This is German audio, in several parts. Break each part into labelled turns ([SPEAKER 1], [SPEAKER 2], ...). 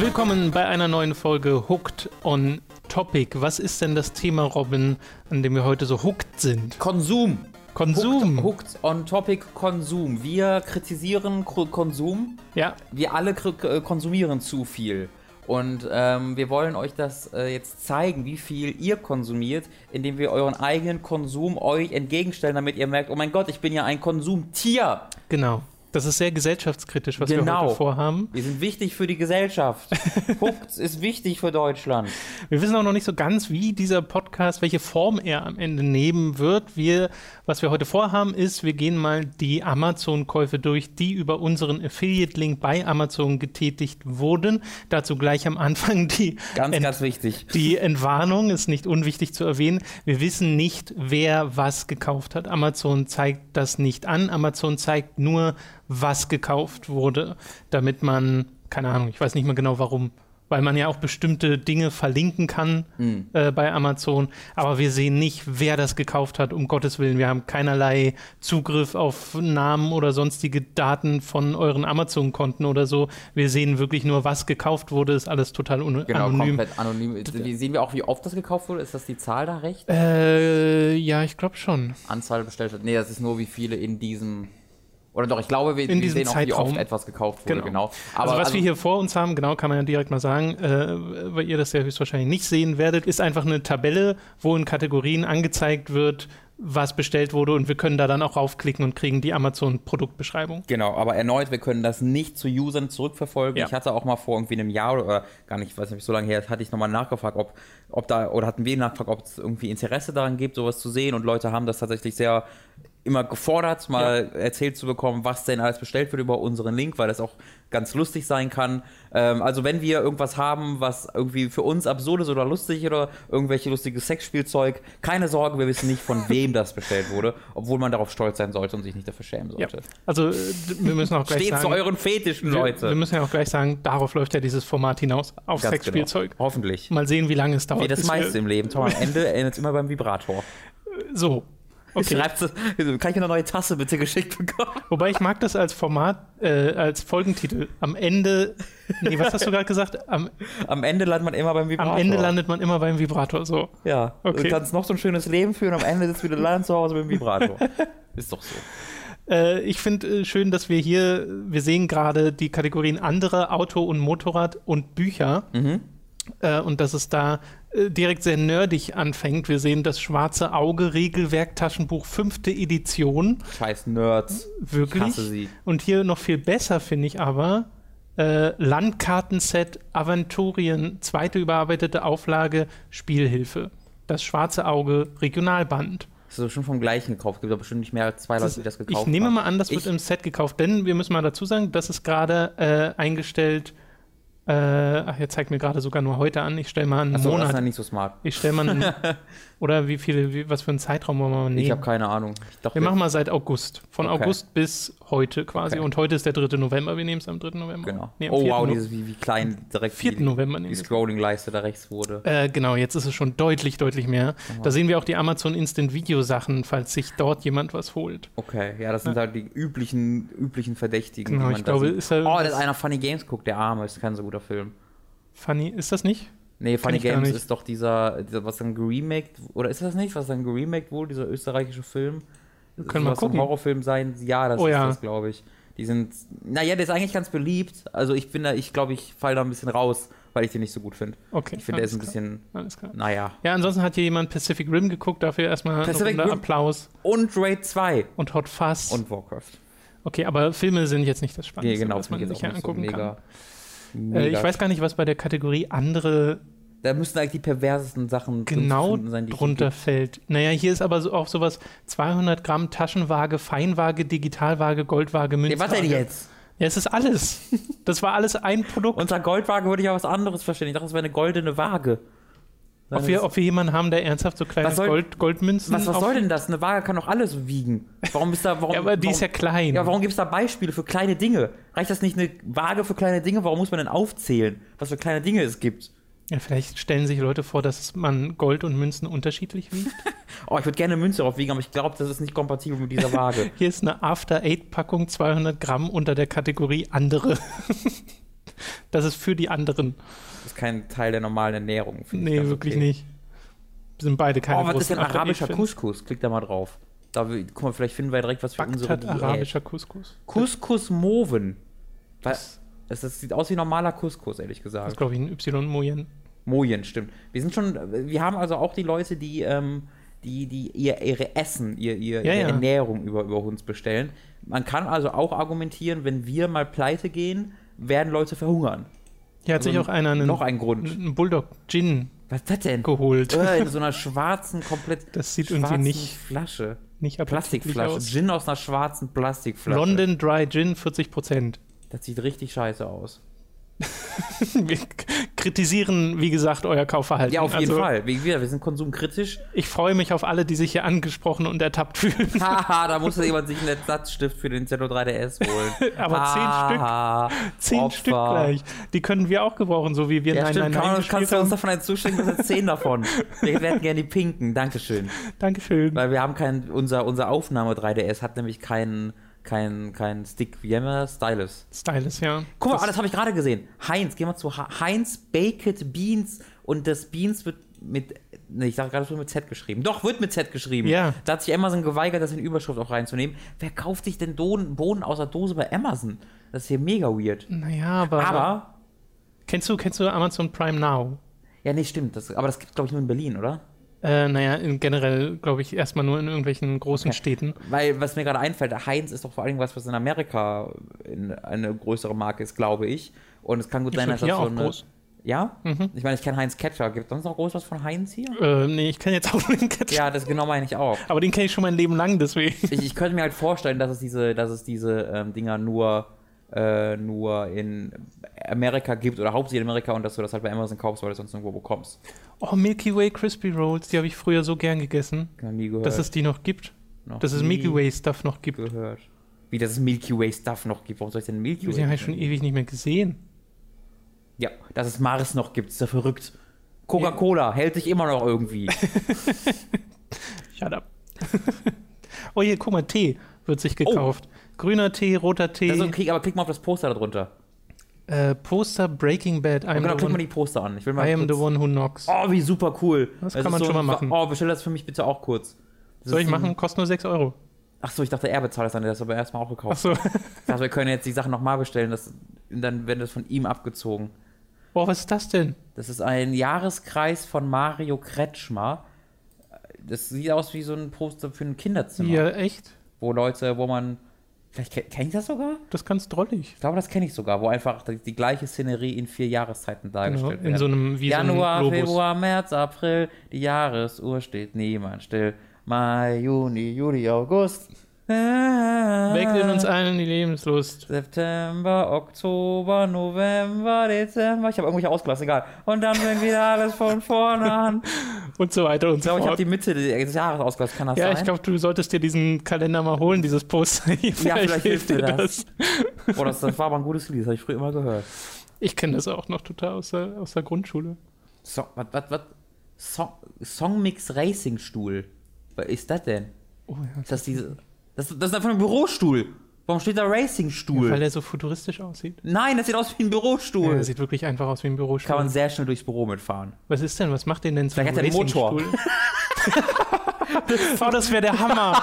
[SPEAKER 1] Willkommen bei einer neuen Folge Hooked on Topic. Was ist denn das Thema, Robin, an dem wir heute so hooked sind?
[SPEAKER 2] Konsum.
[SPEAKER 1] Konsum.
[SPEAKER 2] Hooked, hooked on Topic Konsum. Wir kritisieren Ko- Konsum.
[SPEAKER 1] Ja,
[SPEAKER 2] Wir alle kri- äh, konsumieren zu viel. Und ähm, wir wollen euch das äh, jetzt zeigen, wie viel ihr konsumiert, indem wir euren eigenen Konsum euch entgegenstellen, damit ihr merkt, oh mein Gott, ich bin ja ein Konsumtier.
[SPEAKER 1] genau. Das ist sehr gesellschaftskritisch, was wir
[SPEAKER 2] Genau.
[SPEAKER 1] heute vorhaben.
[SPEAKER 2] Wir sind wichtig für die Gesellschaft. Hooked ist wichtig für Deutschland.
[SPEAKER 1] Wir wissen auch noch nicht so ganz, wie dieser Podcast, welche Form er am Ende nehmen wird. Wir, was wir heute vorhaben, ist, wir gehen mal die Amazon-Käufe durch, die über unseren Affiliate-Link bei Amazon getätigt wurden. Dazu gleich am Anfang die
[SPEAKER 2] Ganz,
[SPEAKER 1] Ent-
[SPEAKER 2] ganz wichtig.
[SPEAKER 1] Die Entwarnung ist nicht unwichtig zu erwähnen. Wir wissen nicht, wer was gekauft hat. Amazon zeigt das nicht an. Amazon zeigt nur, was gekauft wurde, damit man, keine Ahnung, ich weiß nicht mehr genau warum, weil man ja auch bestimmte Dinge verlinken kann
[SPEAKER 2] Hm.
[SPEAKER 1] äh, bei Amazon. Aber wir sehen nicht, wer das gekauft hat, um Gottes Willen. Wir haben keinerlei Zugriff auf Namen oder sonstige Daten von euren Amazon-Konten oder so. Wir sehen wirklich nur, was gekauft wurde. Ist alles total un
[SPEAKER 2] Genau,
[SPEAKER 1] anonym.
[SPEAKER 2] komplett anonym. Wie- Sehen wir auch, wie oft das gekauft wurde? Ist das die Zahl da recht?
[SPEAKER 1] Äh, ja, ich glaube schon.
[SPEAKER 2] Anzahl bestellt hat. Nee, das ist nur, wie viele in diesem. Oder doch, ich glaube, wir,
[SPEAKER 1] In
[SPEAKER 2] wir
[SPEAKER 1] diesem
[SPEAKER 2] sehen auch, wie
[SPEAKER 1] Zeitraum.
[SPEAKER 2] oft etwas gekauft wurde.
[SPEAKER 1] Genau.
[SPEAKER 2] Genau.
[SPEAKER 1] also was wir hier vor uns haben, genau kann man ja direkt mal sagen, äh, weil ihr das ja höchstwahrscheinlich nicht sehen werdet, ist einfach eine Tabelle, wo in Kategorien angezeigt wird, was bestellt wurde und wir können da dann auch raufklicken und kriegen die Amazon-Produktbeschreibung.
[SPEAKER 2] Genau, aber erneut, wir können das nicht zu Usern zurückverfolgen.
[SPEAKER 1] Ja.
[SPEAKER 2] Ich hatte auch mal vor irgendwie einem Jahr oder, oder gar nicht, ich weiß nicht, so lange her, hatte ich nochmal nachgefragt, ob, ob da, oder hatten wir nachgefragt, ob es irgendwie Interesse daran gibt, sowas zu sehen. Und Leute haben das tatsächlich sehr immer gefordert, mal erzählt zu bekommen, was denn alles bestellt wird über unseren Link, weil das auch ganz lustig sein kann. Ähm, also wenn wir irgendwas haben, was irgendwie für uns absurd ist oder lustig oder irgendwelche lustige Sexspielzeug, keine Sorge, wir wissen nicht, von wem das bestellt wurde, obwohl man darauf stolz sein sollte und sich nicht dafür schämen
[SPEAKER 1] Ja.
[SPEAKER 2] sollte.
[SPEAKER 1] Also äh, d- wir müssen auch gleich
[SPEAKER 2] Steht zu
[SPEAKER 1] sagen,
[SPEAKER 2] euren Fetischen, Leute.
[SPEAKER 1] Wir, wir müssen ja auch gleich sagen, darauf läuft ja dieses Format hinaus, auf
[SPEAKER 2] Ganz
[SPEAKER 1] Sexspielzeug.
[SPEAKER 2] Genau. Hoffentlich.
[SPEAKER 1] Mal sehen, wie lange es dauert.
[SPEAKER 2] Wie das
[SPEAKER 1] bis wir-
[SPEAKER 2] meiste im Leben. Tom, am Ende endet es immer beim Vibrator.
[SPEAKER 1] So. Okay.
[SPEAKER 2] Schreibt's, kann ich mir eine neue Tasse bitte geschickt bekommen?
[SPEAKER 1] Wobei ich mag das als Format, äh, als Folgentitel. Am Ende, nee, was hast du gerade gesagt? Am,
[SPEAKER 2] Am Ende landet man immer beim Vibrator.
[SPEAKER 1] am Ende landet man immer beim Vibrator. So.
[SPEAKER 2] Ja.
[SPEAKER 1] Okay.
[SPEAKER 2] Du kannst noch so ein schönes Leben führen, am Ende sitzt du wieder allein zu Hause mit dem Vibrator. Ist doch so.
[SPEAKER 1] Äh, ich finde äh, schön, dass wir hier, wir sehen gerade die Kategorien andere, Auto und Motorrad und Bücher.
[SPEAKER 2] Mhm.
[SPEAKER 1] Äh, und dass es da äh, direkt sehr nerdig anfängt. Wir sehen das schwarze Auge, Regelwerk, Taschenbuch, fünfte Edition.
[SPEAKER 2] Scheiß Nerds.
[SPEAKER 1] Wirklich.
[SPEAKER 2] Ich hasse sie.
[SPEAKER 1] Und hier noch viel besser finde ich aber äh, Landkartenset Aventurien, zweite überarbeitete Auflage, Spielhilfe. Das schwarze Auge Regionalband.
[SPEAKER 2] Das ist doch schon vom gleichen gekauft. Es gibt doch bestimmt nicht mehr als zwei Leute, die das gekauft
[SPEAKER 1] ich
[SPEAKER 2] haben.
[SPEAKER 1] nehme mal an, das wird
[SPEAKER 2] Ich-
[SPEAKER 1] im Set gekauft, denn wir müssen mal dazu sagen, das ist gerade äh, eingestellt. Äh, ach, er zeigt mir gerade sogar nur heute an. Ich stelle mal einen
[SPEAKER 2] Achso, das ist ja
[SPEAKER 1] Monat.
[SPEAKER 2] nicht so smart.
[SPEAKER 1] Ich stelle mal einen, Oder wie viele, wie, was für einen Zeitraum wollen wir mal
[SPEAKER 2] Ich
[SPEAKER 1] nehmen?
[SPEAKER 2] habe keine Ahnung. Ich dachte,
[SPEAKER 1] Wir machen mal seit August. Von
[SPEAKER 2] Okay.
[SPEAKER 1] August bis heute quasi.
[SPEAKER 2] Okay.
[SPEAKER 1] Und heute ist der 3. November. Wir nehmen es am 3. November.
[SPEAKER 2] Genau.
[SPEAKER 1] Nee, am
[SPEAKER 2] oh
[SPEAKER 1] 4.
[SPEAKER 2] wow,
[SPEAKER 1] No-
[SPEAKER 2] dieses, wie, wie klein direkt
[SPEAKER 1] 4.
[SPEAKER 2] die,
[SPEAKER 1] November nehmen
[SPEAKER 2] die
[SPEAKER 1] wir es.
[SPEAKER 2] Scrolling-Leiste da rechts wurde.
[SPEAKER 1] Äh, genau, jetzt ist es schon deutlich, deutlich mehr. Da sehen wir auch die Amazon Instant Video Sachen, falls sich dort jemand was holt.
[SPEAKER 2] Okay, ja, das sind halt die üblichen, üblichen Verdächtigen.
[SPEAKER 1] Genau,
[SPEAKER 2] die
[SPEAKER 1] ich
[SPEAKER 2] da
[SPEAKER 1] glaube,
[SPEAKER 2] sieht.
[SPEAKER 1] ist er-
[SPEAKER 2] oh, das ist einer Funny Games guckt, der Arme, ist kein so guter Film.
[SPEAKER 1] Funny, ist das nicht?
[SPEAKER 2] Nee, Funny
[SPEAKER 1] ich gar
[SPEAKER 2] Games
[SPEAKER 1] nicht.
[SPEAKER 2] ist doch dieser, dieser, was dann geremaked, oder ist das nicht, was dann geremaked wurde, dieser österreichische Film?
[SPEAKER 1] können mal
[SPEAKER 2] Soll das so
[SPEAKER 1] gucken.
[SPEAKER 2] ein Horrorfilm sein? Ja, das
[SPEAKER 1] Oh
[SPEAKER 2] ist
[SPEAKER 1] ja.
[SPEAKER 2] das, glaube ich. Die sind, naja, der ist eigentlich ganz beliebt. Also ich bin da, ich glaube, ich falle da ein bisschen raus, weil ich den nicht so gut finde.
[SPEAKER 1] Okay.
[SPEAKER 2] Ich finde, der
[SPEAKER 1] alles
[SPEAKER 2] ist ein
[SPEAKER 1] klar,
[SPEAKER 2] bisschen,
[SPEAKER 1] Alles klar.
[SPEAKER 2] naja.
[SPEAKER 1] Ja, ansonsten hat hier jemand Pacific Rim geguckt. Dafür erstmal eine
[SPEAKER 2] Pacific
[SPEAKER 1] Runde
[SPEAKER 2] Rim-
[SPEAKER 1] Applaus
[SPEAKER 2] Und Raid 2
[SPEAKER 1] und Hot Fuzz.
[SPEAKER 2] und Warcraft.
[SPEAKER 1] okay, aber Filme sind jetzt nicht das
[SPEAKER 2] Nee,
[SPEAKER 1] Spannendste,
[SPEAKER 2] genau,
[SPEAKER 1] was man
[SPEAKER 2] finde
[SPEAKER 1] sich
[SPEAKER 2] ich
[SPEAKER 1] hier
[SPEAKER 2] jetzt auch
[SPEAKER 1] angucken
[SPEAKER 2] nicht so
[SPEAKER 1] kann.
[SPEAKER 2] mega.
[SPEAKER 1] Äh,
[SPEAKER 2] mega
[SPEAKER 1] ich weiß gar nicht, was bei der Kategorie andere
[SPEAKER 2] Da müssten eigentlich die perversesten Sachen drin zu
[SPEAKER 1] genau
[SPEAKER 2] finden sein, die ich
[SPEAKER 1] drunter fällt. Naja, hier ist aber so, auch sowas 200 Gramm Taschenwaage, Feinwaage, Digitalwaage, Goldwaage,
[SPEAKER 2] hier- Nee,
[SPEAKER 1] Münzwaage.
[SPEAKER 2] was denn jetzt?
[SPEAKER 1] Ja, es ist alles. Das war alles ein Produkt.
[SPEAKER 2] Unter Goldwaage würde ich ja was anderes verstehen. Ich dachte, es wäre eine goldene Waage.
[SPEAKER 1] Ob wir, ob wir jemanden haben, der ernsthaft so kleine
[SPEAKER 2] Was soll-
[SPEAKER 1] Gold, Goldmünzen
[SPEAKER 2] was, was
[SPEAKER 1] auf-
[SPEAKER 2] soll denn das? Eine Waage kann doch alles wiegen. Warum ist da, warum,
[SPEAKER 1] Ja, aber die
[SPEAKER 2] warum,
[SPEAKER 1] ist ja klein.
[SPEAKER 2] Ja, warum gibt es da Beispiele für kleine Dinge? Reicht das nicht eine Waage für kleine Dinge? Warum muss man denn aufzählen, was für kleine Dinge es gibt?
[SPEAKER 1] Ja, vielleicht stellen sich Leute vor, dass man Gold und Münzen unterschiedlich wiegt.
[SPEAKER 2] Oh, ich würde gerne eine Münze drauf wiegen, aber ich glaube, das ist nicht kompatibel mit dieser Waage.
[SPEAKER 1] Hier ist eine After-Eight-Packung, 200 Gramm unter der Kategorie andere. das ist für die anderen.
[SPEAKER 2] Das ist kein Teil der normalen Ernährung. finde ich
[SPEAKER 1] Nee,
[SPEAKER 2] ganz
[SPEAKER 1] wirklich
[SPEAKER 2] okay.
[SPEAKER 1] nicht. Sind beide keine
[SPEAKER 2] Oh, was ist
[SPEAKER 1] großen
[SPEAKER 2] denn arabischer
[SPEAKER 1] After-Eight-Fans.
[SPEAKER 2] Couscous? Klick da mal drauf. Da, wir- guck mal, vielleicht finden wir direkt was für unsere
[SPEAKER 1] Bagdad,
[SPEAKER 2] Diät.
[SPEAKER 1] arabischer Couscous.
[SPEAKER 2] Couscous Moven. Das,
[SPEAKER 1] Das,
[SPEAKER 2] das, sieht aus wie normaler Couscous, ehrlich
[SPEAKER 1] das ist,
[SPEAKER 2] gesagt.
[SPEAKER 1] glaube ich, ein Y-Moyen.
[SPEAKER 2] Mojen, stimmt. Wir sind schon, wir haben also auch die Leute, die, ähm, die, die ihr, ihre Essen, ihr, ihr,
[SPEAKER 1] Ja, ja.
[SPEAKER 2] ihre Ernährung über, über uns bestellen. Man kann also auch argumentieren, wenn wir mal pleite gehen, werden Leute verhungern.
[SPEAKER 1] Hier hat
[SPEAKER 2] Also
[SPEAKER 1] sich auch einer einen,
[SPEAKER 2] Noch ein Grund.
[SPEAKER 1] einen Bulldog-Gin
[SPEAKER 2] Was ist das denn?
[SPEAKER 1] geholt.
[SPEAKER 2] Äh, in so einer schwarzen, komplett
[SPEAKER 1] Das sieht
[SPEAKER 2] schwarzen
[SPEAKER 1] irgendwie nicht,
[SPEAKER 2] Flasche.
[SPEAKER 1] nicht appetitlich
[SPEAKER 2] Plastikflasche.
[SPEAKER 1] aus.
[SPEAKER 2] Gin aus einer schwarzen Plastikflasche.
[SPEAKER 1] London Dry Gin 40 Prozent.
[SPEAKER 2] Das sieht richtig scheiße aus.
[SPEAKER 1] Wir k- kritisieren, wie gesagt, euer Kaufverhalten.
[SPEAKER 2] Ja, auf jeden
[SPEAKER 1] Also,
[SPEAKER 2] Fall. Wie gesagt, wir sind konsumkritisch.
[SPEAKER 1] Ich freue mich auf alle, die sich hier angesprochen und ertappt fühlen.
[SPEAKER 2] Haha, da musste jemand sich einen Ersatzstift für den Nintendo 3DS holen.
[SPEAKER 1] Aber zehn Stück.
[SPEAKER 2] zehn Stück.
[SPEAKER 1] Zehn Stück gleich. Die können wir auch gebrauchen, so wie wir
[SPEAKER 2] Ja,
[SPEAKER 1] Nein,
[SPEAKER 2] stimmt.
[SPEAKER 1] Nein,
[SPEAKER 2] Kann
[SPEAKER 1] Nein
[SPEAKER 2] man,
[SPEAKER 1] gespielt
[SPEAKER 2] kannst du uns
[SPEAKER 1] haben.
[SPEAKER 2] davon einen zuschicken? Das sind zehn davon. Wir hätten gerne die pinken. Dankeschön.
[SPEAKER 1] Dankeschön.
[SPEAKER 2] Weil wir haben kein, unser, unser Aufnahme 3DS hat nämlich keinen, keinen, keinen Stick. Wie haben wir das? Stylus.
[SPEAKER 1] Stylus, ja.
[SPEAKER 2] Guck mal, ah,
[SPEAKER 1] Das-
[SPEAKER 2] das, das habe ich gerade gesehen. Heinz, geh mal zu Ha- Heinz Baked Beans und das Beans wird mit, ne, ich sage gerade schon mit Z geschrieben. Doch, wird mit Z geschrieben.
[SPEAKER 1] Ja.
[SPEAKER 2] Da hat sich Amazon geweigert, das in Überschrift auch reinzunehmen. Wer kauft sich denn Don Bohnen aus der Dose bei Amazon? Das ist hier mega weird.
[SPEAKER 1] Naja, aber,
[SPEAKER 2] Aber,
[SPEAKER 1] Kennst, du, kennst du Amazon Prime Now?
[SPEAKER 2] ja, nee, stimmt. Das, aber das gibt glaube ich, nur in Berlin, oder?
[SPEAKER 1] Äh, naja, in generell glaube ich erstmal nur in irgendwelchen großen
[SPEAKER 2] Okay.
[SPEAKER 1] Städten.
[SPEAKER 2] Weil, was mir gerade einfällt, Heinz ist doch vor allem was, was in Amerika in, eine größere Marke ist, glaube ich. Und es kann gut sein,
[SPEAKER 1] glaub,
[SPEAKER 2] dass das
[SPEAKER 1] hier
[SPEAKER 2] so
[SPEAKER 1] auch
[SPEAKER 2] eine.
[SPEAKER 1] groß. Mhm.
[SPEAKER 2] Ja? Ich meine, ich kenne Heinz Ketcher. Gibt es sonst noch groß was von Heinz hier?
[SPEAKER 1] Äh, nee, ich kenne jetzt auch nur den Ketchup.
[SPEAKER 2] Ja, das genau meine ich auch.
[SPEAKER 1] Aber den kenne ich schon mein Leben lang, deswegen.
[SPEAKER 2] Ich, ich könnte mir halt vorstellen, dass es diese, dass es diese ähm, Dinger nur, äh, nur in Amerika gibt oder hauptsächlich in Amerika und dass du das halt bei Amazon kaufst, weil du es sonst irgendwo bekommst.
[SPEAKER 1] Oh, Milky Way Crispy Rolls, die habe ich früher so gern gegessen,
[SPEAKER 2] Noch nie gehört.
[SPEAKER 1] dass es die noch gibt.
[SPEAKER 2] noch
[SPEAKER 1] Dass es
[SPEAKER 2] nie
[SPEAKER 1] Milky Way Stuff noch gibt.
[SPEAKER 2] gehört. Wie, dass es Milky Way Stuff noch gibt. Warum soll ich denn Milky
[SPEAKER 1] Den habe
[SPEAKER 2] Way?
[SPEAKER 1] ich halt schon eh- ewig nicht mehr gesehen.
[SPEAKER 2] Ja, dass es Mars noch gibt, ist ja verrückt. Coca-Cola hält sich immer noch irgendwie.
[SPEAKER 1] Shut up. oh, hier, guck mal, Tee wird sich gekauft. Grüner Tee, roter Tee,
[SPEAKER 2] Oh. Das ist okay, aber Also, klick mal auf das Poster darunter.
[SPEAKER 1] äh, Poster, Breaking Bad, I'm,
[SPEAKER 2] Genau,
[SPEAKER 1] the,
[SPEAKER 2] klick mal
[SPEAKER 1] one,
[SPEAKER 2] die Poster an. Ich will mal
[SPEAKER 1] I am the
[SPEAKER 2] kurz-
[SPEAKER 1] one who knocks.
[SPEAKER 2] Oh, wie super cool.
[SPEAKER 1] Das
[SPEAKER 2] Es
[SPEAKER 1] kann
[SPEAKER 2] ist
[SPEAKER 1] man schon mal machen.
[SPEAKER 2] Oh, bestell das für mich bitte auch kurz. Das
[SPEAKER 1] Soll
[SPEAKER 2] ist
[SPEAKER 1] ich
[SPEAKER 2] ein-
[SPEAKER 1] machen? Kostet nur 6 Euro.
[SPEAKER 2] Ach so, ich dachte, er bezahlt das dann, der hat das aber erstmal auch gekauft.
[SPEAKER 1] Achso.
[SPEAKER 2] Ich dachte, wir können jetzt die Sachen nochmal bestellen, das, und dann werden das von ihm abgezogen.
[SPEAKER 1] Oh, was ist das denn?
[SPEAKER 2] Das ist ein Jahreskreis von Mario Kretschmer. Das sieht aus wie so ein Poster für ein Kinderzimmer,
[SPEAKER 1] Ja, echt?
[SPEAKER 2] wo Leute, wo man. Vielleicht ke- kenne ich das sogar?
[SPEAKER 1] Das ist ganz drollig.
[SPEAKER 2] Ich glaube, das kenne ich sogar, wo einfach die, die gleiche Szenerie in vier Jahreszeiten
[SPEAKER 1] Genau,
[SPEAKER 2] dargestellt wird.
[SPEAKER 1] in so einem wie
[SPEAKER 2] Januar,
[SPEAKER 1] so einem Globus.
[SPEAKER 2] Februar, März, April, die Jahresuhr steht niemand still. Mai, Juni, Juli, August.
[SPEAKER 1] Weg
[SPEAKER 2] Wechseln
[SPEAKER 1] in uns allen die Lebenslust.
[SPEAKER 2] September, Oktober, November, Dezember. Ich habe irgendwelche ausgelassen, egal. Und dann fängt wieder alles von vorne an. Ich
[SPEAKER 1] Und so weiter und so
[SPEAKER 2] glaube, ich habe
[SPEAKER 1] fort.
[SPEAKER 2] die Mitte des Jahres ausgelassen. Kann das
[SPEAKER 1] ja,
[SPEAKER 2] sein?
[SPEAKER 1] ich glaube, du solltest dir diesen Kalender mal holen, dieses Poster. Hier.
[SPEAKER 2] vielleicht hilft dir das. Boah, das, das war aber ein gutes Lied, das habe ich früher immer gehört.
[SPEAKER 1] Ich kenne das auch noch total aus der, aus der Grundschule.
[SPEAKER 2] So, was, was, was? So, Songmix Racing Stuhl. Was ist das denn?
[SPEAKER 1] Oh ja.
[SPEAKER 2] Ist das diese. Das, das ist einfach ein Bürostuhl. Warum steht da Racing
[SPEAKER 1] Weil
[SPEAKER 2] Stuhl?
[SPEAKER 1] der so futuristisch aussieht.
[SPEAKER 2] Nein, das sieht aus wie ein
[SPEAKER 1] Ja,
[SPEAKER 2] Bürostuhl.
[SPEAKER 1] der sieht wirklich einfach aus wie ein Bürostuhl.
[SPEAKER 2] Kann man sehr schnell durchs Büro mitfahren.
[SPEAKER 1] Was ist denn? Was macht den denn so
[SPEAKER 2] Vielleicht hat er einen
[SPEAKER 1] Racingstuhl? oh, das wäre der Hammer.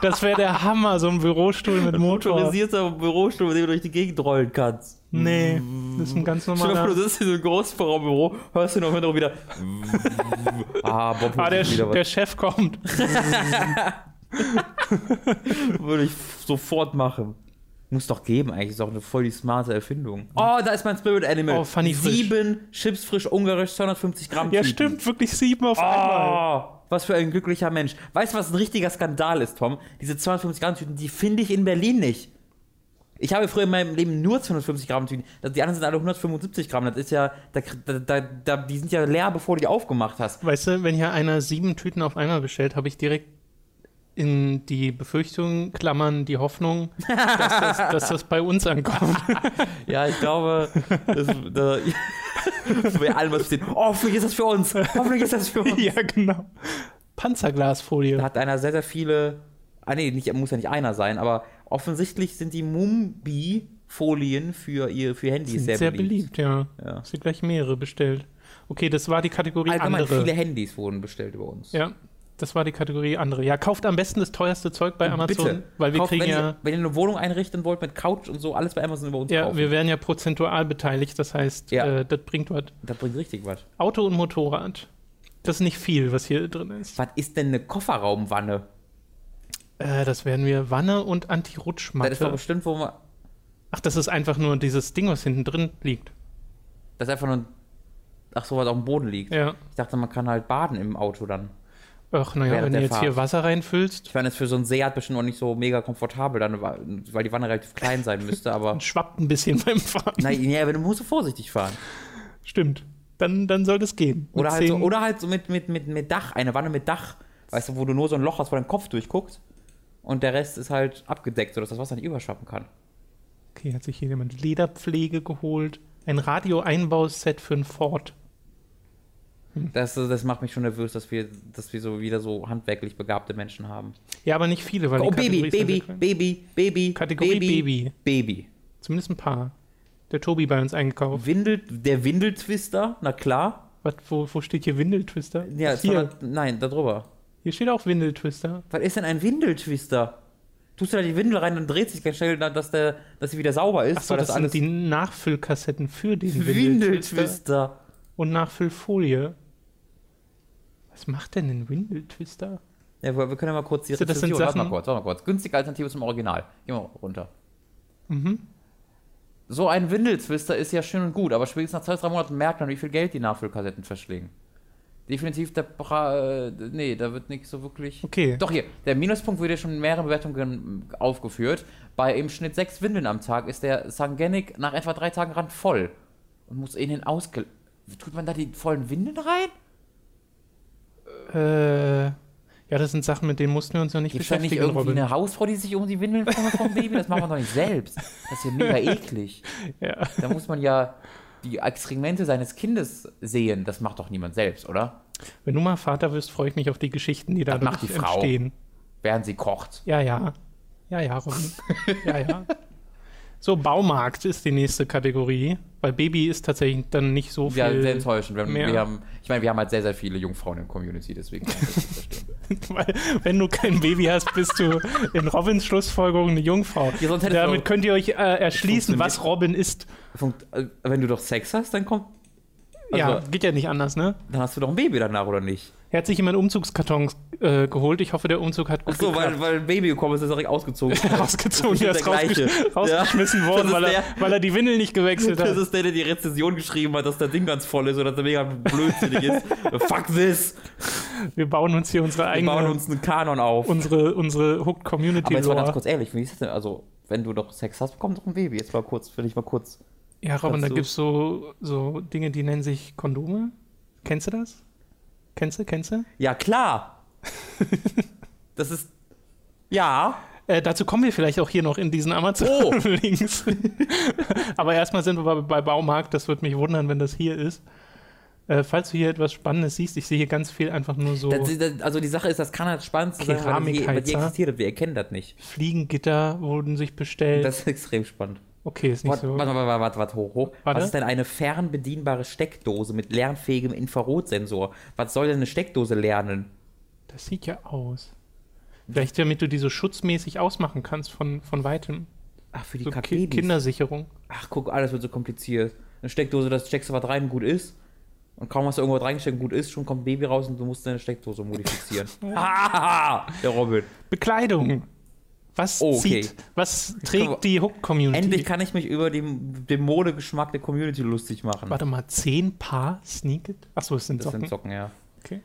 [SPEAKER 1] Das wäre der Hammer, so ein Bürostuhl mit Motor.
[SPEAKER 2] Motorisierter Bürostuhl, mit dem du durch die Gegend rollen kannst.
[SPEAKER 1] Nee, das ist ein ganz
[SPEAKER 2] Hm. Stell dir vor,
[SPEAKER 1] normaler.
[SPEAKER 2] du sitzt in so einem Großraumbüro, hörst du noch hinterher wieder. ah, Bob
[SPEAKER 1] Ah, der,
[SPEAKER 2] holt wieder
[SPEAKER 1] der Chef kommt.
[SPEAKER 2] was. Würde ich sofort machen. Muss doch geben, eigentlich. Ist doch eine voll die smarte Erfindung. Oh, da ist mein Spirit Animal.
[SPEAKER 1] Oh, Funny Frisch.
[SPEAKER 2] Sieben Chips frisch ungarisch, 250 Gramm.
[SPEAKER 1] Ja,
[SPEAKER 2] Tüten.
[SPEAKER 1] stimmt, wirklich sieben auf einmal.
[SPEAKER 2] Oh, was für ein glücklicher Mensch. Weißt du, was ein richtiger Skandal ist, Tom? Diese 250 Gramm Tüten, die finde ich in Berlin nicht. Ich habe früher in meinem Leben nur 250 Gramm Tüten. Also die anderen sind alle 175 Gramm. Das ist ja, da, da, da, die sind ja leer, bevor du die aufgemacht hast.
[SPEAKER 1] Weißt du, wenn hier einer sieben Tüten auf einmal bestellt, habe ich direkt in die Befürchtung klammern die Hoffnung, dass das, dass das bei uns ankommt.
[SPEAKER 2] Ja, ich glaube, das, da, das bei allem was steht. oh, Hoffentlich ist das für uns. Hoffentlich ist das für uns.
[SPEAKER 1] ja, genau.
[SPEAKER 2] Da
[SPEAKER 1] Panzerglasfolie.
[SPEAKER 2] hat einer sehr, sehr viele. Ah, nee, nicht, muss ja nicht einer sein, aber offensichtlich sind die Mumbi-Folien für, ihr- für Handys
[SPEAKER 1] Sehr, sehr beliebt, ja.
[SPEAKER 2] Ja.
[SPEAKER 1] Hast du gleich mehrere bestellt. Okay, das war die Kategorie
[SPEAKER 2] Allgemein
[SPEAKER 1] andere.
[SPEAKER 2] viele Handys wurden bestellt über uns.
[SPEAKER 1] Ja, das war die Kategorie andere. Ja, kauft am besten das teuerste Zeug bei Amazon, weil wir
[SPEAKER 2] Kauft,
[SPEAKER 1] kriegen
[SPEAKER 2] wenn
[SPEAKER 1] ja,
[SPEAKER 2] Ihr, wenn ihr eine Wohnung einrichten wollt mit Couch und so, alles bei Amazon über uns
[SPEAKER 1] ja,
[SPEAKER 2] kaufen.
[SPEAKER 1] wir werden ja prozentual beteiligt. Das heißt,
[SPEAKER 2] Ja.
[SPEAKER 1] äh, das bringt was.
[SPEAKER 2] das bringt richtig was.
[SPEAKER 1] Auto und Motorrad. Das ist nicht viel, was hier drin ist.
[SPEAKER 2] Was ist denn eine Kofferraumwanne?
[SPEAKER 1] Äh, das werden wir Wanne und
[SPEAKER 2] Das ist doch
[SPEAKER 1] Anti-Rutschmatte.
[SPEAKER 2] bestimmt, wo man.
[SPEAKER 1] Ach, das ist einfach nur dieses Ding, was hinten drin liegt.
[SPEAKER 2] Das ist einfach nur. ein- Ach so, was auf dem Boden liegt.
[SPEAKER 1] Ja.
[SPEAKER 2] Ich dachte, man kann halt baden im Auto dann.
[SPEAKER 1] Ach, naja,
[SPEAKER 2] Während
[SPEAKER 1] wenn du
[SPEAKER 2] der
[SPEAKER 1] jetzt hier
[SPEAKER 2] Fahrt.
[SPEAKER 1] Wasser reinfüllst,
[SPEAKER 2] Ich meine, das ist für so ein Seat bestimmt auch nicht so mega komfortabel, dann, weil die Wanne relativ klein sein müsste, aber.
[SPEAKER 1] dann schwappt ein bisschen beim Fahren.
[SPEAKER 2] Nein, ja, aber du musst vorsichtig fahren.
[SPEAKER 1] Stimmt. Dann, dann soll das gehen. Mit
[SPEAKER 2] Oder halt, so,
[SPEAKER 1] zehn-
[SPEAKER 2] oder halt so mit, mit, mit, mit Dach, eine Wanne mit Dach. Weißt du, wo du nur so ein Loch hast, wo dein Kopf durchguckt und der Rest ist halt abgedeckt, sodass das Wasser nicht überschwappen kann.
[SPEAKER 1] Okay, hat sich hier jemand Lederpflege geholt. Ein Radioeinbauset für einen Ford.
[SPEAKER 2] Das, das macht mich schon nervös, dass wir, dass wir so wieder so handwerklich begabte Menschen haben.
[SPEAKER 1] Ja, aber nicht viele, weil die
[SPEAKER 2] Oh,
[SPEAKER 1] Kategorie
[SPEAKER 2] Baby,
[SPEAKER 1] ist ja sehr
[SPEAKER 2] Baby,
[SPEAKER 1] klein.
[SPEAKER 2] Baby, Baby.
[SPEAKER 1] Kategorie Baby.
[SPEAKER 2] Baby.
[SPEAKER 1] Zumindest ein paar. Der Tobi bei uns eingekauft.
[SPEAKER 2] Windel, der Windeltwister, na klar.
[SPEAKER 1] Was, wo, wo steht hier Windeltwister?
[SPEAKER 2] Ja,
[SPEAKER 1] hier.
[SPEAKER 2] 200, nein, da drüber.
[SPEAKER 1] hier steht auch Windeltwister.
[SPEAKER 2] Was ist denn ein Windeltwister? Tust du da die Windel rein und dreht sich ganz schnell, dass, der, dass sie wieder sauber ist,
[SPEAKER 1] Ach so, das, sind die Nachfüllkassetten für den Windeltwister.
[SPEAKER 2] Windeltwister.
[SPEAKER 1] Und Nachfüllfolie. Was macht denn ein Windeltwister?
[SPEAKER 2] Ja, wir wir können ja mal kurz die
[SPEAKER 1] So, das sind
[SPEAKER 2] Rezension. Warte mal
[SPEAKER 1] Sachen-
[SPEAKER 2] kurz, warte mal kurz. Günstige Alternative zum Original. Gehen wir mal runter.
[SPEAKER 1] Mhm.
[SPEAKER 2] So ein Windelzwister ist ja schön und gut, aber spätestens nach zwei, drei Monaten merkt man, wie viel Geld die Nachfüllkassetten verschlingen. Definitiv der pra äh, Nee, da wird nicht so wirklich.
[SPEAKER 1] Okay.
[SPEAKER 2] Doch hier, der Minuspunkt wird ja schon in mehreren Bewertungen aufgeführt. Bei im Schnitt sechs Windeln am Tag ist der Sangenic nach etwa drei Tagen randvoll und muss innen ausge. Tut man da die vollen Windeln rein?
[SPEAKER 1] Äh, ja, das sind Sachen, mit denen mussten wir uns noch nicht
[SPEAKER 2] Gibt es da nicht
[SPEAKER 1] beschäftigen,
[SPEAKER 2] irgendwie
[SPEAKER 1] Robin.
[SPEAKER 2] eine Hausfrau, die sich um die Windeln kümmert vom Baby? Das macht man doch nicht selbst. Das ist ja mega eklig.
[SPEAKER 1] Ja.
[SPEAKER 2] Da muss man ja die Exkremente seines Kindes sehen. Das macht doch niemand selbst, oder?
[SPEAKER 1] Wenn du mal Vater wirst, freue ich mich auf die Geschichten, die da
[SPEAKER 2] macht die Frau.
[SPEAKER 1] entstehen.
[SPEAKER 2] Während sie kocht.
[SPEAKER 1] Ja, ja. Ja, ja, Robin. ja, ja. So, Baumarkt ist die nächste Kategorie. Bei Baby ist tatsächlich dann nicht so
[SPEAKER 2] Ja, sehr
[SPEAKER 1] viel,
[SPEAKER 2] enttäuschend. Wir, haben-
[SPEAKER 1] mehr.
[SPEAKER 2] wir haben, ich meine, wir haben halt sehr, sehr viele Jungfrauen in der Community, deswegen.
[SPEAKER 1] weil wenn du kein Baby hast, bist du in Robins Schlussfolgerung eine Jungfrau.
[SPEAKER 2] Ja, sonst hättest du-
[SPEAKER 1] Damit könnt ihr euch äh, erschließen,
[SPEAKER 2] Funktioniert.
[SPEAKER 1] was Robin ist.
[SPEAKER 2] Funkt- äh, Wenn du doch Sex hast, dann kommt,
[SPEAKER 1] Ja,
[SPEAKER 2] Also-
[SPEAKER 1] geht ja nicht anders, ne?
[SPEAKER 2] dann hast du doch ein Baby danach, oder nicht?
[SPEAKER 1] Er hat sich jemand Umzugskarton äh, geholt. Ich hoffe, der Umzug hat gut
[SPEAKER 2] Ach so, weil,
[SPEAKER 1] geklappt.
[SPEAKER 2] weil ein Baby gekommen ist, ist er direkt ausgezogen.
[SPEAKER 1] rausgezogen, der
[SPEAKER 2] Das
[SPEAKER 1] ist
[SPEAKER 2] ist der
[SPEAKER 1] rausgesch
[SPEAKER 2] gleiche.
[SPEAKER 1] rausgeschmissen worden,
[SPEAKER 2] ist
[SPEAKER 1] weil er,
[SPEAKER 2] der-
[SPEAKER 1] weil er die Windel nicht gewechselt
[SPEAKER 2] Das
[SPEAKER 1] hat.
[SPEAKER 2] ist der, der die Rezession geschrieben hat, dass der Ding ganz voll ist oder dass er mega blödsinnig ist. Fuck this!
[SPEAKER 1] Wir bauen uns hier unsere
[SPEAKER 2] Wir
[SPEAKER 1] eigene,
[SPEAKER 2] bauen uns einen Kanon auf.
[SPEAKER 1] unsere, unsere Hooked Community
[SPEAKER 2] Aber jetzt mal ganz
[SPEAKER 1] Lore.
[SPEAKER 2] kurz ehrlich, wie ist das denn? Also, wenn du doch Sex hast, bekommst du ein Baby. Jetzt mal kurz, will ich mal kurz.
[SPEAKER 1] Ja, Robin, da
[SPEAKER 2] Dazu.
[SPEAKER 1] gibt es so, so Dinge, die nennen sich Kondome. Kennst du das? Kennst du, kennst du?
[SPEAKER 2] Ja, klar! das ist. Ja.
[SPEAKER 1] Äh, dazu kommen wir vielleicht auch hier noch in diesen Amazon-Links.
[SPEAKER 2] Oh.
[SPEAKER 1] Aber erstmal sind wir bei, bei Baumarkt. Das würde mich wundern, wenn das hier ist. Äh, falls du hier etwas Spannendes siehst, ich sehe hier ganz viel einfach nur so
[SPEAKER 2] Das, das, also, die Sache ist, das kann halt spannend sein, weil die, weil die
[SPEAKER 1] Keramikheizung.
[SPEAKER 2] existiert. und Wir erkennen das nicht.
[SPEAKER 1] Fliegengitter wurden sich bestellt.
[SPEAKER 2] Das ist extrem spannend.
[SPEAKER 1] okay, ist nicht
[SPEAKER 2] Warte,
[SPEAKER 1] so.
[SPEAKER 2] warte, warte, warte, warte, hoch, hoch.
[SPEAKER 1] Warte.
[SPEAKER 2] Was ist denn eine fernbedienbare Steckdose mit lernfähigem Infrarotsensor? Was soll denn eine Steckdose lernen?
[SPEAKER 1] Das sieht ja aus. Vielleicht, damit du die so schutzmäßig ausmachen kannst von, von weitem.
[SPEAKER 2] Ach, für die
[SPEAKER 1] So
[SPEAKER 2] so
[SPEAKER 1] Ki Kindersicherung.
[SPEAKER 2] Ach, guck, alles wird so kompliziert. Eine Steckdose, das steckst du was rein, gut ist. Und kaum hast du irgendwas reingesteckt, gut ist, schon kommt ein Baby raus und du musst deine Steckdose modifizieren. ah, der Robin.
[SPEAKER 1] Bekleidung. Was
[SPEAKER 2] Hm. Oh, okay.
[SPEAKER 1] zieht, was
[SPEAKER 2] können wir-
[SPEAKER 1] trägt die Hook-Community?
[SPEAKER 2] Endlich kann ich mich über den, den Modegeschmack der Community lustig machen.
[SPEAKER 1] Warte mal, zehn Paar Sneaket? Achso, es sind
[SPEAKER 2] Das
[SPEAKER 1] Socken.
[SPEAKER 2] sind Socken, ja.
[SPEAKER 1] Okay.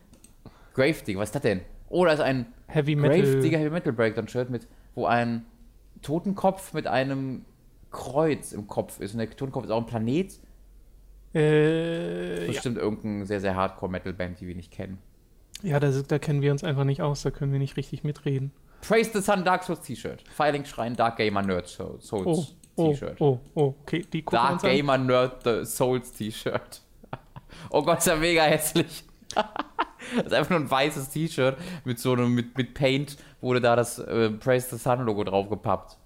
[SPEAKER 2] Gravedigger, was ist das denn? Oh, da ist ein
[SPEAKER 1] Heavy Metal.
[SPEAKER 2] Gravedigger Heavy Metal Breakdown Shirt mit, wo ein Totenkopf mit einem Kreuz im Kopf ist. Und der Totenkopf ist auch ein Planet.
[SPEAKER 1] Äh, ja,
[SPEAKER 2] Bestimmt irgendeine sehr, sehr Hardcore-Metal-Band, die wir nicht kennen.
[SPEAKER 1] ja da, da kennen wir uns einfach nicht aus, da können wir nicht richtig mitreden.
[SPEAKER 2] Praise the Sun Dark Souls T-Shirt. Filing Schrein Dark Gamer Nerd Souls
[SPEAKER 1] Oh, oh,
[SPEAKER 2] T-Shirt.
[SPEAKER 1] oh, oh, okay, die gucken wir
[SPEAKER 2] Dark
[SPEAKER 1] uns an.
[SPEAKER 2] Gamer Nerd the Souls T-Shirt. Oh Gott, ist ja mega hässlich. das ist einfach nur ein weißes T-Shirt mit so einem, mit, mit Paint wurde da das äh, Praise the Sun Logo draufgepappt.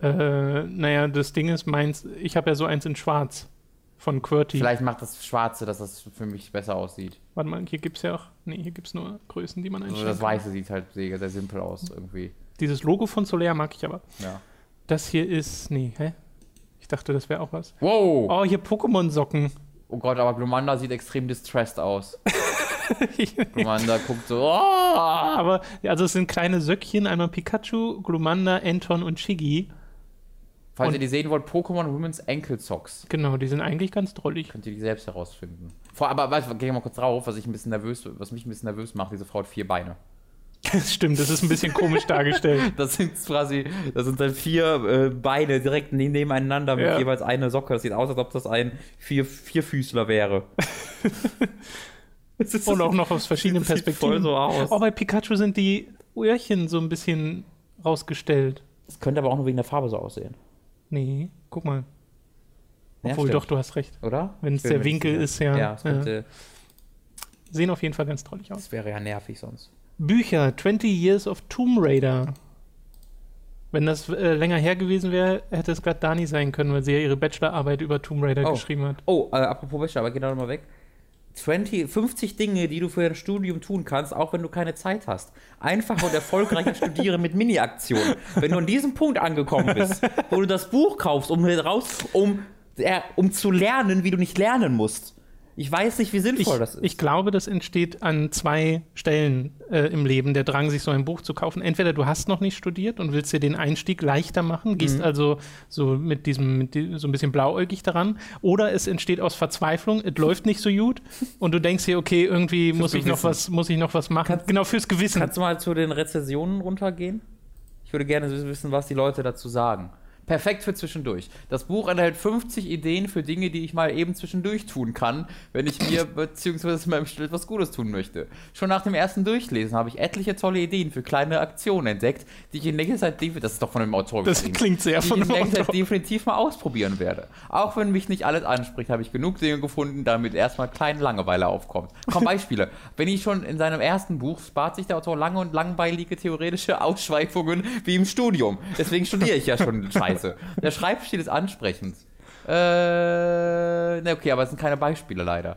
[SPEAKER 1] Äh, naja, das Ding ist meins, ich habe ja so eins in schwarz von QWERTY.
[SPEAKER 2] Vielleicht macht das Schwarze, dass das für mich besser aussieht.
[SPEAKER 1] Warte mal, hier gibt's ja auch, nee, hier gibt's nur Größen, die man
[SPEAKER 2] Also
[SPEAKER 1] einstellen
[SPEAKER 2] das
[SPEAKER 1] kann.
[SPEAKER 2] Weiße sieht halt sehr, sehr simpel aus irgendwie.
[SPEAKER 1] Dieses Logo von Solaire mag ich aber.
[SPEAKER 2] Ja.
[SPEAKER 1] Das hier ist, nee, hä? Ich dachte, das wäre auch was.
[SPEAKER 2] Wow!
[SPEAKER 1] Oh, hier Pokémon-Socken.
[SPEAKER 2] Oh Gott, aber Glumanda sieht extrem distressed aus. Glumanda guckt so. Oh!
[SPEAKER 1] Aber, also es sind kleine Söckchen, einmal Pikachu, Glumanda, Anton und Shiggy.
[SPEAKER 2] Falls
[SPEAKER 1] Und-
[SPEAKER 2] ihr die sehen wollt, Pokémon Women's Ankle Socks.
[SPEAKER 1] Genau, die sind eigentlich ganz drollig.
[SPEAKER 2] Könnt ihr die selbst herausfinden. Vor, aber weißt du, geh mal kurz drauf, was ich ein bisschen nervös, was mich ein bisschen nervös macht, diese Frau hat vier Beine.
[SPEAKER 1] Das stimmt, das ist ein bisschen komisch dargestellt.
[SPEAKER 2] Das sind quasi, das sind dann vier äh, Beine direkt ne- nebeneinander mit
[SPEAKER 1] Ja.
[SPEAKER 2] jeweils einer Socke. Das sieht aus, als ob das ein vier, Vierfüßler wäre. Das ist-
[SPEAKER 1] Und auch noch aus verschiedenen
[SPEAKER 2] Das sieht
[SPEAKER 1] Perspektiven.
[SPEAKER 2] voll so aus.
[SPEAKER 1] Oh, bei Pikachu sind die Öhrchen so ein bisschen rausgestellt.
[SPEAKER 2] Das könnte aber auch nur wegen der Farbe so aussehen.
[SPEAKER 1] Nee, guck mal.
[SPEAKER 2] Ja,
[SPEAKER 1] Obwohl,
[SPEAKER 2] stimmt.
[SPEAKER 1] doch, du hast recht.
[SPEAKER 2] Oder?
[SPEAKER 1] Wenn es
[SPEAKER 2] Bin
[SPEAKER 1] der
[SPEAKER 2] mir nicht
[SPEAKER 1] Winkel
[SPEAKER 2] sicher.
[SPEAKER 1] ist, ja.
[SPEAKER 2] Ja, das,
[SPEAKER 1] Ja.
[SPEAKER 2] könnte,
[SPEAKER 1] Sehen auf jeden Fall ganz drollig aus.
[SPEAKER 2] das wäre ja nervig sonst.
[SPEAKER 1] Bücher, 20 Years of Tomb Raider. Wenn das äh, länger her gewesen wäre, hätte es gerade Dani sein können, weil sie ja ihre Bachelorarbeit über Tomb Raider
[SPEAKER 2] Oh.
[SPEAKER 1] geschrieben hat.
[SPEAKER 2] Oh, äh, apropos Wäsche, aber geh da nochmal weg. 20, 50 Dinge, die du für dein Studium tun kannst, auch wenn du keine Zeit hast. Einfach und erfolgreicher studieren mit Mini-Aktionen. Wenn du an diesem Punkt angekommen bist, wo du das Buch kaufst, um raus, um, äh, um zu lernen, wie du nicht lernen musst. Ich weiß nicht, wie
[SPEAKER 1] Ich,
[SPEAKER 2] sinnvoll das ist.
[SPEAKER 1] ich glaube, das entsteht an zwei Stellen äh, im Leben, der Drang, sich so ein Buch zu kaufen. Entweder du hast noch nicht studiert und willst dir den Einstieg leichter machen, gehst
[SPEAKER 2] Mhm.
[SPEAKER 1] also so mit diesem, mit di so ein bisschen blauäugig daran, oder es entsteht aus Verzweiflung, es läuft nicht so gut und du denkst dir, okay, irgendwie muss ich, noch
[SPEAKER 2] Gewissen.
[SPEAKER 1] was, muss ich noch was machen. genau, fürs Gewissen.
[SPEAKER 2] Kannst du mal zu den Rezensionen runtergehen? Ich würde gerne wissen, was die Leute dazu sagen. Perfekt für zwischendurch. Das Buch enthält 50 Ideen für Dinge, die ich mal eben zwischendurch tun kann, wenn ich mir bzw. meinem Stil etwas Gutes tun möchte. Schon nach dem ersten Durchlesen habe ich etliche tolle Ideen für kleine Aktionen entdeckt, die ich in längster Zeit definitiv, das ist doch von dem Autor
[SPEAKER 1] Das
[SPEAKER 2] geschrieben.
[SPEAKER 1] klingt sehr
[SPEAKER 2] die
[SPEAKER 1] von
[SPEAKER 2] ich in
[SPEAKER 1] dem
[SPEAKER 2] längster Zeit
[SPEAKER 1] Autor.
[SPEAKER 2] definitiv mal ausprobieren werde. Auch wenn mich nicht alles anspricht, habe ich genug Dinge gefunden, damit erstmal kleine Langeweile aufkommt. Komm, Beispiele. wenn ich schon in seinem ersten Buch spart sich der Autor lange und langweilige theoretische Ausschweifungen wie im Studium. Deswegen studiere ich ja schon Scheiße. Der Schreibstil ist ansprechend. Äh, na okay, aber es sind keine Beispiele leider.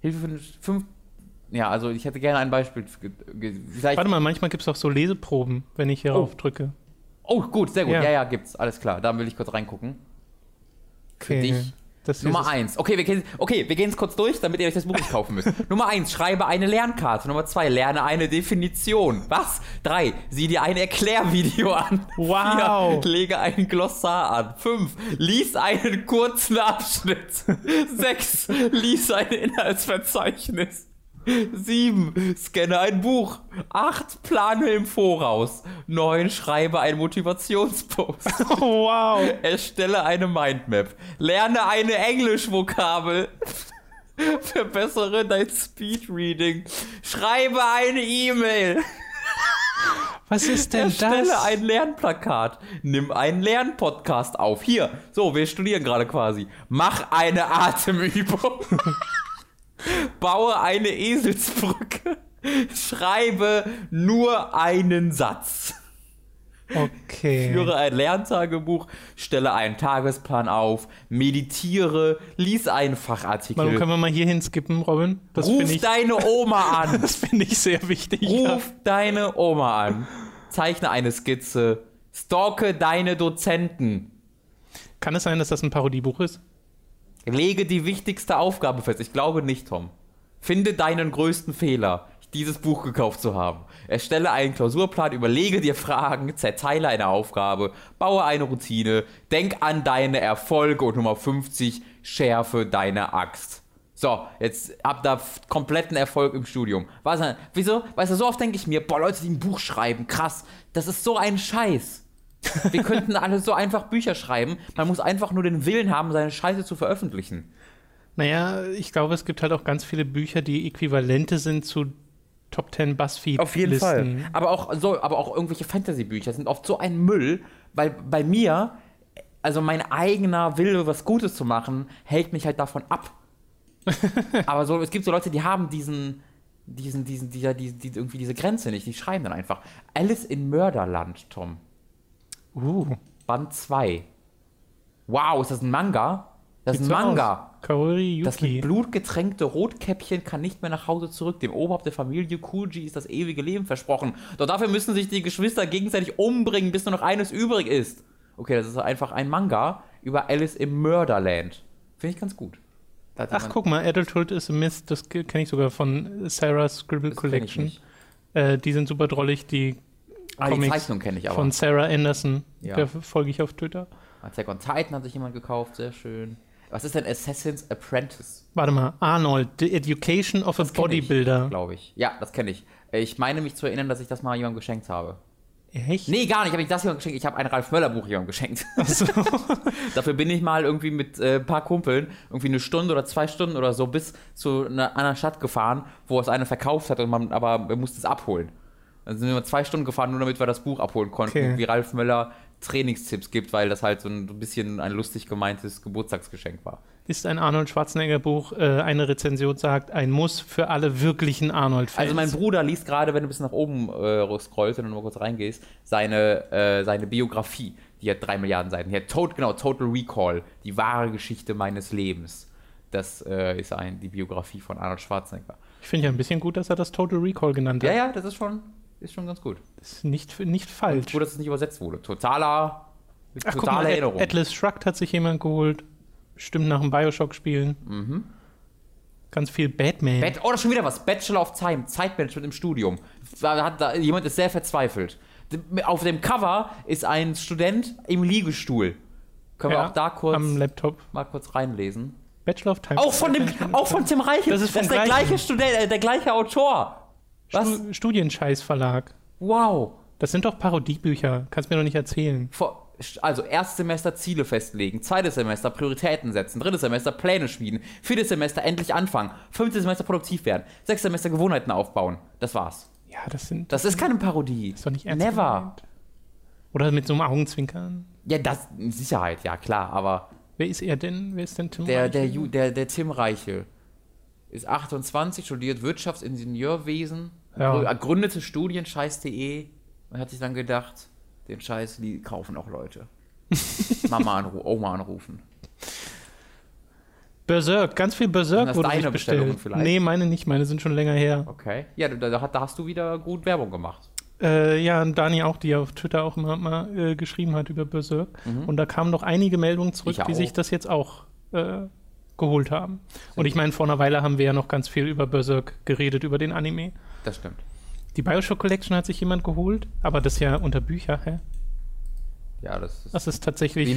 [SPEAKER 2] Hilfe für fünf. Ja, also ich hätte gerne ein Beispiel. ge- ge- Vielleicht
[SPEAKER 1] Warte mal, manchmal gibt es auch so Leseproben, wenn ich hier
[SPEAKER 2] Oh.
[SPEAKER 1] raufdrücke.
[SPEAKER 2] Oh, gut, sehr gut.
[SPEAKER 1] Ja.
[SPEAKER 2] Ja. ja, gibt's. Alles klar. Da will ich kurz reingucken. Für
[SPEAKER 1] Okay.
[SPEAKER 2] dich.
[SPEAKER 1] Das
[SPEAKER 2] Nummer
[SPEAKER 1] ist-
[SPEAKER 2] 1. Okay, wir gehen okay, wir es kurz durch, damit ihr euch das Buch nicht kaufen müsst. Nummer 1, schreibe eine Lernkarte. Nummer 2, lerne eine Definition. Was? 3, sieh dir ein Erklärvideo an.
[SPEAKER 1] Wow.
[SPEAKER 2] Vier, lege ein Glossar an. 5, lies einen kurzen Abschnitt. 6, lies ein Inhaltsverzeichnis. 7. Scanne ein Buch. 8. Plane im Voraus. 9. Schreibe einen Motivationspost.
[SPEAKER 1] Oh, wow.
[SPEAKER 2] Erstelle eine Mindmap. Lerne eine Englischvokabel. Verbessere dein Speedreading. Schreibe eine E-Mail.
[SPEAKER 1] Was ist denn
[SPEAKER 2] Erstelle
[SPEAKER 1] das?
[SPEAKER 2] ein Lernplakat. Nimm einen Lernpodcast auf. Hier. So, wir studieren gerade quasi. Mach eine Atemübung. Baue eine Eselsbrücke. Schreibe nur einen Satz.
[SPEAKER 1] okay.
[SPEAKER 2] Führe ein Lerntagebuch, stelle einen Tagesplan auf, meditiere, lies einen
[SPEAKER 1] Warum
[SPEAKER 2] Fachartikel.
[SPEAKER 1] können wir mal hier hinskippen, Robin? Das finde
[SPEAKER 2] Ruf
[SPEAKER 1] ich,
[SPEAKER 2] deine Oma an.
[SPEAKER 1] das finde ich sehr wichtig.
[SPEAKER 2] Ruf deine Oma an. Zeichne eine Skizze. Stalke deine Dozenten.
[SPEAKER 1] Kann es sein, dass das ein Parodiebuch ist?
[SPEAKER 2] Lege die wichtigste Aufgabe fest. Ich glaube nicht, Tom. Finde deinen größten Fehler, dieses Buch gekauft zu haben. Erstelle einen Klausurplan, überlege dir Fragen, zerteile eine Aufgabe, baue eine Routine, denk an deine Erfolge und Nummer 50, schärfe deine Axt. So, jetzt habt ihr f- kompletten Erfolg im Studium. Was, wieso? Weißt du, so oft denke ich mir, boah, Leute, die ein Buch schreiben, krass, das ist so ein Scheiß. Wir könnten alle so einfach Bücher schreiben. Man muss einfach nur den Willen haben, seine Scheiße zu veröffentlichen.
[SPEAKER 1] Naja, ich glaube, es gibt halt auch ganz viele Bücher, die Äquivalente sind zu Top 10 Buzzfeed.
[SPEAKER 2] Auf jeden Fall. Aber auch, so, aber auch irgendwelche Fantasy-Bücher sind oft so ein Müll, weil bei mir, also mein eigener Wille, was Gutes zu machen, hält mich halt davon ab. aber so, es gibt so Leute, die haben diesen, diesen, diesen, dieser, die, die, irgendwie diese Grenze nicht. Die schreiben dann einfach. Alice in Mörderland, Tom.
[SPEAKER 1] Uh,
[SPEAKER 2] Band 2. Wow, ist das ein Manga? Das ist
[SPEAKER 1] sieht
[SPEAKER 2] ein
[SPEAKER 1] so
[SPEAKER 2] Manga.
[SPEAKER 1] aus. Kaori
[SPEAKER 2] Das mit
[SPEAKER 1] Yuki.
[SPEAKER 2] Blut getränkte Rotkäppchen kann nicht mehr nach Hause zurück. Dem Oberhaupt der Familie Kuji ist das ewige Leben versprochen. Doch dafür müssen sich die Geschwister gegenseitig umbringen, bis nur noch eines übrig ist. Okay, das ist einfach ein Manga über Alice im Murderland. Finde ich ganz gut. Da hat
[SPEAKER 1] Ach,
[SPEAKER 2] jemand-
[SPEAKER 1] guck mal, Adulthood is a Myth, das kenne ich sogar von Sarah Scribble
[SPEAKER 2] das kenn ich
[SPEAKER 1] Collection.
[SPEAKER 2] nicht.
[SPEAKER 1] Äh, die sind super drollig, die
[SPEAKER 2] Ah, die
[SPEAKER 1] Comics
[SPEAKER 2] Zeichnung kenne ich aber.
[SPEAKER 1] von Sarah Anderson.
[SPEAKER 2] Ja.
[SPEAKER 1] Der folge ich auf Twitter.
[SPEAKER 2] Attack on Titan hat sich jemand gekauft, sehr schön. Was ist denn Assassin's Apprentice?
[SPEAKER 1] Warte mal, Arnold, The Education of a
[SPEAKER 2] kenn ich.
[SPEAKER 1] Bodybuilder.
[SPEAKER 2] Glaube ich. Ja, das kenne ich. Ich meine mich zu erinnern, dass ich das mal jemandem geschenkt habe.
[SPEAKER 1] Echt?
[SPEAKER 2] Nee, gar nicht, habe ich das jemandem geschenkt. Ich habe ein Ralf Möller Buch jemandem geschenkt.
[SPEAKER 1] Also,
[SPEAKER 2] Dafür bin ich mal irgendwie mit äh, ein paar Kumpeln irgendwie eine Stunde oder zwei Stunden oder so bis zu ne, einer anderen Stadt gefahren, wo es einer verkauft hat und man aber man musste es abholen. Dann sind wir zwei Stunden gefahren, nur damit wir das Buch abholen konnten,
[SPEAKER 1] Okay.
[SPEAKER 2] wie Ralf Möller Trainingstipps gibt, weil das halt so ein bisschen ein lustig gemeintes Geburtstagsgeschenk war.
[SPEAKER 1] ist ein Arnold Schwarzenegger Buch, äh, eine Rezension sagt, ein Muss für alle wirklichen Arnold-Fans.
[SPEAKER 2] Also mein Bruder liest gerade, wenn du bis nach oben äh, scrollst und mal kurz reingehst, seine, äh, seine Biografie. Die hat drei Milliarden Seiten. Die hat tot, genau, Total Recall, die wahre Geschichte meines Lebens. Das äh, ist ein, die Biografie von Arnold Schwarzenegger.
[SPEAKER 1] ich finde ja ein bisschen gut, dass er das Total Recall genannt hat.
[SPEAKER 2] Ja, ja, das ist schon, ist schon ganz gut.
[SPEAKER 1] Das ist nicht, nicht falsch.
[SPEAKER 2] Gut, dass es nicht übersetzt wurde. Totaler,
[SPEAKER 1] Ach, guck
[SPEAKER 2] totale
[SPEAKER 1] mal, At-
[SPEAKER 2] Erinnerung.
[SPEAKER 1] Atlas Shrugged hat sich jemand geholt. Bestimmt nach dem Bioshock-Spielen.
[SPEAKER 2] Mhm.
[SPEAKER 1] Ganz viel Batman.
[SPEAKER 2] Bett, oh, da ist schon wieder was. Bachelor of Time, Zeitmanagement im Studium. Da hat, da, jemand ist sehr verzweifelt. D- Auf dem Cover ist ein Student im Liegestuhl. Können wir
[SPEAKER 1] Ja,
[SPEAKER 2] auch da kurz
[SPEAKER 1] Am Laptop.
[SPEAKER 2] mal kurz reinlesen?
[SPEAKER 1] Bachelor of Time.
[SPEAKER 2] Auch von dem, auch von Tim Reichen.
[SPEAKER 1] Das ist vom
[SPEAKER 2] der
[SPEAKER 1] gleichen.
[SPEAKER 2] gleiche Student, äh, der gleiche Autor. Was?
[SPEAKER 1] Stu Studienscheiß-Verlag.
[SPEAKER 2] Wow.
[SPEAKER 1] Das sind doch Parodiebücher. Kannst mir doch nicht erzählen.
[SPEAKER 2] Vor- Also, erstes Semester Ziele festlegen, zweites Semester Prioritäten setzen, drittes Semester Pläne schmieden, viertes Semester endlich anfangen, fünftes Semester produktiv werden, sechstes Semester Gewohnheiten aufbauen. Das war's.
[SPEAKER 1] Ja, das sind.
[SPEAKER 2] Das ist keine Parodie.
[SPEAKER 1] ist doch nicht ernst
[SPEAKER 2] Never.
[SPEAKER 1] gemeint. Oder mit so einem Augenzwinkern.
[SPEAKER 2] Ja, das in Sicherheit, ja klar, aber
[SPEAKER 1] Wer ist er denn? Wer ist denn Tim?
[SPEAKER 2] der, der,
[SPEAKER 1] Reichel?
[SPEAKER 2] Ju, der, der Tim Reichel ist 28, studiert Wirtschaftsingenieurwesen,
[SPEAKER 1] Ja.
[SPEAKER 2] grü- äh, gründete Studienscheiß.de und hat sich dann gedacht, den Scheiß die kaufen auch Leute. Mama anrufen, Oma anrufen.
[SPEAKER 1] Berserk. Ganz viel Berserk
[SPEAKER 2] das
[SPEAKER 1] wurde
[SPEAKER 2] deine
[SPEAKER 1] sich
[SPEAKER 2] Bestellungen
[SPEAKER 1] bestellt.
[SPEAKER 2] vielleicht?
[SPEAKER 1] Nee, meine nicht. Meine sind schon länger her.
[SPEAKER 2] Okay. Ja, da, da, hat- da hast du wieder gut Werbung gemacht.
[SPEAKER 1] Äh, ja, und Dani auch, die ja auf Twitter auch immer mal äh, geschrieben hat über Berserk. Und da kamen noch einige Meldungen zurück,
[SPEAKER 2] Mhm. Ich
[SPEAKER 1] die
[SPEAKER 2] auch.
[SPEAKER 1] sich das jetzt auch äh, geholt haben. Und ich meine, vor einer Weile haben wir ja noch ganz viel über Berserk geredet, über den Anime.
[SPEAKER 2] Das stimmt.
[SPEAKER 1] Die Bioshock Collection hat sich jemand geholt, aber das ist ja unter Bücher, hä?
[SPEAKER 2] Ja, das ist
[SPEAKER 1] Das ist
[SPEAKER 2] die
[SPEAKER 1] tatsächlich.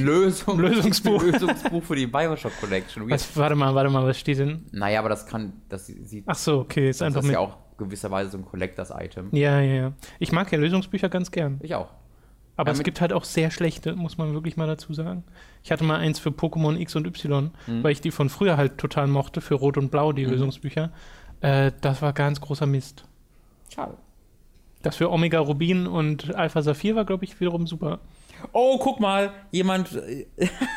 [SPEAKER 2] Lösung.
[SPEAKER 1] Lösungsbuch.
[SPEAKER 2] Lösungsbuch für die Bioshock Collection. Weird.
[SPEAKER 1] Was, warte mal, warte mal, was steht denn?
[SPEAKER 2] Naja, aber das kann, das sieht,
[SPEAKER 1] Ach so, okay, ist
[SPEAKER 2] das
[SPEAKER 1] einfach
[SPEAKER 2] ist
[SPEAKER 1] mit.
[SPEAKER 2] ja auch gewisserweise so ein Collectors Item.
[SPEAKER 1] Ja, ja, ja. Ich mag ja Lösungsbücher ganz gern.
[SPEAKER 2] Ich auch.
[SPEAKER 1] Aber
[SPEAKER 2] Ja,
[SPEAKER 1] es
[SPEAKER 2] mit-
[SPEAKER 1] gibt halt auch sehr schlechte, muss man wirklich mal dazu sagen. Ich hatte mal eins für Pokémon X und Y,
[SPEAKER 2] Mhm.
[SPEAKER 1] weil ich die von früher halt total mochte, für Rot und Blau, die Lösungsbücher. Äh, das war ganz großer Mist.
[SPEAKER 2] Schade.
[SPEAKER 1] Das für Omega Rubin und Alpha Saphir war, glaube ich, wiederum super.
[SPEAKER 2] Oh, guck mal, jemand. äh,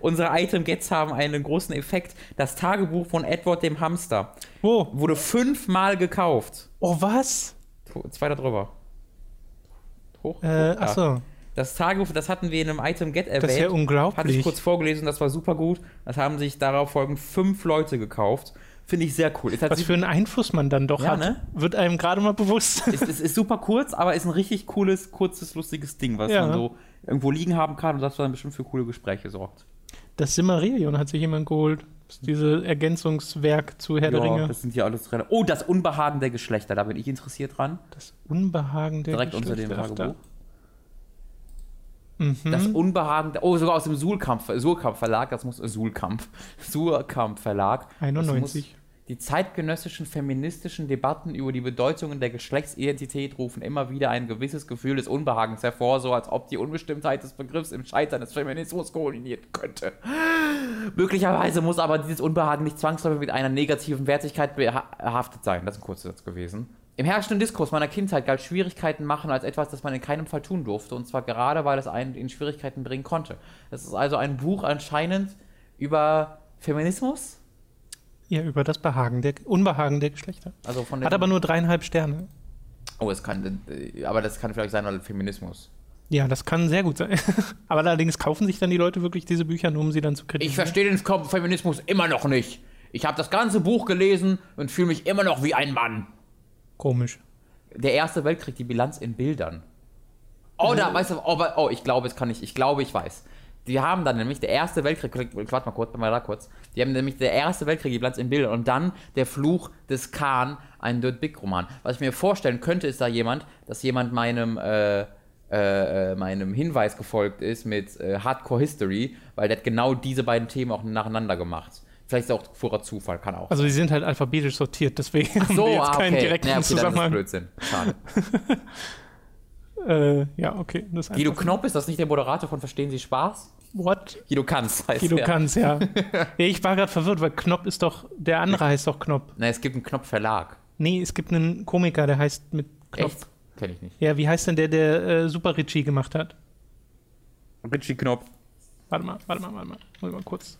[SPEAKER 2] Unsere Item-Gets haben einen großen Effekt. Das Tagebuch von Edward dem Hamster
[SPEAKER 1] Wo?
[SPEAKER 2] wurde fünfmal gekauft.
[SPEAKER 1] Oh, was?
[SPEAKER 2] Tu- Zwei da drüber. Hoch.
[SPEAKER 1] Äh,
[SPEAKER 2] hoch, da.
[SPEAKER 1] achso,
[SPEAKER 2] Das Tagebuch, das hatten wir in einem Item-Get erwähnt.
[SPEAKER 1] das ist ja
[SPEAKER 2] Hatte ich
[SPEAKER 1] unglaublich.
[SPEAKER 2] kurz vorgelesen, das war super gut. Das haben sich darauf folgend fünf Leute gekauft. Finde ich sehr cool. Ist, halt
[SPEAKER 1] Was für einen Einfluss man dann doch
[SPEAKER 2] Ja,
[SPEAKER 1] hat,
[SPEAKER 2] ne?
[SPEAKER 1] wird einem gerade mal bewusst.
[SPEAKER 2] ist, ist, ist super kurz, aber ist ein richtig cooles, kurzes, lustiges Ding, was
[SPEAKER 1] Ja.
[SPEAKER 2] man so irgendwo liegen haben kann und das dann bestimmt für coole Gespräche sorgt.
[SPEAKER 1] Das Simmerillion hat sich jemand geholt. Das ist Diese Ergänzungswerk zu Herr der
[SPEAKER 2] Ja,
[SPEAKER 1] Ringe.
[SPEAKER 2] das sind ja alles relativ. Oh, das Unbehagen der Geschlechter, da bin ich interessiert dran.
[SPEAKER 1] Das Unbehagen der
[SPEAKER 2] Direkt unter dem
[SPEAKER 1] Geschlechter. Ach, da.
[SPEAKER 2] Tagebuch.
[SPEAKER 1] Mhm.
[SPEAKER 2] Das Unbehagen, der, oh, sogar aus dem Suhlkampf, Suhlkampf Verlag, äh, das muss, Suhlkampf, Suhlkampf Verlag. Das
[SPEAKER 1] 91.
[SPEAKER 2] muss- die zeitgenössischen feministischen Debatten über die Bedeutungen der Geschlechtsidentität rufen immer wieder ein gewisses Gefühl des Unbehagens hervor, so als ob die Unbestimmtheit des Begriffs im Scheitern des Feminismus koordiniert könnte. Möglicherweise muss aber dieses Unbehagen nicht zwangsläufig mit einer negativen Wertigkeit behaftet sein. Das ist ein kurzer Satz gewesen. Im herrschenden Diskurs meiner Kindheit galt Schwierigkeiten machen als etwas, das man in keinem Fall tun durfte, und zwar gerade, weil es einen in Schwierigkeiten bringen konnte. Das ist also ein Buch anscheinend über Feminismus.
[SPEAKER 1] Ja, über das Behagen der, Unbehagen der Geschlechter.
[SPEAKER 2] Also von
[SPEAKER 1] Hat aber nur dreieinhalb Sterne.
[SPEAKER 2] oh, es kann, äh, aber das kann vielleicht sein, weil Feminismus.
[SPEAKER 1] Ja, das kann sehr gut sein. aber allerdings kaufen sich dann die Leute wirklich diese Bücher, nur um sie dann zu
[SPEAKER 2] Ich
[SPEAKER 1] kritisieren.
[SPEAKER 2] verstehe den Kom- Feminismus immer noch nicht. Ich habe das ganze Buch gelesen und fühle mich immer noch wie ein Mann.
[SPEAKER 1] Komisch.
[SPEAKER 2] Der Erste Weltkrieg, die Bilanz in Bildern. Oh, da, weißt du, oh, wa- oh, ich glaube, es kann ich, ich glaube, ich weiß. Die haben dann nämlich, der Erste Weltkrieg, warte mal kurz, bleib mal da kurz. Die haben nämlich der Erste Weltkrieg, die Bilanz in Bildern und dann der Fluch des Khan, ein Dirk Big Roman. Was ich mir vorstellen könnte, ist da jemand, dass jemand meinem, äh, äh, äh, meinem Hinweis gefolgt ist mit äh, Hardcore History, weil der hat genau diese beiden Themen auch nacheinander gemacht. Vielleicht ist es auch purer Zufall, kann auch.
[SPEAKER 1] Also die sind halt alphabetisch sortiert, deswegen haben
[SPEAKER 2] so,
[SPEAKER 1] wir jetzt
[SPEAKER 2] ah,
[SPEAKER 1] keinen
[SPEAKER 2] okay.
[SPEAKER 1] direkten
[SPEAKER 2] Naja, okay,
[SPEAKER 1] Zusammenhang.
[SPEAKER 2] Dann ist das Blödsinn. Schade.
[SPEAKER 1] Äh, ja, okay. Das ist
[SPEAKER 2] Guido
[SPEAKER 1] einfach-
[SPEAKER 2] Knopp, ist das nicht der Moderator von Verstehen Sie Spaß?
[SPEAKER 1] What?
[SPEAKER 2] Guido Kanz heißt
[SPEAKER 1] Guido
[SPEAKER 2] er.
[SPEAKER 1] Kanz, ja. ja. Ich war gerade verwirrt, weil Knopp ist doch, der andere heißt doch Knopp.
[SPEAKER 2] Nein, es gibt einen Knopf-Verlag.
[SPEAKER 1] Nee, es gibt einen Komiker, der heißt mit Knopp.
[SPEAKER 2] Echt? Kenne ich nicht.
[SPEAKER 1] Ja, wie heißt denn der, der äh, Super Richie gemacht hat?
[SPEAKER 2] Richie Knopf.
[SPEAKER 1] Warte mal, warte mal, warte mal. Muss ich mal kurz.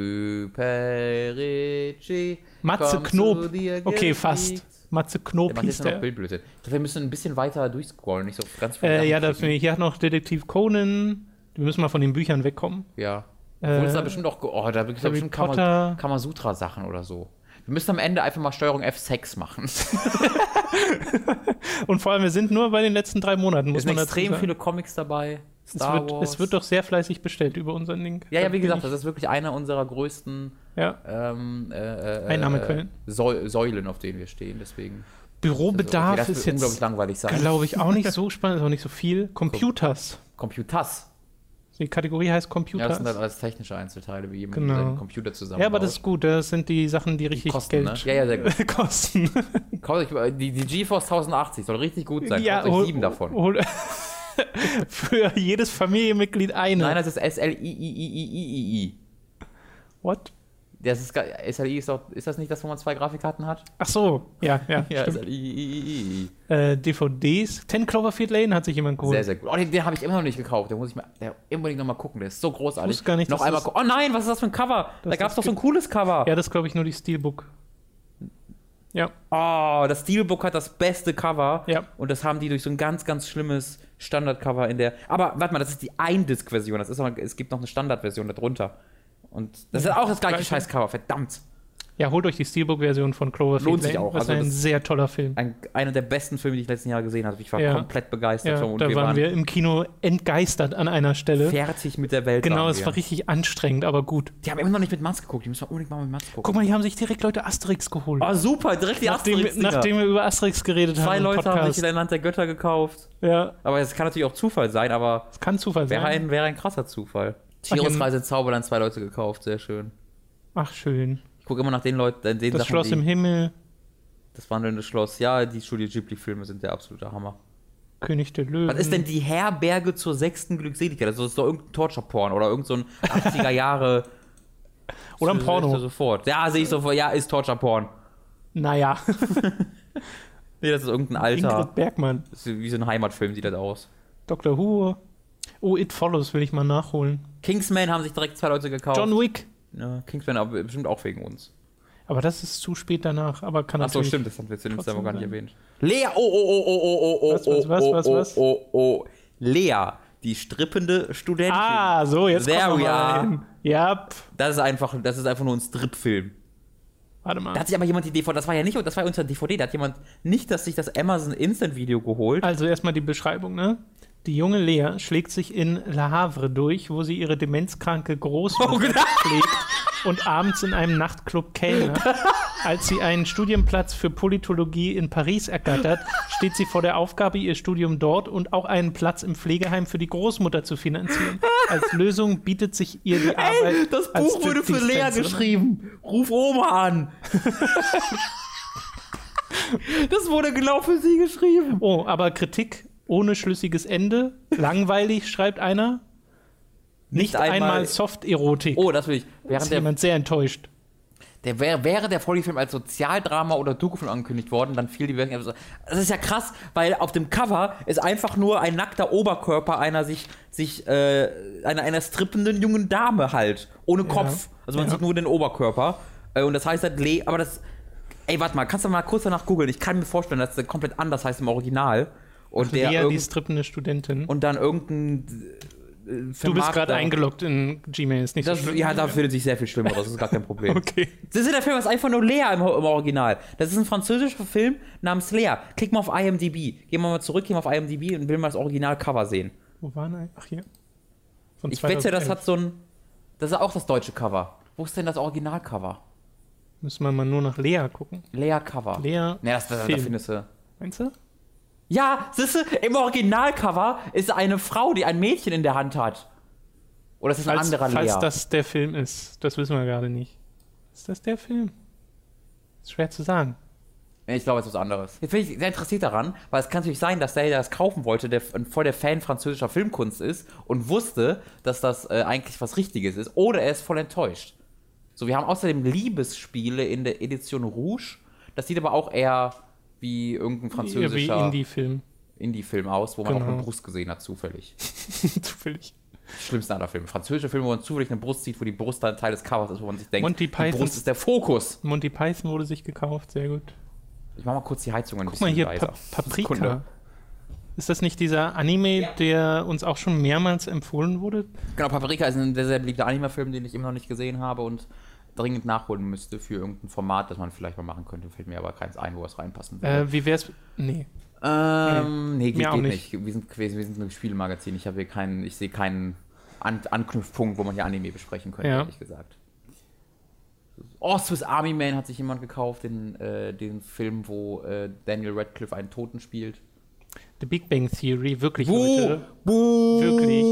[SPEAKER 2] Super Richie.
[SPEAKER 1] Matze
[SPEAKER 2] komm zu
[SPEAKER 1] Knob.
[SPEAKER 2] dir
[SPEAKER 1] Okay,
[SPEAKER 2] gefliegt.
[SPEAKER 1] fast. Matze
[SPEAKER 2] Der
[SPEAKER 1] Knob
[SPEAKER 2] macht
[SPEAKER 1] hieß
[SPEAKER 2] jetzt nur noch
[SPEAKER 1] der.
[SPEAKER 2] Bildblödsinn. Ich glaube, wir müssen ein bisschen weiter durchscrollen, nicht so ganz viel.
[SPEAKER 1] Äh, ja,
[SPEAKER 2] Sachen
[SPEAKER 1] das finde ich. Hier hat noch Detektiv Conan. Wir müssen mal von den Büchern wegkommen.
[SPEAKER 2] klicken. Ja.
[SPEAKER 1] Äh,
[SPEAKER 2] Obwohl es da bestimmt auch. ge- Oh, da gibt es
[SPEAKER 1] Harry
[SPEAKER 2] bestimmt
[SPEAKER 1] Potter.
[SPEAKER 2] Kama- Kamasutra-Sachen oder so. Wir müssen am Ende einfach mal Steuerung F6 machen.
[SPEAKER 1] Und vor allem, wir sind nur bei den letzten drei Monaten, muss
[SPEAKER 2] Es sind
[SPEAKER 1] man dazu
[SPEAKER 2] extrem
[SPEAKER 1] sagen.
[SPEAKER 2] viele Comics dabei.
[SPEAKER 1] es,
[SPEAKER 2] Star
[SPEAKER 1] wird,
[SPEAKER 2] Wars.
[SPEAKER 1] es wird doch sehr fleißig bestellt über unseren Link.
[SPEAKER 2] ja,
[SPEAKER 1] Da
[SPEAKER 2] ja, wie
[SPEAKER 1] bin ich-
[SPEAKER 2] gesagt, das ist wirklich einer unserer größten
[SPEAKER 1] ja.
[SPEAKER 2] ähm, äh, äh,
[SPEAKER 1] Einnahmequellen.
[SPEAKER 2] Äh, Säu Säulen, auf denen wir stehen. Deswegen. Also,
[SPEAKER 1] Bürobedarf
[SPEAKER 2] das wird
[SPEAKER 1] ist jetzt,
[SPEAKER 2] unglaublich langweilig sein.
[SPEAKER 1] glaube ich, auch nicht so spannend, ist auch nicht so viel. Computers.
[SPEAKER 2] Computers.
[SPEAKER 1] Die Kategorie heißt
[SPEAKER 2] Ja, das
[SPEAKER 1] Computers.
[SPEAKER 2] sind halt
[SPEAKER 1] Ja,
[SPEAKER 2] alles technische Einzelteile, wie jemand
[SPEAKER 1] Genau.
[SPEAKER 2] seinen Computer zusammen.
[SPEAKER 1] aber das ist gut, das sind die Sachen, die richtig
[SPEAKER 2] kosten,
[SPEAKER 1] Geld
[SPEAKER 2] ne? Ja, ja, sehr gut.
[SPEAKER 1] kosten.
[SPEAKER 2] äh, die, die GeForce 1080 soll richtig gut sein.
[SPEAKER 1] ja, oh,
[SPEAKER 2] Kauft euch
[SPEAKER 1] hol-
[SPEAKER 2] sieben davon.
[SPEAKER 1] hol- für jedes Familienmitglied eine.
[SPEAKER 2] Nein, das ist SLIIIIII.
[SPEAKER 1] What?
[SPEAKER 2] Das ist ge- SLI ist doch, ist das nicht das, wo man zwei Grafikkarten hat?
[SPEAKER 1] Ach so, ja, ja, stimmt.
[SPEAKER 2] SLIIIII.
[SPEAKER 1] Äh, DVDs. 10 Cloverfield Lane hat sich jemand geholt.
[SPEAKER 2] Sehr, sehr gut. Oh, den, den habe ich immer noch nicht gekauft. Den muss ich mir der, unbedingt nochmal gucken. Der ist so großartig.
[SPEAKER 1] Ich wusste gar nicht,
[SPEAKER 2] noch
[SPEAKER 1] dass
[SPEAKER 2] einmal.
[SPEAKER 1] das-
[SPEAKER 2] gu- Oh nein, was ist das für ein Cover? Da
[SPEAKER 1] Dass
[SPEAKER 2] gab es
[SPEAKER 1] das
[SPEAKER 2] doch so ein cooles Cover.
[SPEAKER 1] Ja, das glaube ich nur die Steelbook. Ja,
[SPEAKER 2] Oh, das Steelbook hat das beste Cover.
[SPEAKER 1] Ja.
[SPEAKER 2] Und das haben die durch so ein ganz, ganz schlimmes Standardcover in der. Aber warte mal, das ist die Eindisk-Version. Das ist aber, es gibt noch eine Standardversion darunter. Und das ist auch das gleiche
[SPEAKER 1] Gleiche.
[SPEAKER 2] Scheiß-Cover. Verdammt.
[SPEAKER 1] ja holt euch die Steelbook-Version von Cloverfield
[SPEAKER 2] Lohnt sich
[SPEAKER 1] Lane.
[SPEAKER 2] auch.
[SPEAKER 1] Das ist
[SPEAKER 2] Also
[SPEAKER 1] ein
[SPEAKER 2] das-
[SPEAKER 1] sehr toller Film.
[SPEAKER 2] Ein, einer der besten Filme, die ich letzten Jahre gesehen habe. Ich war
[SPEAKER 1] Ja.
[SPEAKER 2] komplett begeistert.
[SPEAKER 1] Ja,
[SPEAKER 2] von, und
[SPEAKER 1] da
[SPEAKER 2] wir
[SPEAKER 1] waren
[SPEAKER 2] waren
[SPEAKER 1] wir im Kino entgeistert an einer Stelle.
[SPEAKER 2] fertig mit der Welt.
[SPEAKER 1] Genau,
[SPEAKER 2] waren
[SPEAKER 1] es
[SPEAKER 2] wir.
[SPEAKER 1] war richtig anstrengend, aber gut.
[SPEAKER 2] Die haben immer noch nicht mit Mats geguckt. Die müssen wir unbedingt mal mit Mats gucken.
[SPEAKER 1] Guck mal, hier haben sich direkt Leute Asterix geholt.
[SPEAKER 2] Oh, super. Direkt die
[SPEAKER 1] nachdem,
[SPEAKER 2] Asterix-Dinger.
[SPEAKER 1] nachdem wir über Asterix geredet
[SPEAKER 2] Zwei
[SPEAKER 1] haben. im
[SPEAKER 2] Leute haben sich
[SPEAKER 1] Podcast.
[SPEAKER 2] in der Land der Götter gekauft.
[SPEAKER 1] ja,
[SPEAKER 2] Aber es kann natürlich auch Zufall sein, aber.
[SPEAKER 1] es kann Zufall
[SPEAKER 2] Wäre
[SPEAKER 1] sein.
[SPEAKER 2] ein, wäre ein krasser Zufall.
[SPEAKER 1] ja.
[SPEAKER 2] Tierreise Zauberland, zwei Leute gekauft, sehr schön.
[SPEAKER 1] Ach, schön.
[SPEAKER 2] Ich gucke immer nach den Leuten, äh, den
[SPEAKER 1] Das
[SPEAKER 2] Sachen,
[SPEAKER 1] Schloss
[SPEAKER 2] die,
[SPEAKER 1] im Himmel,
[SPEAKER 2] Das wandelnde Schloss. Ja, die Studio Ghibli-Filme sind der absolute Hammer.
[SPEAKER 1] König der Löwen.
[SPEAKER 2] Was ist denn die Herberge zur sechsten Glückseligkeit? Also, das ist doch irgendein Torture-Porn oder irgendein so ein 80er Jahre.
[SPEAKER 1] Oder ein
[SPEAKER 2] Siehst du
[SPEAKER 1] Porno.
[SPEAKER 2] Sofort. Ja, sehe ich sofort. Ja, ist Torture-Porn.
[SPEAKER 1] Naja,
[SPEAKER 2] Nee, das ist irgendein alter.
[SPEAKER 1] Ingrid Bergmann,
[SPEAKER 2] Das ist wie so ein Heimatfilm sieht das aus.
[SPEAKER 1] Dr. Who. Oh, It Follows will ich mal nachholen.
[SPEAKER 2] Kingsman haben sich direkt zwei Leute gekauft.
[SPEAKER 1] John Wick.
[SPEAKER 2] ja, Kingsman aber bestimmt auch wegen uns.
[SPEAKER 1] Aber das ist zu spät danach, aber kann
[SPEAKER 2] Ach so,
[SPEAKER 1] natürlich.
[SPEAKER 2] stimmt, das haben wir zu dem
[SPEAKER 1] Trotzdem
[SPEAKER 2] Zeitpunkt gar nicht
[SPEAKER 1] sein.
[SPEAKER 2] erwähnt. Lea, oh, oh, oh, oh, oh, oh,
[SPEAKER 1] Was, was,
[SPEAKER 2] oh,
[SPEAKER 1] was,
[SPEAKER 2] oh,
[SPEAKER 1] was,
[SPEAKER 2] oh,
[SPEAKER 1] was?
[SPEAKER 2] oh, oh, Lea, die strippende Studentin.
[SPEAKER 1] Ah, so, jetzt
[SPEAKER 2] There
[SPEAKER 1] kommen wir
[SPEAKER 2] we
[SPEAKER 1] mal
[SPEAKER 2] are.
[SPEAKER 1] hin. Ja, pf,
[SPEAKER 2] Das ist einfach, das ist einfach nur ein Stripfilm.
[SPEAKER 1] warte mal.
[SPEAKER 2] Da hat sich aber jemand die DVD, das war ja nicht, das war ja unter DVD, da hat jemand nicht, dass sich das Amazon Instant Video geholt.
[SPEAKER 1] Also erstmal die Beschreibung, ne? Die junge
[SPEAKER 2] Oh,
[SPEAKER 1] Lea schlägt sich in La Havre durch, wo sie ihre demenzkranke Großmutter pflegt und abends in einem Nachtclub Kellner. Als sie einen Studienplatz für Politologie in Paris ergattert, steht sie vor der Aufgabe, ihr Studium dort und auch einen Platz im Pflegeheim für die Großmutter zu finanzieren. Als Lösung bietet sich ihr die Arbeit.
[SPEAKER 2] Ey, das
[SPEAKER 1] als
[SPEAKER 2] Buch wurde für Lea
[SPEAKER 1] Stützdienstleisterin.
[SPEAKER 2] geschrieben. Ruf Oma an. das wurde genau für sie geschrieben.
[SPEAKER 1] Oh, aber Kritik ohne schlüssiges Ende. Langweilig, schreibt einer. Nicht, einmal, Soft-Erotik.
[SPEAKER 2] Oh, das will ich. Während
[SPEAKER 1] ist
[SPEAKER 2] der,
[SPEAKER 1] jemand sehr enttäuscht.
[SPEAKER 2] der, wäre, wäre der Folgefilm als Sozialdrama oder Doku-Film angekündigt worden, dann fiel die Wirkung. Das ist ja krass, weil auf dem Cover ist einfach nur ein nackter Oberkörper einer sich, sich äh, einer, einer strippenden jungen Dame halt. Ohne Kopf. Also man
[SPEAKER 1] Ja.
[SPEAKER 2] sieht nur den Oberkörper. Äh, und das heißt halt, Le aber das. Ey, warte mal, kannst du mal kurz danach googeln? Ich kann mir vorstellen, dass das komplett anders heißt im Original. Und der
[SPEAKER 1] Lea, die
[SPEAKER 2] irgend,
[SPEAKER 1] strippende Studentin.
[SPEAKER 2] und dann irgendein. äh,
[SPEAKER 1] du bist gerade
[SPEAKER 2] Vermarkter-
[SPEAKER 1] eingeloggt in Gmail, ist nicht
[SPEAKER 2] Das,
[SPEAKER 1] so schlimm.
[SPEAKER 2] ja, da findet sich sehr viel schlimmer, das ist gar kein Problem.
[SPEAKER 1] Okay.
[SPEAKER 2] Das ist der Film, ist einfach nur Lea im, im Original. Das ist ein französischer Film namens Lea. Klick mal auf IMDb. Gehen wir mal zurück, gehen wir auf IMDb und will mal das Originalcover sehen.
[SPEAKER 1] Wo waren wir? Ach, hier. Von
[SPEAKER 2] Ich wette, das
[SPEAKER 1] 2011.
[SPEAKER 2] hat so ein. Das ist auch das deutsche Cover. Wo ist denn das Originalcover?
[SPEAKER 1] Müssen wir mal nur nach Lea gucken.
[SPEAKER 2] Lea Cover.
[SPEAKER 1] Lea.
[SPEAKER 2] Ne, das, das, da
[SPEAKER 1] Film.
[SPEAKER 2] findest du.
[SPEAKER 1] Meinst du?
[SPEAKER 2] Ja, siehste, im Originalcover ist eine Frau, die ein Mädchen in der Hand hat. Oder ist das ein
[SPEAKER 1] Falls,
[SPEAKER 2] anderer
[SPEAKER 1] falls
[SPEAKER 2] Lea?
[SPEAKER 1] das der Film ist, das wissen wir gerade nicht. Ist das der Film? Ist schwer zu sagen.
[SPEAKER 2] Nee, ich glaube, es ist was anderes. Jetzt bin ich sehr interessiert daran, weil es kann natürlich sein, dass der, der das kaufen wollte, der f- voll der Fan französischer Filmkunst ist und wusste, dass das äh, eigentlich was Richtiges ist. Oder er ist voll enttäuscht. So, wir haben außerdem Liebesspiele in der Edition Rouge. Das sieht aber auch eher wie irgendein
[SPEAKER 1] Eher Wie
[SPEAKER 2] französischer
[SPEAKER 1] Indie-Film.
[SPEAKER 2] Indie-Film aus, wo man auch
[SPEAKER 1] Genau.
[SPEAKER 2] eine Brust gesehen hat, zufällig.
[SPEAKER 1] Zufällig.
[SPEAKER 2] Schlimmste aller Filme. Französische Filme, wo man zufällig eine Brust sieht, wo die Brust dann Teil des Covers ist, wo man sich denkt,
[SPEAKER 1] Monty
[SPEAKER 2] die
[SPEAKER 1] Pythons-
[SPEAKER 2] Brust ist der Fokus.
[SPEAKER 1] Monty Python wurde sich gekauft, sehr gut.
[SPEAKER 2] Ich mach mal kurz die Heizung ein
[SPEAKER 1] Guck mal hier,
[SPEAKER 2] leiser.
[SPEAKER 1] pa Paprika.
[SPEAKER 2] Sekunde.
[SPEAKER 1] Ist das nicht dieser Anime,
[SPEAKER 2] Ja.
[SPEAKER 1] der uns auch schon mehrmals empfohlen wurde?
[SPEAKER 2] Genau, Paprika ist ein sehr, sehr beliebter Anime-Film, den ich immer noch nicht gesehen habe und dringend nachholen müsste für irgendein Format, das man vielleicht mal machen könnte. Fällt mir aber keins ein, wo es reinpassen
[SPEAKER 1] Äh,
[SPEAKER 2] würde.
[SPEAKER 1] wie wär's? Nee.
[SPEAKER 2] ähm, nee, geht,
[SPEAKER 1] mir auch
[SPEAKER 2] geht nicht. Wir sind gewesen, wir sind ein Spielemagazin. Ich habe hier keinen, ich sehe keinen An Anknüpfpunkt, wo man hier Anime besprechen könnte,
[SPEAKER 1] Ja.
[SPEAKER 2] ehrlich gesagt. Oh, Swiss Army Man hat sich jemand gekauft, den, äh, den Film, wo äh, Daniel Radcliffe einen Toten spielt.
[SPEAKER 1] The Big Bang Theory, wirklich,
[SPEAKER 2] Buh!
[SPEAKER 1] Leute.
[SPEAKER 2] Buh!
[SPEAKER 1] Wirklich.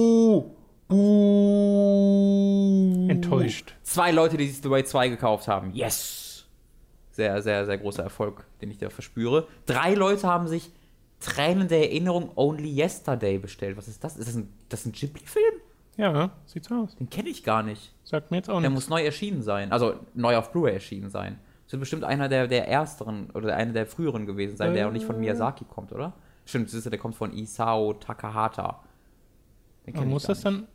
[SPEAKER 2] Buh!
[SPEAKER 1] Enttäuscht.
[SPEAKER 2] Zwei Leute, die sich The Way 2 gekauft haben. Yes! Sehr, sehr, sehr großer Erfolg, den ich da verspüre. Drei Leute haben sich Tränen der Erinnerung Only Yesterday bestellt. Was ist das? Ist das ein, das ist ein Ghibli-Film?
[SPEAKER 1] Ja, sieht's aus.
[SPEAKER 2] Den kenne ich gar nicht.
[SPEAKER 1] Sagt mir jetzt auch
[SPEAKER 2] Der
[SPEAKER 1] nichts.
[SPEAKER 2] muss neu erschienen sein. Also neu auf Blu-ray erschienen sein. Das wird bestimmt einer der, der ersteren oder einer der früheren gewesen sein, der auch nicht von Miyazaki kommt, oder? Stimmt, siehst du, der kommt von Isao Takahata. Den kenn
[SPEAKER 1] Man
[SPEAKER 2] ich
[SPEAKER 1] muss
[SPEAKER 2] gar
[SPEAKER 1] das
[SPEAKER 2] nicht.
[SPEAKER 1] dann.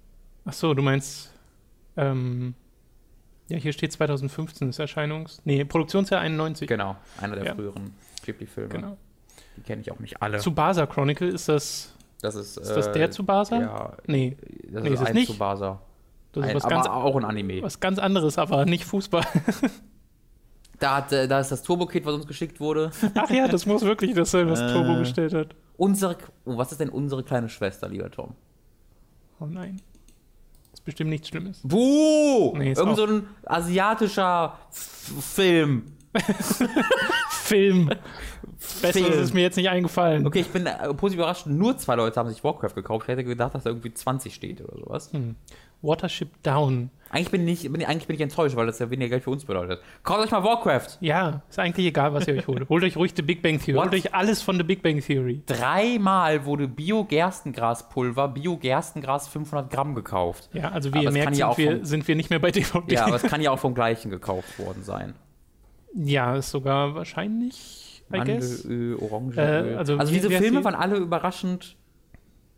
[SPEAKER 1] Ach so, du meinst. Ähm, ja, hier steht 2015 ist Erscheinungs. Nee, Produktionsjahr 91.
[SPEAKER 2] Genau, einer der
[SPEAKER 1] Ja.
[SPEAKER 2] früheren Ghibli-Filme.
[SPEAKER 1] Genau.
[SPEAKER 2] Die kenne ich auch nicht alle.
[SPEAKER 1] Tsubasa Chronicle, ist das,
[SPEAKER 2] das ist, äh,
[SPEAKER 1] ist das der Tsubasa?
[SPEAKER 2] Ja,
[SPEAKER 1] Nee,
[SPEAKER 2] das
[SPEAKER 1] Nee,
[SPEAKER 2] ist,
[SPEAKER 1] ist es
[SPEAKER 2] ein
[SPEAKER 1] nicht.
[SPEAKER 2] Tsubasa.
[SPEAKER 1] das ist
[SPEAKER 2] ein,
[SPEAKER 1] was
[SPEAKER 2] aber
[SPEAKER 1] ganz,
[SPEAKER 2] auch ein Anime.
[SPEAKER 1] was ganz anderes, aber nicht Fußball.
[SPEAKER 2] Da, hat, äh, da ist das Turbo-Kit, was uns geschickt wurde.
[SPEAKER 1] Ach ja, das muss wirklich das sein, was Turbo
[SPEAKER 2] Äh.
[SPEAKER 1] bestellt hat.
[SPEAKER 2] Unsere, oh, was ist denn unsere kleine Schwester, lieber Tom?
[SPEAKER 1] Oh nein. Das ist bestimmt nichts Schlimmes.
[SPEAKER 2] Buh!
[SPEAKER 1] Nee, ist
[SPEAKER 2] Irgend
[SPEAKER 1] auch-
[SPEAKER 2] so ein asiatischer F Film.
[SPEAKER 1] Film. Besseres
[SPEAKER 2] Film.
[SPEAKER 1] ist mir jetzt nicht eingefallen.
[SPEAKER 2] Okay, ich bin äh, positiv überrascht, nur zwei Leute haben sich Warcraft gekauft. Ich hätte gedacht, dass da irgendwie 20 steht oder sowas.
[SPEAKER 1] Hm. Watership Down.
[SPEAKER 2] Eigentlich, bin ich, bin, eigentlich bin ich enttäuscht, weil das ja weniger Geld für uns bedeutet. Kauft euch mal Warcraft!
[SPEAKER 1] Ja, ist eigentlich egal, was ihr euch holt. Holt euch ruhig The Big Bang Theory.
[SPEAKER 2] What?
[SPEAKER 1] Holt euch alles von The Big Bang Theory.
[SPEAKER 2] Dreimal wurde Bio-Gerstengraspulver, Bio-Gerstengras 500 Gramm gekauft.
[SPEAKER 1] Ja, also
[SPEAKER 2] Aber
[SPEAKER 1] wie ihr
[SPEAKER 2] es kann
[SPEAKER 1] merkt,
[SPEAKER 2] ja
[SPEAKER 1] sind
[SPEAKER 2] auch
[SPEAKER 1] wir,
[SPEAKER 2] vom-
[SPEAKER 1] sind wir nicht mehr bei DVD.
[SPEAKER 2] Ja, aber es kann ja auch vom gleichen gekauft worden sein.
[SPEAKER 1] Ja, ist sogar wahrscheinlich, I guess.
[SPEAKER 2] Mandelöl, Orangenöl.
[SPEAKER 1] Äh,
[SPEAKER 2] also
[SPEAKER 1] also wie-
[SPEAKER 2] diese
[SPEAKER 1] wie heißt
[SPEAKER 2] Filme
[SPEAKER 1] die?
[SPEAKER 2] waren alle überraschend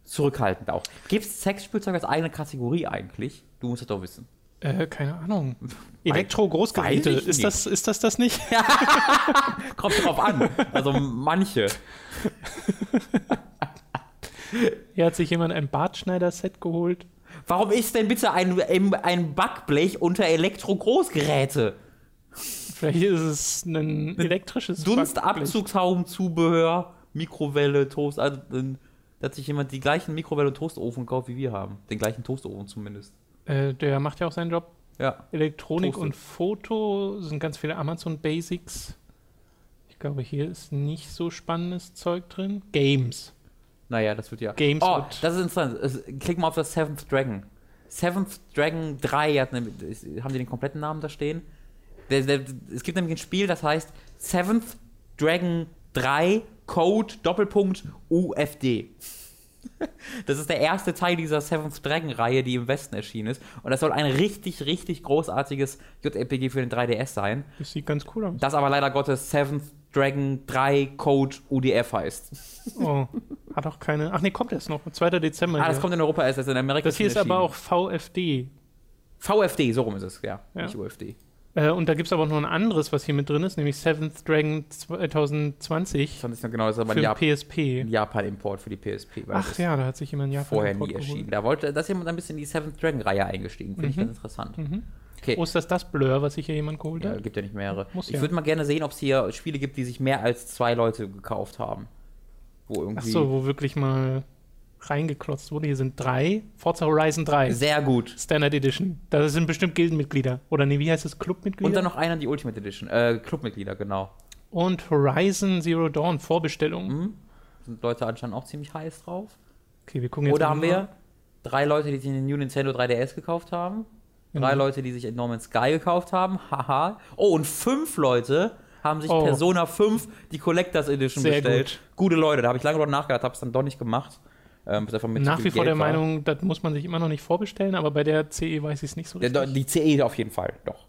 [SPEAKER 2] zurückhaltend auch. Gibt es Sexspielzeug als eigene Kategorie eigentlich? Du musst das doch wissen.
[SPEAKER 1] Äh, keine Ahnung. Elektro-Großgeräte,
[SPEAKER 2] weiß ich
[SPEAKER 1] ist das, ist das das nicht?
[SPEAKER 2] Kommt drauf an. Also manche.
[SPEAKER 1] Hier hat sich jemand ein Bartschneider-Set geholt.
[SPEAKER 2] Warum ist denn bitte ein, ein- ein Backblech unter Elektro-Großgeräte?
[SPEAKER 1] Vielleicht ist es ein elektrisches Backblech.
[SPEAKER 2] Dunstabzugshauben-Zubehör, Mikrowelle, Toast. Also, ähm, da hat sich jemand die gleichen Mikrowelle und Toastofen gekauft, wie wir haben. Den gleichen Toastofen zumindest.
[SPEAKER 1] Äh, der macht ja auch seinen Job.
[SPEAKER 2] Ja.
[SPEAKER 1] Elektronik
[SPEAKER 2] Toasted.
[SPEAKER 1] und Foto sind ganz viele Amazon Basics. Ich glaube, hier ist nicht so spannendes Zeug drin. Games.
[SPEAKER 2] Naja, das wird ja.
[SPEAKER 1] Games
[SPEAKER 2] oh,
[SPEAKER 1] wird-
[SPEAKER 2] das ist interessant. Es- Klick mal auf das Seventh Dragon. Seventh Dragon 3 hat ne, ist- haben die den kompletten Namen da stehen. Der, der, es gibt nämlich ein Spiel, das heißt Seventh Dragon 3 Code Doppelpunkt UFD. Das ist der erste Teil dieser Seventh Dragon Reihe, die im Westen erschienen ist. Und das soll ein richtig, richtig großartiges JRPG für den 3DS sein.
[SPEAKER 1] Das sieht ganz cool aus.
[SPEAKER 2] Das aber leider Gottes Seventh Dragon 3 Code UDF heißt.
[SPEAKER 1] Oh, hat auch keine. Ach nee, kommt erst noch. 2. Dezember.
[SPEAKER 2] Ah, das
[SPEAKER 1] hier.
[SPEAKER 2] kommt in Europa erst, das ist in Amerika.
[SPEAKER 1] das hier ist
[SPEAKER 2] schon
[SPEAKER 1] aber auch VFD.
[SPEAKER 2] erschienen. VFD, so rum ist es, ja.
[SPEAKER 1] Ja.
[SPEAKER 2] Nicht UFD.
[SPEAKER 1] Äh, und da gibt es aber auch noch ein anderes, was hier mit drin ist, nämlich Seventh Dragon 2020
[SPEAKER 2] Ich fand es nicht genau, das ist aber
[SPEAKER 1] für
[SPEAKER 2] ein
[SPEAKER 1] den
[SPEAKER 2] Jap
[SPEAKER 1] PSP.
[SPEAKER 2] Japan-Import für die PSP, weil
[SPEAKER 1] Ach
[SPEAKER 2] das
[SPEAKER 1] ja, da hat sich jemand in Japan
[SPEAKER 2] vorher
[SPEAKER 1] Import
[SPEAKER 2] nie
[SPEAKER 1] geholt. Mhm.
[SPEAKER 2] erschienen. Da wollte, da ist jemand ein bisschen in die Seventh Dragon-Reihe eingestiegen, finde ich ganz interessant. Okay.
[SPEAKER 1] Oh, ist das das Blur, was sich hier jemand geholt
[SPEAKER 2] Ja,
[SPEAKER 1] hat?
[SPEAKER 2] gibt ja nicht mehrere.
[SPEAKER 1] Muss
[SPEAKER 2] ich
[SPEAKER 1] ja.
[SPEAKER 2] würde mal gerne sehen, ob es hier Spiele gibt, die sich mehr als zwei Leute gekauft haben. Wo irgendwie.
[SPEAKER 1] Ach so, wo wirklich mal reingeklotzt wurde. Hier sind drei. Forza Horizon 3.
[SPEAKER 2] Sehr gut.
[SPEAKER 1] Standard Edition. Da sind bestimmt Gildenmitglieder. Oder nee, wie heißt es? Clubmitglieder?
[SPEAKER 2] Und dann noch einer, die Ultimate Edition. Äh, Clubmitglieder, genau.
[SPEAKER 1] Und Horizon Zero Dawn,
[SPEAKER 2] Mhm.
[SPEAKER 1] Vorbestellung.
[SPEAKER 2] Sind Leute anscheinend auch ziemlich heiß drauf.
[SPEAKER 1] Okay, wir gucken jetzt
[SPEAKER 2] Oder haben
[SPEAKER 1] mal.
[SPEAKER 2] wir drei Leute, die sich den New Nintendo 3DS gekauft haben. Drei
[SPEAKER 1] Mhm.
[SPEAKER 2] Leute, die sich Norman Sky gekauft haben. Haha. Oh, und fünf Leute haben sich
[SPEAKER 1] Oh.
[SPEAKER 2] Persona 5, die Collectors Edition
[SPEAKER 1] Sehr
[SPEAKER 2] bestellt. Gute Leute, da habe ich lange drüber nachgedacht, habe es dann doch nicht gemacht. Ähm, bis einfach mit zu
[SPEAKER 1] Nach
[SPEAKER 2] viel
[SPEAKER 1] wie vor der
[SPEAKER 2] Geld war.
[SPEAKER 1] Meinung, das muss man sich immer noch nicht vorbestellen, aber bei der CE weiß ich es nicht so
[SPEAKER 2] Ja,
[SPEAKER 1] richtig.
[SPEAKER 2] doch, die CE auf jeden Fall, doch.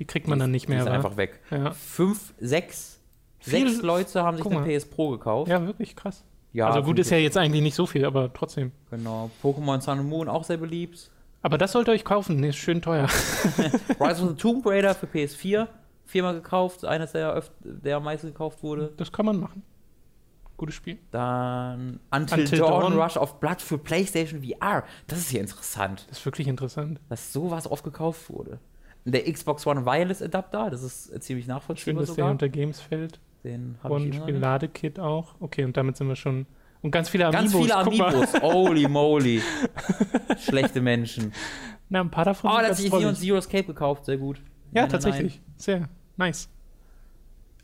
[SPEAKER 1] die kriegt man dann nicht
[SPEAKER 2] Die
[SPEAKER 1] mehr.
[SPEAKER 2] ist
[SPEAKER 1] wa?
[SPEAKER 2] einfach weg.
[SPEAKER 1] ja.
[SPEAKER 2] Fünf, sechs,
[SPEAKER 1] Viel-
[SPEAKER 2] sechs Leute haben sich
[SPEAKER 1] guck
[SPEAKER 2] den
[SPEAKER 1] mal.
[SPEAKER 2] PS Pro gekauft.
[SPEAKER 1] ja, wirklich krass.
[SPEAKER 2] Ja,
[SPEAKER 1] also gut
[SPEAKER 2] finde
[SPEAKER 1] ist ja jetzt eigentlich nicht so viel, aber trotzdem.
[SPEAKER 2] ich- Genau. Pokémon Sun and Moon auch sehr beliebt.
[SPEAKER 1] Aber das sollt ihr euch kaufen, nee, ist schön teuer.
[SPEAKER 2] Rise of the Tomb Raider für PS4 viermal gekauft, eines der, öf- der am meisten gekauft wurde.
[SPEAKER 1] Das kann man machen. Gutes Spiel.
[SPEAKER 2] Dann Until,
[SPEAKER 1] Until
[SPEAKER 2] Dawn,
[SPEAKER 1] Dawn.
[SPEAKER 2] Rush of Blood für PlayStation VR. Das ist ja interessant,
[SPEAKER 1] Das ist wirklich interessant.
[SPEAKER 2] dass sowas oft gekauft wurde. Der Xbox One Wireless Adapter, das ist äh, ziemlich
[SPEAKER 1] Schön,
[SPEAKER 2] nachvollziehbar
[SPEAKER 1] dass der
[SPEAKER 2] sogar.
[SPEAKER 1] unter Games fällt.
[SPEAKER 2] Den habe ich immer. noch.
[SPEAKER 1] One-Spiel-Ladekit auch. Okay, und damit sind wir schon. Und ganz viele Amiibos.
[SPEAKER 2] Ganz viele
[SPEAKER 1] guck mal.
[SPEAKER 2] Amiibos. Holy moly. Schlechte Menschen.
[SPEAKER 1] Na, ein paar davon
[SPEAKER 2] Oh,
[SPEAKER 1] sind
[SPEAKER 2] da hat
[SPEAKER 1] ganz
[SPEAKER 2] sich
[SPEAKER 1] drollig.
[SPEAKER 2] Neon Zero Escape gekauft. Sehr gut.
[SPEAKER 1] Ja,
[SPEAKER 2] Nein, nein,
[SPEAKER 1] tatsächlich. Sehr nice.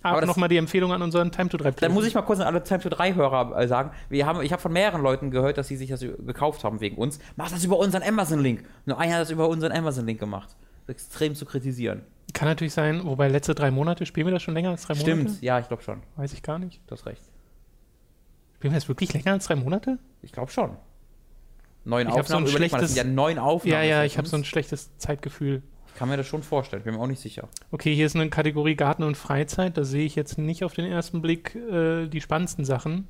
[SPEAKER 2] Aber
[SPEAKER 1] Aber
[SPEAKER 2] das-
[SPEAKER 1] nochmal die Empfehlung an unseren Time to 3
[SPEAKER 2] Dann muss ich mal kurz an alle Time to 3 Hörer äh, sagen, wir haben, ich habe von mehreren Leuten gehört, dass sie sich das gekauft haben wegen uns. Mach das über unseren Amazon Link. Nur einer hat das über unseren Amazon Link gemacht. Extrem zu kritisieren.
[SPEAKER 1] Kann natürlich sein, wobei letzte drei Monate, spielen wir das schon länger als drei Monate?
[SPEAKER 2] Stimmt, ja, ich glaube schon.
[SPEAKER 1] Weiß ich gar nicht.
[SPEAKER 2] Du hast recht.
[SPEAKER 1] Spielen wir das wirklich länger als drei Monate?
[SPEAKER 2] Ich glaube schon. Neun
[SPEAKER 1] Ich hab so ein
[SPEAKER 2] Aufnahmen, überleg mal, das
[SPEAKER 1] schlechtes-
[SPEAKER 2] sind ja neun Aufnahmen.
[SPEAKER 1] ja, ja, ich habe so ein schlechtes Zeitgefühl.
[SPEAKER 2] Ich kann mir das schon vorstellen, bin mir auch nicht sicher.
[SPEAKER 1] Okay, hier ist eine Kategorie Garten und Freizeit. Da sehe ich jetzt nicht auf den ersten Blick äh, die spannendsten Sachen.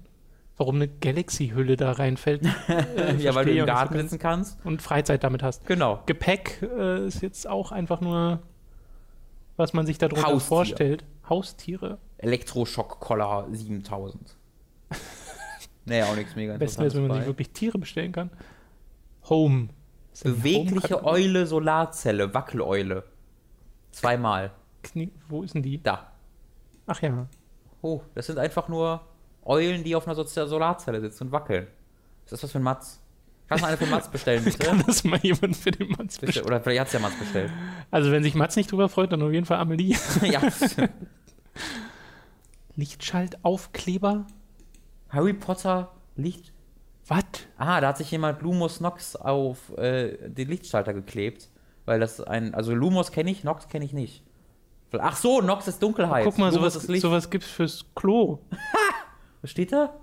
[SPEAKER 1] Warum eine Galaxy-Hülle da reinfällt. äh,
[SPEAKER 2] ja, weil
[SPEAKER 1] verstehe
[SPEAKER 2] du
[SPEAKER 1] ich auch
[SPEAKER 2] im
[SPEAKER 1] nicht so
[SPEAKER 2] Garten
[SPEAKER 1] ganz.
[SPEAKER 2] sitzen kannst.
[SPEAKER 1] Und Freizeit damit hast.
[SPEAKER 2] Genau.
[SPEAKER 1] Gepäck äh, ist jetzt auch einfach nur, was man sich darunter
[SPEAKER 2] Haustier.
[SPEAKER 1] vorstellt. Haustiere.
[SPEAKER 2] Elektroschock-Collar 7000. naja, auch nichts mega
[SPEAKER 1] Am besten ist, wenn man sich
[SPEAKER 2] interessantes bei.
[SPEAKER 1] wirklich Tiere bestellen kann. Home. Ist denn
[SPEAKER 2] Bewegliche
[SPEAKER 1] Home-
[SPEAKER 2] Eule Solarzelle, Wackeleule. Zweimal.
[SPEAKER 1] Knie- Wo ist denn die?
[SPEAKER 2] Da.
[SPEAKER 1] Ach ja.
[SPEAKER 2] Oh, das sind einfach nur Eulen, die auf einer Sozi- Solarzelle sitzen und wackeln. Ist das was für ein Matz? Kannst du eine für Matz bestellen, bitte?
[SPEAKER 1] Kann das mal jemand für den Mats
[SPEAKER 2] bitte?
[SPEAKER 1] bestellen?
[SPEAKER 2] Oder vielleicht hat es ja Matz bestellt.
[SPEAKER 1] Also, wenn sich Mats nicht drüber freut, dann auf jeden Fall Amelie.
[SPEAKER 2] ja.
[SPEAKER 1] Lichtschaltaufkleber?
[SPEAKER 2] Harry Potter Licht.
[SPEAKER 1] Was?
[SPEAKER 2] Ah, da hat sich jemand Lumos Nox auf äh, den Lichtschalter geklebt. Weil das ein. Also Lumos kenne ich, Nox kenne ich nicht. Ach so, Nox ist Dunkelheit.
[SPEAKER 1] Guck mal,
[SPEAKER 2] Lumos
[SPEAKER 1] sowas,
[SPEAKER 2] ist Licht. Hm.
[SPEAKER 1] sowas gibt's fürs Klo.
[SPEAKER 2] Was steht da?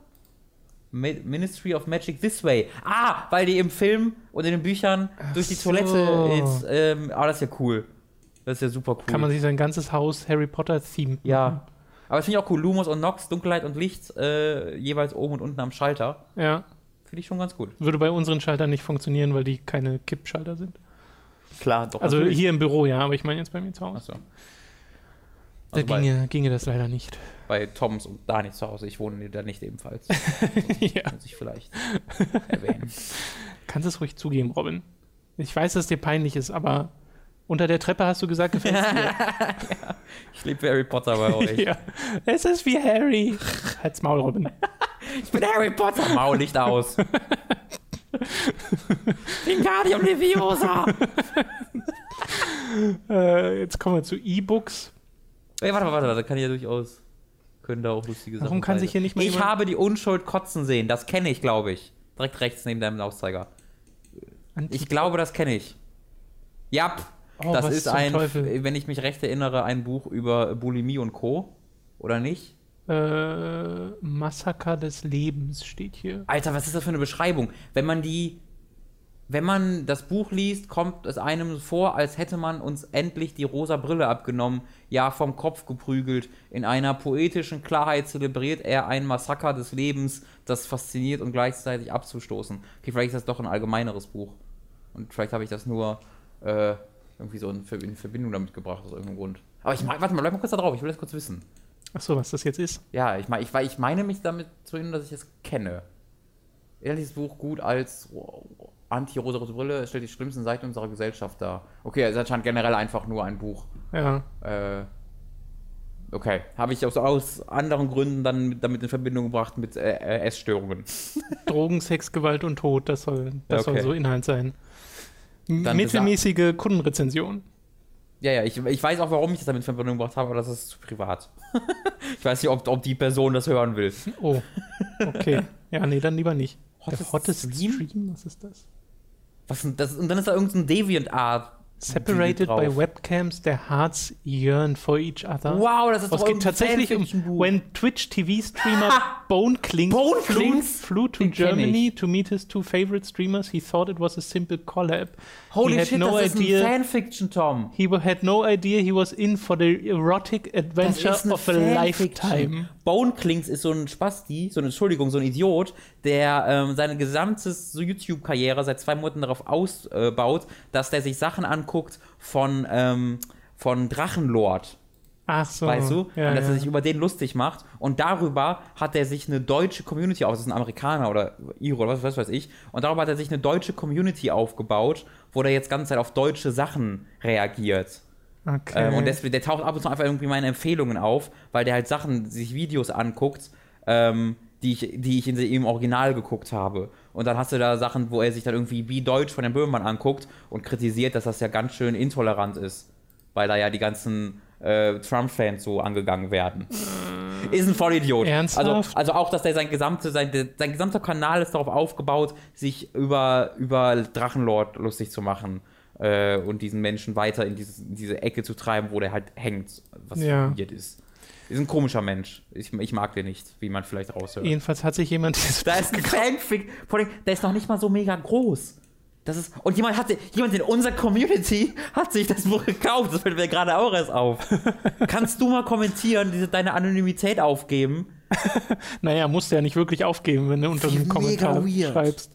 [SPEAKER 2] Ma Ministry of Magic This Way. Ah, weil die im Film und in den Büchern durch die
[SPEAKER 1] so.
[SPEAKER 2] Toilette ins. Ähm, ah, das ist ja cool. Das ist ja super cool.
[SPEAKER 1] Kann man sich sein ganzes Haus Harry Potter-Theme.
[SPEAKER 2] ja. Aber das finde ich auch cool. Lumos und Nox, Dunkelheit und Licht, äh, jeweils oben und unten am Schalter.
[SPEAKER 1] Ja.
[SPEAKER 2] Finde ich schon ganz gut.
[SPEAKER 1] Würde bei unseren Schaltern nicht funktionieren, weil die keine Kippschalter sind.
[SPEAKER 2] Klar, doch.
[SPEAKER 1] Also hier im Büro, ja, aber ich meine jetzt bei mir zu Hause.
[SPEAKER 2] Achso.
[SPEAKER 1] Da
[SPEAKER 2] Also
[SPEAKER 1] ginge, ginge das leider nicht.
[SPEAKER 2] bei Toms und Dani zu Hause. Ich wohne da nicht ebenfalls.
[SPEAKER 1] ja.
[SPEAKER 2] Muss ich vielleicht erwähnen.
[SPEAKER 1] Kannst es ruhig zugeben, Robin. Ich weiß, dass es dir peinlich ist, aber unter der Treppe hast du gesagt, gefällt
[SPEAKER 2] Ich lebe Harry Potter bei
[SPEAKER 1] es
[SPEAKER 2] euch.
[SPEAKER 1] dir. Es ist wie Harry. Halt's Maul, Robin.
[SPEAKER 2] Ich bin Harry Potter. Mau, Licht aus. Wingardium Leviosa.
[SPEAKER 1] Äh, jetzt kommen wir zu E-Books.
[SPEAKER 2] Ey, warte, warte, warte, kann ich ja durchaus. Können da auch lustige Sachen
[SPEAKER 1] Warum kann sich hier nicht mal
[SPEAKER 2] Ich
[SPEAKER 1] jemand-
[SPEAKER 2] habe die Unschuld kotzen sehen, das kenne ich, glaube ich. Direkt rechts neben deinem Mauszeiger. Ich glaube, das kenne ich. Ja,
[SPEAKER 1] Oh,
[SPEAKER 2] das
[SPEAKER 1] was
[SPEAKER 2] ist
[SPEAKER 1] zum
[SPEAKER 2] ein,
[SPEAKER 1] Teufel.
[SPEAKER 2] wenn ich mich recht erinnere, ein Buch über Bulimie und Co. Oder nicht?
[SPEAKER 1] Äh, Massaker des Lebens steht hier.
[SPEAKER 2] Alter, was ist das für eine Beschreibung? Wenn man die, wenn man das Buch liest, kommt es einem vor, als hätte man uns endlich die rosa Brille abgenommen, ja vom Kopf geprügelt. In einer poetischen Klarheit zelebriert er ein Massaker des Lebens, das fasziniert und gleichzeitig abzustoßen. Okay, vielleicht ist das doch ein allgemeineres Buch. Und vielleicht habe ich das nur äh, irgendwie so in Verb- in Verbindung damit gebracht, aus irgendeinem Grund. Aber ich mag, warte mal, bleib mal kurz da drauf, ich will das kurz wissen.
[SPEAKER 1] Achso, was das jetzt ist?
[SPEAKER 2] Ja, ich, mein, ich, ich meine mich damit zu hin, dass ich es kenne. Ehrliches Buch gut als anti-rosa-rote Brille es stellt die schlimmsten Seiten unserer Gesellschaft dar. Okay, es ist anscheinend generell einfach nur ein Buch.
[SPEAKER 1] Ja.
[SPEAKER 2] Äh, okay, habe ich aus, aus anderen Gründen dann mit, damit in Verbindung gebracht mit äh, äh, Essstörungen.
[SPEAKER 1] Drogen, Sex, Gewalt und Tod, das soll, das
[SPEAKER 2] Okay.
[SPEAKER 1] soll so Inhalt sein. M-
[SPEAKER 2] Dann
[SPEAKER 1] Mittelmäßige Kundenrezension.
[SPEAKER 2] Ja, ja, ich, ich weiß auch, warum ich das damit in Verbindung gebracht habe, aber das ist zu privat. ich weiß nicht, ob, ob die Person das hören will.
[SPEAKER 1] Oh, okay. ja, nee, dann lieber nicht.
[SPEAKER 2] Hottest
[SPEAKER 1] Der Hottest
[SPEAKER 2] Stream?
[SPEAKER 1] Stream? was ist das?
[SPEAKER 2] Was denn das? Und dann ist da irgendein Deviant-Art.
[SPEAKER 1] Separated by
[SPEAKER 2] drauf.
[SPEAKER 1] webcams, their hearts yearn for each other.
[SPEAKER 2] Wow, das ist
[SPEAKER 1] Oh, Es geht
[SPEAKER 2] irgendein
[SPEAKER 1] tatsächlich um
[SPEAKER 2] Fanfiction-Buch.
[SPEAKER 1] When Twitch TV Streamer Bone Kling
[SPEAKER 2] Bone
[SPEAKER 1] flew,
[SPEAKER 2] Klings?
[SPEAKER 1] flew to
[SPEAKER 2] Den kenn
[SPEAKER 1] Germany to meet his two favorite streamers. He thought it was a simple collab.
[SPEAKER 2] Holy
[SPEAKER 1] he had
[SPEAKER 2] shit,
[SPEAKER 1] no
[SPEAKER 2] das
[SPEAKER 1] idea.
[SPEAKER 2] ist ein Fanfiction, Tom.
[SPEAKER 1] He wa- had no idea he was in for the erotic
[SPEAKER 2] Das
[SPEAKER 1] adventure
[SPEAKER 2] ist eine
[SPEAKER 1] of a
[SPEAKER 2] Fanfiction.
[SPEAKER 1] lifetime.
[SPEAKER 2] Bone Clinks ist so ein Spasti, so eine Entschuldigung, so ein Idiot, der ähm, seine gesamte YouTube-Karriere seit zwei Monaten darauf ausbaut, dass der sich Sachen anguckt von, ähm, von Drachenlord,
[SPEAKER 1] Ach so.
[SPEAKER 2] weißt du?
[SPEAKER 1] Oh, Ja,
[SPEAKER 2] und dass
[SPEAKER 1] ja.
[SPEAKER 2] er sich über den lustig macht. Und darüber hat er sich eine deutsche Community auf, das ist ein Amerikaner oder Iro oder was, was weiß ich. Und darüber hat er sich eine deutsche Community aufgebaut, wo der jetzt ganze Zeit auf deutsche Sachen reagiert.
[SPEAKER 1] okay.
[SPEAKER 2] Ähm, und deswegen, der taucht ab und zu einfach irgendwie meine Empfehlungen auf, weil der halt Sachen, sich Videos anguckt, ähm, die ich, die ich in, im Original geguckt habe. Und dann hast du da Sachen, wo er sich dann irgendwie wie Deutsch von Herrn Böhmermann anguckt und kritisiert, dass das ja ganz schön intolerant ist, weil da ja die ganzen äh, Trump-Fans so angegangen werden. Ist ein Vollidiot.
[SPEAKER 1] Ernsthaft?
[SPEAKER 2] Also, also auch, dass der sein gesamte, sein, sein gesamter Kanal ist darauf aufgebaut, sich über, über Drachenlord lustig zu machen äh, und diesen Menschen weiter in, dieses, in diese Ecke zu treiben, wo der halt hängt, was
[SPEAKER 1] Ja.
[SPEAKER 2] weird ist. Ist ein komischer Mensch. Ich, ich mag den nicht, wie man vielleicht raushört.
[SPEAKER 1] Jedenfalls hat sich jemand dieses
[SPEAKER 2] Da ist ein Fanfic. Vor allem, der ist noch nicht mal so mega groß. Das ist, und jemand hatte, jemand in unserer Community hat sich das Buch gekauft. Das fällt mir gerade auch erst auf. Kannst du mal kommentieren, diese, deine Anonymität aufgeben?
[SPEAKER 1] Naja, musst du ja nicht wirklich aufgeben, wenn du unter einem
[SPEAKER 2] Mega
[SPEAKER 1] Kommentar
[SPEAKER 2] weird.
[SPEAKER 1] schreibst.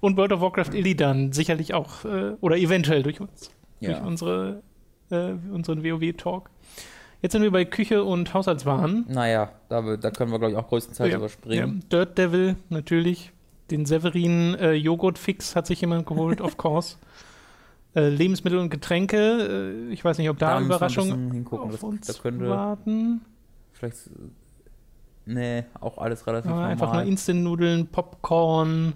[SPEAKER 1] Und World of Warcraft Illidan sicherlich auch, äh, oder eventuell durch uns,
[SPEAKER 2] Ja.
[SPEAKER 1] durch unsere, äh, unseren WoW-Talk. Jetzt sind wir bei Küche und Haushaltswaren.
[SPEAKER 2] Naja, da, da können wir, glaube ich, auch größtenteils überspringen.
[SPEAKER 1] Ja. Dirt Devil, natürlich. Den Severin äh, Joghurt-Fix hat sich jemand geholt, of course. Äh, Lebensmittel und Getränke, äh, ich weiß nicht, ob da,
[SPEAKER 2] müssen wir ein
[SPEAKER 1] Überraschungen
[SPEAKER 2] bisschen hingucken.
[SPEAKER 1] auf
[SPEAKER 2] Das,
[SPEAKER 1] uns
[SPEAKER 2] das könnte
[SPEAKER 1] warten.
[SPEAKER 2] vielleicht. Nee, auch alles relativ
[SPEAKER 1] Aber
[SPEAKER 2] normal.
[SPEAKER 1] einfach nur Instant-Nudeln, Popcorn,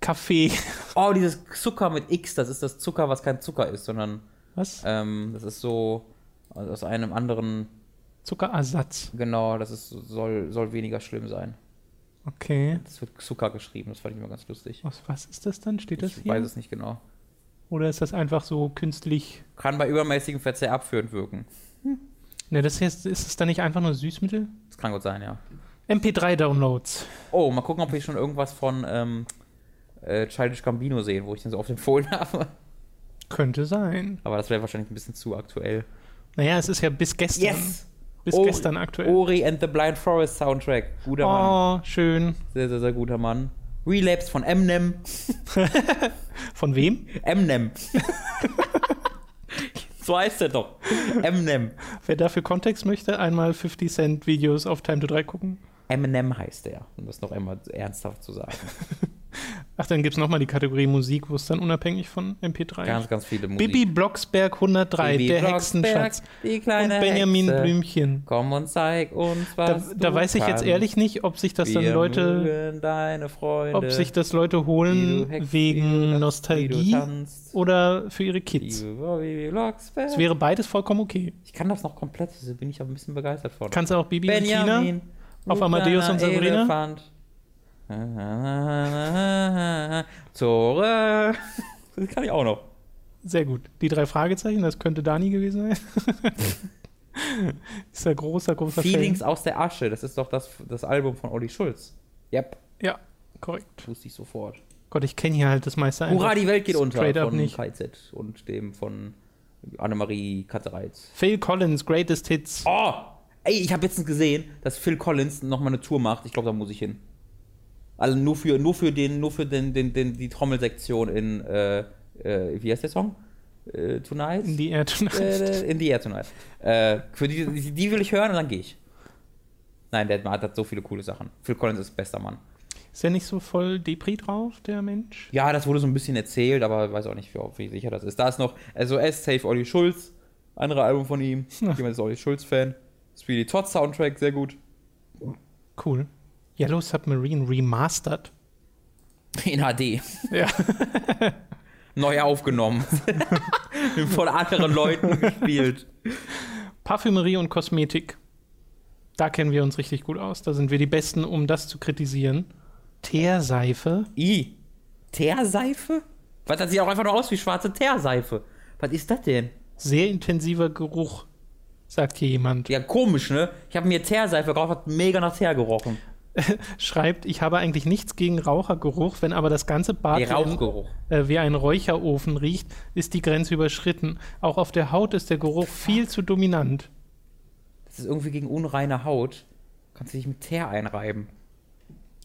[SPEAKER 1] Kaffee.
[SPEAKER 2] oh, dieses Zucker mit X, das ist das Zucker, was kein Zucker ist, sondern
[SPEAKER 1] Was?
[SPEAKER 2] ähm, das ist so aus einem anderen
[SPEAKER 1] Zuckerersatz.
[SPEAKER 2] Genau, das ist, soll, soll weniger schlimm sein.
[SPEAKER 1] Okay.
[SPEAKER 2] Das wird Zucker geschrieben, das fand ich immer ganz lustig.
[SPEAKER 1] Aus was ist das dann? Steht das
[SPEAKER 2] ich
[SPEAKER 1] hier?
[SPEAKER 2] weiß es nicht genau.
[SPEAKER 1] Oder ist das einfach so künstlich?
[SPEAKER 2] Kann bei übermäßigem Verzehr abführend wirken.
[SPEAKER 1] Ne, das heißt, ist es dann nicht einfach nur Süßmittel?
[SPEAKER 2] Das kann gut sein, ja.
[SPEAKER 1] MP3-Downloads.
[SPEAKER 2] Oh, mal gucken, ob wir schon irgendwas von ähm, äh, Childish Gambino sehen, wo ich den so oft empfohlen habe.
[SPEAKER 1] Könnte sein.
[SPEAKER 2] Aber das wäre wahrscheinlich ein bisschen zu aktuell.
[SPEAKER 1] Naja, es ist ja bis gestern. Bis
[SPEAKER 2] Ori-
[SPEAKER 1] gestern aktuell.
[SPEAKER 2] Ori and the Blind Forest Soundtrack. Guter Mann.
[SPEAKER 1] Oh, schön.
[SPEAKER 2] Sehr, sehr, sehr guter Mann. Relapse von Eminem.
[SPEAKER 1] Von wem?
[SPEAKER 2] Eminem. so heißt er doch. Eminem.
[SPEAKER 1] Wer dafür Kontext möchte, einmal 50 Cent Videos auf Time to 3 gucken.
[SPEAKER 2] Eminem heißt er, um das noch einmal ernsthaft zu sagen.
[SPEAKER 1] Ach, dann gibt es nochmal die Kategorie Musik, wo es dann unabhängig von MP3
[SPEAKER 2] Ganz,
[SPEAKER 1] ist.
[SPEAKER 2] ganz viele Musik.
[SPEAKER 1] Bibi Blocksberg 103,
[SPEAKER 2] Bibi
[SPEAKER 1] der
[SPEAKER 2] Blocksberg,
[SPEAKER 1] Hexenschatz.
[SPEAKER 2] Die kleine
[SPEAKER 1] und Benjamin
[SPEAKER 2] Hexe.
[SPEAKER 1] Blümchen.
[SPEAKER 2] Komm und zeig uns,
[SPEAKER 1] Da,
[SPEAKER 2] was
[SPEAKER 1] da
[SPEAKER 2] du
[SPEAKER 1] weiß ich jetzt
[SPEAKER 2] kannst.
[SPEAKER 1] ehrlich nicht, ob sich das dann
[SPEAKER 2] Wir
[SPEAKER 1] Leute,
[SPEAKER 2] mögen deine Freunde,
[SPEAKER 1] ob sich das Leute
[SPEAKER 2] wie
[SPEAKER 1] holen
[SPEAKER 2] du hackst, wie
[SPEAKER 1] wegen
[SPEAKER 2] du- wie
[SPEAKER 1] Nostalgie
[SPEAKER 2] du tanzt.
[SPEAKER 1] oder für ihre Kids.
[SPEAKER 2] Liebe Bibi
[SPEAKER 1] Es
[SPEAKER 2] Blocksberg.
[SPEAKER 1] wäre beides vollkommen okay.
[SPEAKER 2] Ich kann das noch komplett, deswegen bin ich aber ein bisschen begeistert von.
[SPEAKER 1] Kannst du auch Bibi und Tina?
[SPEAKER 2] Benjamin.
[SPEAKER 1] auf
[SPEAKER 2] du
[SPEAKER 1] Amadeus und
[SPEAKER 2] kleiner
[SPEAKER 1] Sabrina?
[SPEAKER 2] Elefant. Zurück. Das kann ich auch noch.
[SPEAKER 1] Sehr gut. Die drei Fragezeichen, das könnte Dani gewesen sein. ist ein großer, großer
[SPEAKER 2] Feelings
[SPEAKER 1] Fan.
[SPEAKER 2] aus der Asche, das ist doch das, das Album von Olli Schulz. Yep,
[SPEAKER 1] Ja, korrekt.
[SPEAKER 2] wusste ich sofort.
[SPEAKER 1] Gott, ich kenne hier halt das meiste einfach.
[SPEAKER 2] Hurra, die Welt geht unter
[SPEAKER 1] Straight up
[SPEAKER 2] von
[SPEAKER 1] nicht.
[SPEAKER 2] KZ und dem von Annemarie Katzereitz.
[SPEAKER 1] Phil Collins, Greatest Hits.
[SPEAKER 2] Oh! Ey, ich habe letztens gesehen, dass Phil Collins nochmal eine Tour macht. Ich glaube, da muss ich hin. Also nur für, nur für, den, nur für den, den, den, die Trommelsektion in, äh, äh, wie heißt der Song? Äh, Tonight?
[SPEAKER 1] In die Erde.
[SPEAKER 2] Äh, in die Air Tonight. Äh, für die, die, die will ich hören und dann gehe ich. Nein, der hat hat so viele coole Sachen. Phil Collins ist bester Mann.
[SPEAKER 1] Ist der nicht so voll Depri drauf, der Mensch?
[SPEAKER 2] Ja, das wurde so ein bisschen erzählt, aber ich weiß auch nicht, wie, wie sicher das ist. Da ist noch SOS, Save Olli Schulz, andere Album von ihm. Jemand ist Olli Schulz-Fan. Speedy Todd Soundtrack, sehr gut.
[SPEAKER 1] Cool. Yellow Submarine Remastered.
[SPEAKER 2] In HD.
[SPEAKER 1] Ja.
[SPEAKER 2] Neu aufgenommen. von anderen Leuten gespielt.
[SPEAKER 1] Parfümerie und Kosmetik. Da kennen wir uns richtig gut aus. Da sind wir die Besten, um das zu kritisieren. Teerseife.
[SPEAKER 2] I. Teerseife? Was, das sieht auch einfach nur aus wie schwarze Teerseife. Was ist das denn?
[SPEAKER 1] Sehr intensiver Geruch, sagt hier jemand.
[SPEAKER 2] Ja, komisch, ne? Ich habe mir Teerseife gekauft, hat mega nach Teer gerochen.
[SPEAKER 1] Schreibt, ich habe eigentlich nichts gegen Rauchergeruch, wenn aber das ganze Bad
[SPEAKER 2] Der
[SPEAKER 1] wie ein-
[SPEAKER 2] Rauchgeruch.
[SPEAKER 1] äh, wie ein Räucherofen riecht, ist die Grenze überschritten. Auch auf der Haut ist der Geruch viel zu dominant.
[SPEAKER 2] Das ist irgendwie gegen unreine Haut. Kannst du dich mit Teer einreiben.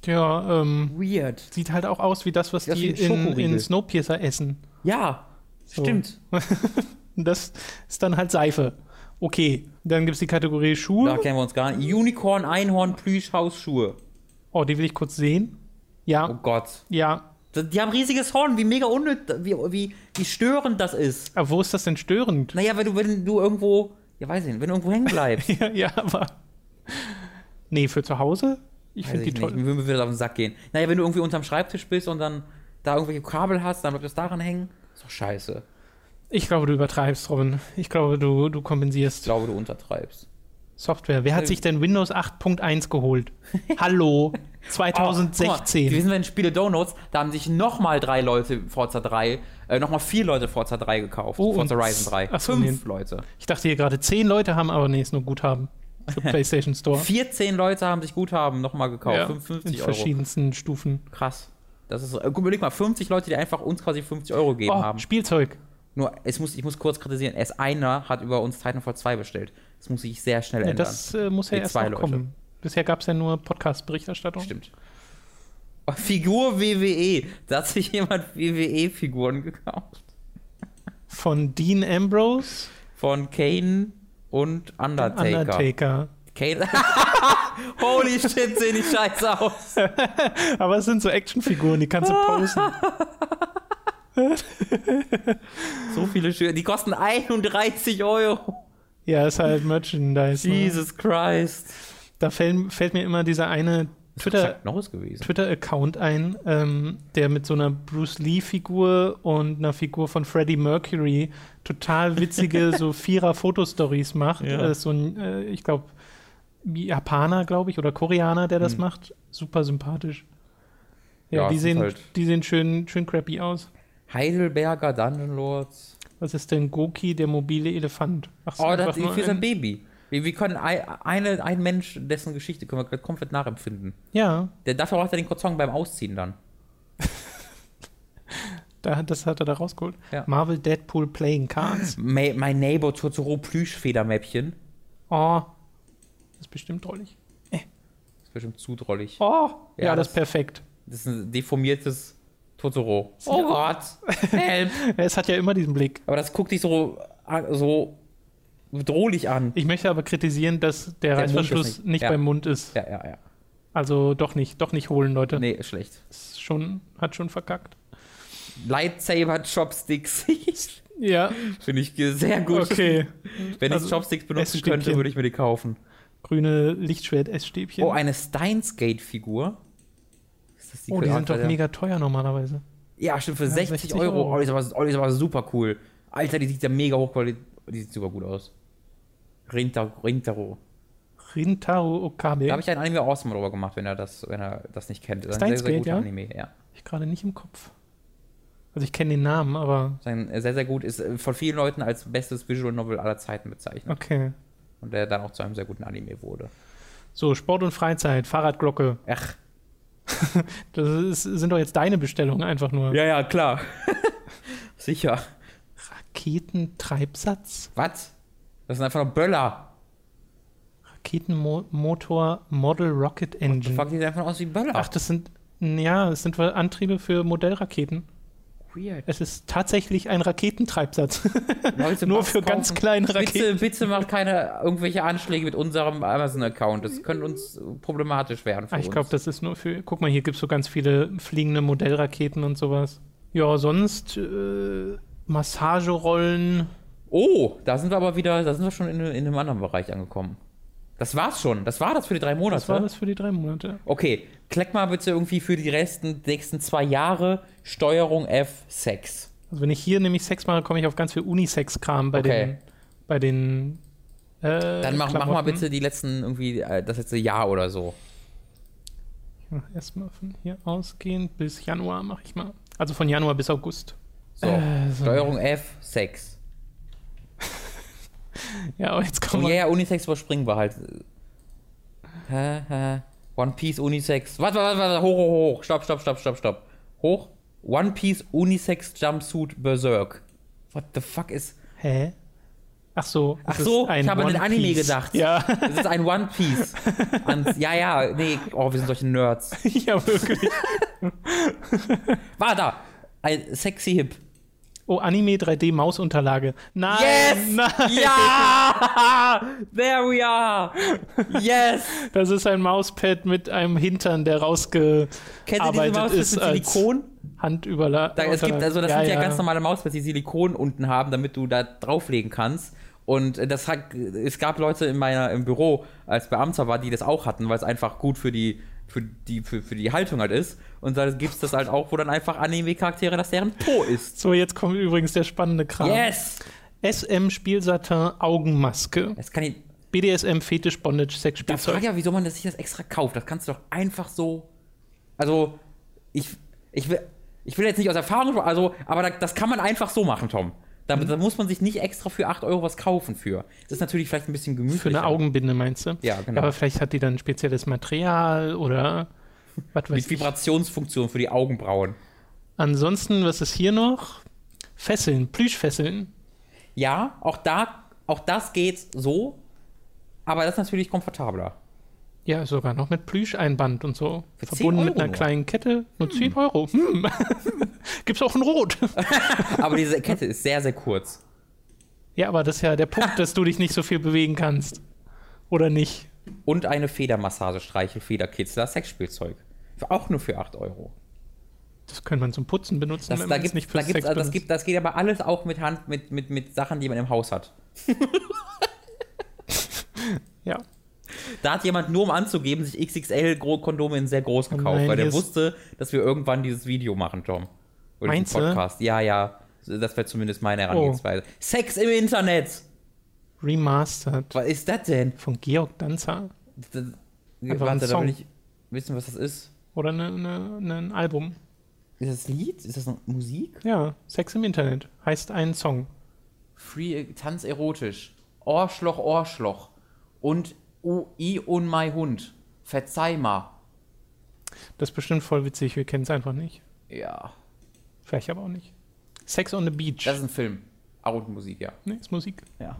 [SPEAKER 1] Tja, ähm,
[SPEAKER 2] Weird.
[SPEAKER 1] sieht halt auch aus wie das, was
[SPEAKER 2] Sieht aus
[SPEAKER 1] die
[SPEAKER 2] wie
[SPEAKER 1] in,
[SPEAKER 2] ein
[SPEAKER 1] in
[SPEAKER 2] Schokoriegel.
[SPEAKER 1] Snowpiercer essen.
[SPEAKER 2] Ja, stimmt.
[SPEAKER 1] Und Das ist dann halt Seife. Okay, dann gibt es die Kategorie
[SPEAKER 2] Da
[SPEAKER 1] Schuhe.
[SPEAKER 2] kennen wir uns gar nicht. Unicorn, Einhorn, Plüsch, Hausschuhe.
[SPEAKER 1] Oh, die will ich kurz sehen.
[SPEAKER 2] Oh
[SPEAKER 1] Ja,
[SPEAKER 2] Gott.
[SPEAKER 1] ja.
[SPEAKER 2] Das- Die haben riesiges Horn, wie mega unnütz, wie, wie, wie störend das ist.
[SPEAKER 1] Aber wo ist das denn störend?
[SPEAKER 2] Naja, wenn du, wenn du irgendwo, ja weiß ich nicht, wenn du irgendwo hängen bleibst.
[SPEAKER 1] ja, ja, aber. Nee, für zu Hause? Ich
[SPEAKER 2] Weiß
[SPEAKER 1] finde die
[SPEAKER 2] ich nicht,
[SPEAKER 1] toll.
[SPEAKER 2] mir würde das auf den Sack gehen. Naja, wenn du irgendwie unterm Schreibtisch bist und dann da irgendwelche Kabel hast, dann bleibt das daran hängen. Ist doch scheiße.
[SPEAKER 1] Ich glaube, du übertreibst, Robin. Ich glaube, du, du
[SPEAKER 2] Ich
[SPEAKER 1] kompensierst.
[SPEAKER 2] glaube, du untertreibst.
[SPEAKER 1] Oh, Software.
[SPEAKER 2] Äh.
[SPEAKER 1] Wer hat sich denn Windows 8.1 geholt? Hallo,
[SPEAKER 2] Oh, guck mal,
[SPEAKER 1] 2016.
[SPEAKER 2] wir sind bei den Spiele Donuts, da haben sich nochmal drei Leute Forza 3, äh, nochmal vier Leute Forza 3 gekauft.
[SPEAKER 1] Oh,
[SPEAKER 2] Forza
[SPEAKER 1] und-
[SPEAKER 2] Horizon 3.
[SPEAKER 1] ach so,
[SPEAKER 2] Fünf Leute.
[SPEAKER 1] Ich dachte hier gerade zehn Leute haben, aber nee, ist nur Guthaben. Für PlayStation Store.
[SPEAKER 2] 14 Leute haben sich Guthaben nochmal gekauft.
[SPEAKER 1] Ja, in
[SPEAKER 2] 55 Euro.
[SPEAKER 1] verschiedensten Stufen.
[SPEAKER 2] Krass. Das ist, äh, guck, überleg mal, 50 Leute, die einfach uns quasi 50 Euro gegeben
[SPEAKER 1] Oh,
[SPEAKER 2] haben.
[SPEAKER 1] Spielzeug.
[SPEAKER 2] Nur, es muss, ich muss kurz kritisieren, erst einer hat über uns Titanfall 2 bestellt. Das muss sich sehr schnell
[SPEAKER 1] Ja,
[SPEAKER 2] ändern.
[SPEAKER 1] das äh, muss ja
[SPEAKER 2] Nee,
[SPEAKER 1] erst
[SPEAKER 2] zwei
[SPEAKER 1] noch
[SPEAKER 2] Leute.
[SPEAKER 1] kommen. Bisher gab es ja nur Podcast-Berichterstattung.
[SPEAKER 2] Stimmt. Oh, Figur WWE. Da hat sich jemand WWE-Figuren gekauft.
[SPEAKER 1] Von Dean Ambrose,
[SPEAKER 2] Von Kane und Undertaker.
[SPEAKER 1] Undertaker.
[SPEAKER 2] Kane. Holy shit, sehen die scheiße aus.
[SPEAKER 1] Aber es sind so Actionfiguren, die kannst du posen.
[SPEAKER 2] So viele schöne. Die kosten 31 Euro.
[SPEAKER 1] Ja, ist halt Merchandise. Ne?
[SPEAKER 2] Jesus Christ.
[SPEAKER 1] Da fällt, fällt mir immer dieser eine Twitter-
[SPEAKER 2] Chuck Norris gewesen.
[SPEAKER 1] Twitter-Account ein, ähm, der mit so einer Bruce Lee-Figur und einer Figur von Freddie Mercury total witzige so Vierer-Fotostories macht.
[SPEAKER 2] Ja.
[SPEAKER 1] Das ist so ein, äh, ich glaube, Japaner, glaube ich, oder Koreaner, der das macht. Super sympathisch. Ja,
[SPEAKER 2] Mhm. Ja,
[SPEAKER 1] die,
[SPEAKER 2] es ist
[SPEAKER 1] sehen,
[SPEAKER 2] halt-
[SPEAKER 1] die sehen schön, schön crappy aus.
[SPEAKER 2] Heidelberger Dungeon Lords.
[SPEAKER 1] Was ist denn Goki, der mobile Elefant? Ach, ist
[SPEAKER 2] Oh,
[SPEAKER 1] einfach
[SPEAKER 2] das ist
[SPEAKER 1] nur
[SPEAKER 2] für sein
[SPEAKER 1] ein-
[SPEAKER 2] Baby. Wir, wir können ein, eine, ein Mensch, dessen Geschichte können wir komplett nachempfinden.
[SPEAKER 1] Ja,
[SPEAKER 2] Der, dafür braucht er den Song beim Ausziehen dann.
[SPEAKER 1] da, hat- das hat er da rausgeholt.
[SPEAKER 2] Ja.
[SPEAKER 1] Marvel Deadpool Playing Cards.
[SPEAKER 2] My, my Neighbor Totoro Plüschfedermäppchen.
[SPEAKER 1] Oh, das ist bestimmt drollig.
[SPEAKER 2] Das ist bestimmt zu drollig.
[SPEAKER 1] Oh, ja,
[SPEAKER 2] Ja,
[SPEAKER 1] das ist
[SPEAKER 2] das-
[SPEAKER 1] perfekt.
[SPEAKER 2] Das ist ein deformiertes Totoro.
[SPEAKER 1] Oh
[SPEAKER 2] Gott. Help.
[SPEAKER 1] Es hat ja immer diesen Blick.
[SPEAKER 2] Aber das guckt dich so, ah, so bedrohlich an.
[SPEAKER 1] Ich möchte aber kritisieren, dass der,
[SPEAKER 2] Der Mund ist
[SPEAKER 1] Reißverschluss
[SPEAKER 2] nicht-
[SPEAKER 1] nicht
[SPEAKER 2] ja.
[SPEAKER 1] beim Mund ist.
[SPEAKER 2] Ja, ja, ja.
[SPEAKER 1] Also doch nicht, doch nicht holen, Leute.
[SPEAKER 2] Nee, ist schlecht.
[SPEAKER 1] Ist schon, hat schon verkackt.
[SPEAKER 2] Lightsaber-Chopsticks.
[SPEAKER 1] Ja,
[SPEAKER 2] Finde ich sehr gut.
[SPEAKER 1] okay.
[SPEAKER 2] Wenn ich
[SPEAKER 1] Also,
[SPEAKER 2] Chopsticks benutzen
[SPEAKER 1] Essstäbchen.
[SPEAKER 2] könnte, würde ich mir die kaufen.
[SPEAKER 1] Grüne Lichtschwert-Essstäbchen.
[SPEAKER 2] Oh, eine Steinsgate-Figur. Ist das
[SPEAKER 1] Oh, die sind doch
[SPEAKER 2] Alter.
[SPEAKER 1] mega teuer normalerweise.
[SPEAKER 2] Ja, stimmt, für 60,
[SPEAKER 1] 60
[SPEAKER 2] Euro.
[SPEAKER 1] Euro.
[SPEAKER 2] Oh, die ist, aber, oh, die ist aber super cool. Alter, die sieht ja mega hochqualitativ. Die sieht super gut aus. Rinta- Rintaro.
[SPEAKER 1] Rintaro Okabe.
[SPEAKER 2] Da habe
[SPEAKER 1] Habe ich,
[SPEAKER 2] ich einen Anime Awesome drüber gemacht, wenn er das, wenn er das nicht kennt. Das ist
[SPEAKER 1] Steins Gate, ja?
[SPEAKER 2] Anime, ja.
[SPEAKER 1] gerade nicht im Kopf. Also ich kenne den Namen, aber
[SPEAKER 2] Sein, äh, sehr, sehr gut. Ist äh, von vielen Leuten als bestes Visual Novel aller Zeiten bezeichnet.
[SPEAKER 1] okay.
[SPEAKER 2] Und der dann auch zu einem sehr guten Anime wurde.
[SPEAKER 1] So, Sport und Freizeit, Fahrradglocke.
[SPEAKER 2] Ach.
[SPEAKER 1] Das ist, sind doch jetzt deine Bestellungen einfach nur.
[SPEAKER 2] Ja, ja, klar. Sicher.
[SPEAKER 1] Raketentreibsatz,
[SPEAKER 2] Was? Das sind einfach nur Böller.
[SPEAKER 1] Raketenmotor, Model Rocket
[SPEAKER 2] Die
[SPEAKER 1] Engine.
[SPEAKER 2] Fuck, die sehen einfach aus wie Böller.
[SPEAKER 1] Hm. Ach, das sind, ja, das sind wohl Antriebe für Modellraketen.
[SPEAKER 2] weird.
[SPEAKER 1] Es ist tatsächlich ein Raketentreibsatz.
[SPEAKER 2] Leute,
[SPEAKER 1] nur
[SPEAKER 2] macht's
[SPEAKER 1] für ganz
[SPEAKER 2] kaufen.
[SPEAKER 1] kleine Raketen.
[SPEAKER 2] Bitte, bitte macht keine irgendwelche Anschläge mit unserem Amazon-Account. Das könnte uns problematisch werden für
[SPEAKER 1] Ah, ich
[SPEAKER 2] uns.
[SPEAKER 1] glaube, das ist nur für. Guck mal, hier gibt es so ganz viele fliegende Modellraketen und sowas. Ja, sonst äh, Massagerollen.
[SPEAKER 2] oh, da sind wir aber wieder, da sind wir schon in, in einem anderen Bereich angekommen. Das war's schon. Das war das für die drei Monate.
[SPEAKER 1] Was war das für die drei Monate?
[SPEAKER 2] Okay, kleck mal bitte irgendwie für die resten nächsten zwei Jahre Steuerung F Sex.
[SPEAKER 1] Also wenn ich hier nämlich Sex mache, komme ich auf ganz viel Unisex-Kram bei
[SPEAKER 2] Okay.
[SPEAKER 1] den. Bei den äh,
[SPEAKER 2] Dann mach, mach mal
[SPEAKER 1] Klamotten.
[SPEAKER 2] bitte die letzten irgendwie äh, das letzte Jahr oder so.
[SPEAKER 1] Erstmal von hier ausgehend bis Januar mache ich mal. Also von Januar bis August.
[SPEAKER 2] So,
[SPEAKER 1] Äh, so.
[SPEAKER 2] Steuerung F Sex.
[SPEAKER 1] Ja, aber jetzt
[SPEAKER 2] Oh
[SPEAKER 1] kommen
[SPEAKER 2] ja,
[SPEAKER 1] wir.
[SPEAKER 2] ja, Unisex überspringen wir halt. Hä, hä. One Piece Unisex. Warte, warte, warte, hoch, hoch, hoch. Stopp, stopp, stopp, stopp, stopp. Hoch. One Piece Unisex Jumpsuit Berserk. What the fuck ist.
[SPEAKER 1] Hä? Ach so.
[SPEAKER 2] Ach
[SPEAKER 1] es
[SPEAKER 2] so,
[SPEAKER 1] ist
[SPEAKER 2] ich habe an den
[SPEAKER 1] One
[SPEAKER 2] Anime
[SPEAKER 1] Piece.
[SPEAKER 2] gedacht.
[SPEAKER 1] Ja,
[SPEAKER 2] Das ist ein One Piece. An, ja, ja, nee. Oh, wir sind solche Nerds.
[SPEAKER 1] ja wirklich.
[SPEAKER 2] War da. Ein sexy Hip.
[SPEAKER 1] Oh, Anime 3D Mausunterlage. Nein,
[SPEAKER 2] Yes!
[SPEAKER 1] nein.
[SPEAKER 2] Ja! There we are! Yes!
[SPEAKER 1] Das ist ein Mauspad mit einem Hintern, der
[SPEAKER 2] Kennt ihr diese
[SPEAKER 1] rausgearbeitet
[SPEAKER 2] Maus mit
[SPEAKER 1] ist als
[SPEAKER 2] Silikon?
[SPEAKER 1] Handüberlage.
[SPEAKER 2] Da, es gibt, also das sind ja, ganz normale Mauspads, die Silikon unten haben, damit du da drauflegen kannst. Und äh, das hat, es gab Leute in meiner, im Büro, als Beamter war, die das auch hatten, weil es einfach gut für die, für die, für, für die Haltung halt ist. Und da gibt es das halt auch, wo dann einfach Anime-Charaktere, dass deren Po ist.
[SPEAKER 1] So, jetzt kommt übrigens der spannende Kram.
[SPEAKER 2] Yes!
[SPEAKER 1] SM Spielsatin Augenmaske.
[SPEAKER 2] Das kann ich,
[SPEAKER 1] BDSM Fetisch Bondage Sex
[SPEAKER 2] da frage ich
[SPEAKER 1] Spielzeug.
[SPEAKER 2] ja, wieso man das sich das extra kauft. Das kannst du doch einfach so. Also, ich, ich will. Ich will jetzt nicht aus Erfahrung, also, aber da, das kann man einfach so machen, Tom. Da,
[SPEAKER 1] Mhm.
[SPEAKER 2] da muss man sich nicht extra für 8 Euro was kaufen für. Das ist natürlich vielleicht ein bisschen gemütlicher.
[SPEAKER 1] Für eine Augenbinde meinst du?
[SPEAKER 2] Ja, genau.
[SPEAKER 1] Aber vielleicht hat die dann spezielles Material oder was weiß
[SPEAKER 2] Mit
[SPEAKER 1] ich.
[SPEAKER 2] Vibrationsfunktion für die Augenbrauen.
[SPEAKER 1] Ansonsten, was ist hier noch? Fesseln, Plüschfesseln.
[SPEAKER 2] Ja, auch da, auch das geht so, aber das ist natürlich komfortabler.
[SPEAKER 1] Ja, sogar noch mit Plüscheinband und so.
[SPEAKER 2] Für 10
[SPEAKER 1] Verbunden mit
[SPEAKER 2] Euro
[SPEAKER 1] einer
[SPEAKER 2] nur.
[SPEAKER 1] kleinen Kette. Nur 10 Euro. Hm. Gibt's auch ein Rot.
[SPEAKER 2] Aber diese Kette ist sehr, sehr kurz.
[SPEAKER 1] Ja, aber das ist ja der Punkt, dass du dich nicht so viel bewegen kannst. Oder nicht?
[SPEAKER 2] Und eine Federmassage, Streichel, Federkitzler, Sexspielzeug. Für, auch nur für 8 Euro.
[SPEAKER 1] Das könnte man zum Putzen benutzen,
[SPEAKER 2] Das,
[SPEAKER 1] wenn
[SPEAKER 2] da
[SPEAKER 1] man es
[SPEAKER 2] gibt,
[SPEAKER 1] nicht für
[SPEAKER 2] da gibt's,
[SPEAKER 1] Sex
[SPEAKER 2] also das,
[SPEAKER 1] benutzt.
[SPEAKER 2] gibt, das geht aber alles auch mit Hand, mit, mit, mit Sachen, die man im Haus hat.
[SPEAKER 1] ja.
[SPEAKER 2] Da hat jemand nur um anzugeben, sich XXL-Kondome in sehr groß gekauft,
[SPEAKER 1] Oh nein,
[SPEAKER 2] weil
[SPEAKER 1] hier
[SPEAKER 2] der
[SPEAKER 1] ist-
[SPEAKER 2] wusste, dass wir irgendwann dieses Video machen, Tom. Oder
[SPEAKER 1] Meinst du? Oh.
[SPEAKER 2] diesen Podcast. Ja, ja. Das wäre zumindest meine Herangehensweise. Sex im Internet!
[SPEAKER 1] Remastered
[SPEAKER 2] Was ist das denn?
[SPEAKER 1] von Georg Danzer.
[SPEAKER 2] Das,
[SPEAKER 1] ein
[SPEAKER 2] warte, da
[SPEAKER 1] Song.
[SPEAKER 2] will ich wissen, was das ist.
[SPEAKER 1] Oder ne, ne, ne, ein Album.
[SPEAKER 2] Ist das Lied? Ist das eine Musik?
[SPEAKER 1] Ja, Sex im Internet heißt ein Song.
[SPEAKER 2] Free äh, Tanz erotisch. Ohrschloch, Ohrschloch. Und U I und mein Hund. Verzeih mal.
[SPEAKER 1] Das ist bestimmt voll witzig, wir kennen es einfach nicht.
[SPEAKER 2] Ja.
[SPEAKER 1] Vielleicht aber auch nicht. Sex on the Beach.
[SPEAKER 2] Das ist ein Film. und Musik, ja.
[SPEAKER 1] nee, ist Musik.
[SPEAKER 2] Ja.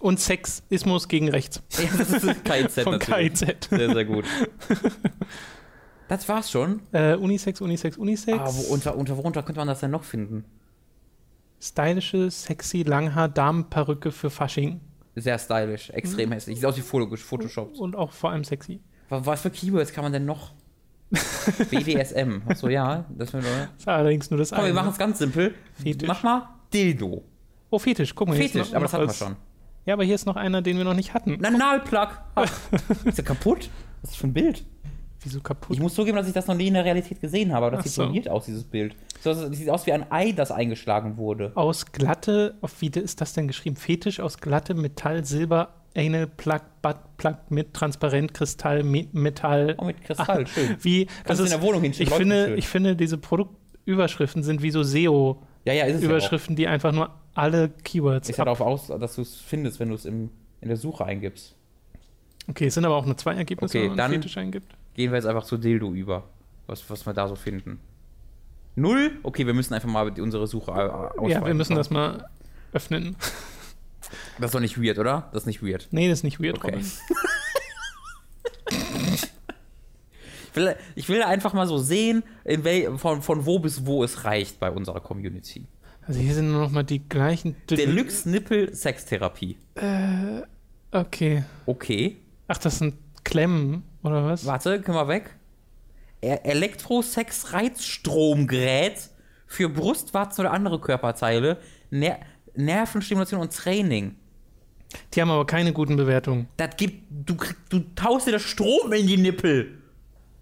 [SPEAKER 1] Und Sexismus gegen rechts.
[SPEAKER 2] ja das ist KIZ
[SPEAKER 1] Von
[SPEAKER 2] natürlich.
[SPEAKER 1] KIZ.
[SPEAKER 2] Sehr, sehr gut. Das war's schon.
[SPEAKER 1] Äh, Unisex, Unisex, Unisex.
[SPEAKER 2] Aber unter, unter worunter könnte man das denn noch finden?
[SPEAKER 1] Stylische, sexy, langhaar Damenperücke für Fasching.
[SPEAKER 2] Sehr stylisch, extrem hässlich. Sieht aus wie Photoshop.
[SPEAKER 1] Und auch vor allem sexy.
[SPEAKER 2] Wa- Was für Keywords kann man denn noch? BDSM. Achso, ja. Das wird, oder?
[SPEAKER 1] Das ist allerdings nur das
[SPEAKER 2] Komm, wir
[SPEAKER 1] eine.
[SPEAKER 2] machen es ganz simpel.
[SPEAKER 1] Fetisch.
[SPEAKER 2] Mach mal Dildo.
[SPEAKER 1] oh, Fetisch, guck mal. hier ist
[SPEAKER 2] Fetisch,
[SPEAKER 1] noch-
[SPEAKER 2] aber das
[SPEAKER 1] noch
[SPEAKER 2] hatten wir
[SPEAKER 1] als-
[SPEAKER 2] schon.
[SPEAKER 1] Ja, aber hier ist noch einer, den wir noch nicht hatten.
[SPEAKER 2] Ein Analplug. Ah, Ist der kaputt? Was ist das für ein Bild?
[SPEAKER 1] Wieso kaputt?
[SPEAKER 2] Ich muss zugeben, dass ich das noch nie in der Realität gesehen habe, aber das
[SPEAKER 1] Ach
[SPEAKER 2] sieht
[SPEAKER 1] so.
[SPEAKER 2] so weird aus, dieses Bild. So, Das sieht aus wie ein Ei, das eingeschlagen wurde.
[SPEAKER 1] Aus glatte, auf wie ist das denn geschrieben? Fetisch aus glatte Metall, Silber, Anal, Plug, Butt, Plug mit Transparent, Kristall, Me Metall.
[SPEAKER 2] Oh, mit Kristall,
[SPEAKER 1] Ah.
[SPEAKER 2] schön.
[SPEAKER 1] Wie,
[SPEAKER 2] Kannst du in der Wohnung hinschieben,
[SPEAKER 1] ich
[SPEAKER 2] läuft
[SPEAKER 1] finde,
[SPEAKER 2] schön.
[SPEAKER 1] ich finde, diese Produktüberschriften sind wie so SEO-Überschriften,
[SPEAKER 2] Ja, ja, ist es
[SPEAKER 1] die einfach nur alle Keywords
[SPEAKER 2] Ja auch. Ist ja
[SPEAKER 1] ab.
[SPEAKER 2] darauf aus, dass du es findest, wenn du es im- in der Suche eingibst.
[SPEAKER 1] Okay, es sind aber auch nur zwei Ergebnisse,
[SPEAKER 2] Okay,
[SPEAKER 1] wenn man
[SPEAKER 2] dann-
[SPEAKER 1] Fetisch eingibt.
[SPEAKER 2] Gehen wir jetzt einfach zu Dildo über. Was, was wir da so finden. Null? Okay, wir müssen einfach mal unsere Suche äh, ausweiten.
[SPEAKER 1] Ja, wir müssen das mal öffnen.
[SPEAKER 2] Das ist doch nicht weird, oder? Das ist nicht weird.
[SPEAKER 1] Nee, das ist nicht weird,
[SPEAKER 2] Okay.
[SPEAKER 1] Robin.
[SPEAKER 2] Ich will, ich will einfach mal so sehen, in wel, von, von wo bis wo es reicht bei unserer Community.
[SPEAKER 1] Also hier sind nur noch mal die gleichen...
[SPEAKER 2] Deluxe Nippel Sextherapie.
[SPEAKER 1] Okay.
[SPEAKER 2] Okay.
[SPEAKER 1] Ach, das sind Klemmen, oder was?
[SPEAKER 2] Warte, können wir weg. E- Elektrosex-Reizstromgerät für Brustwarzen oder andere Körperteile, Ner Nervenstimulation und Training.
[SPEAKER 1] Die haben aber keine guten Bewertungen.
[SPEAKER 2] Das gibt, du, krieg- du taust dir das Strom in die Nippel.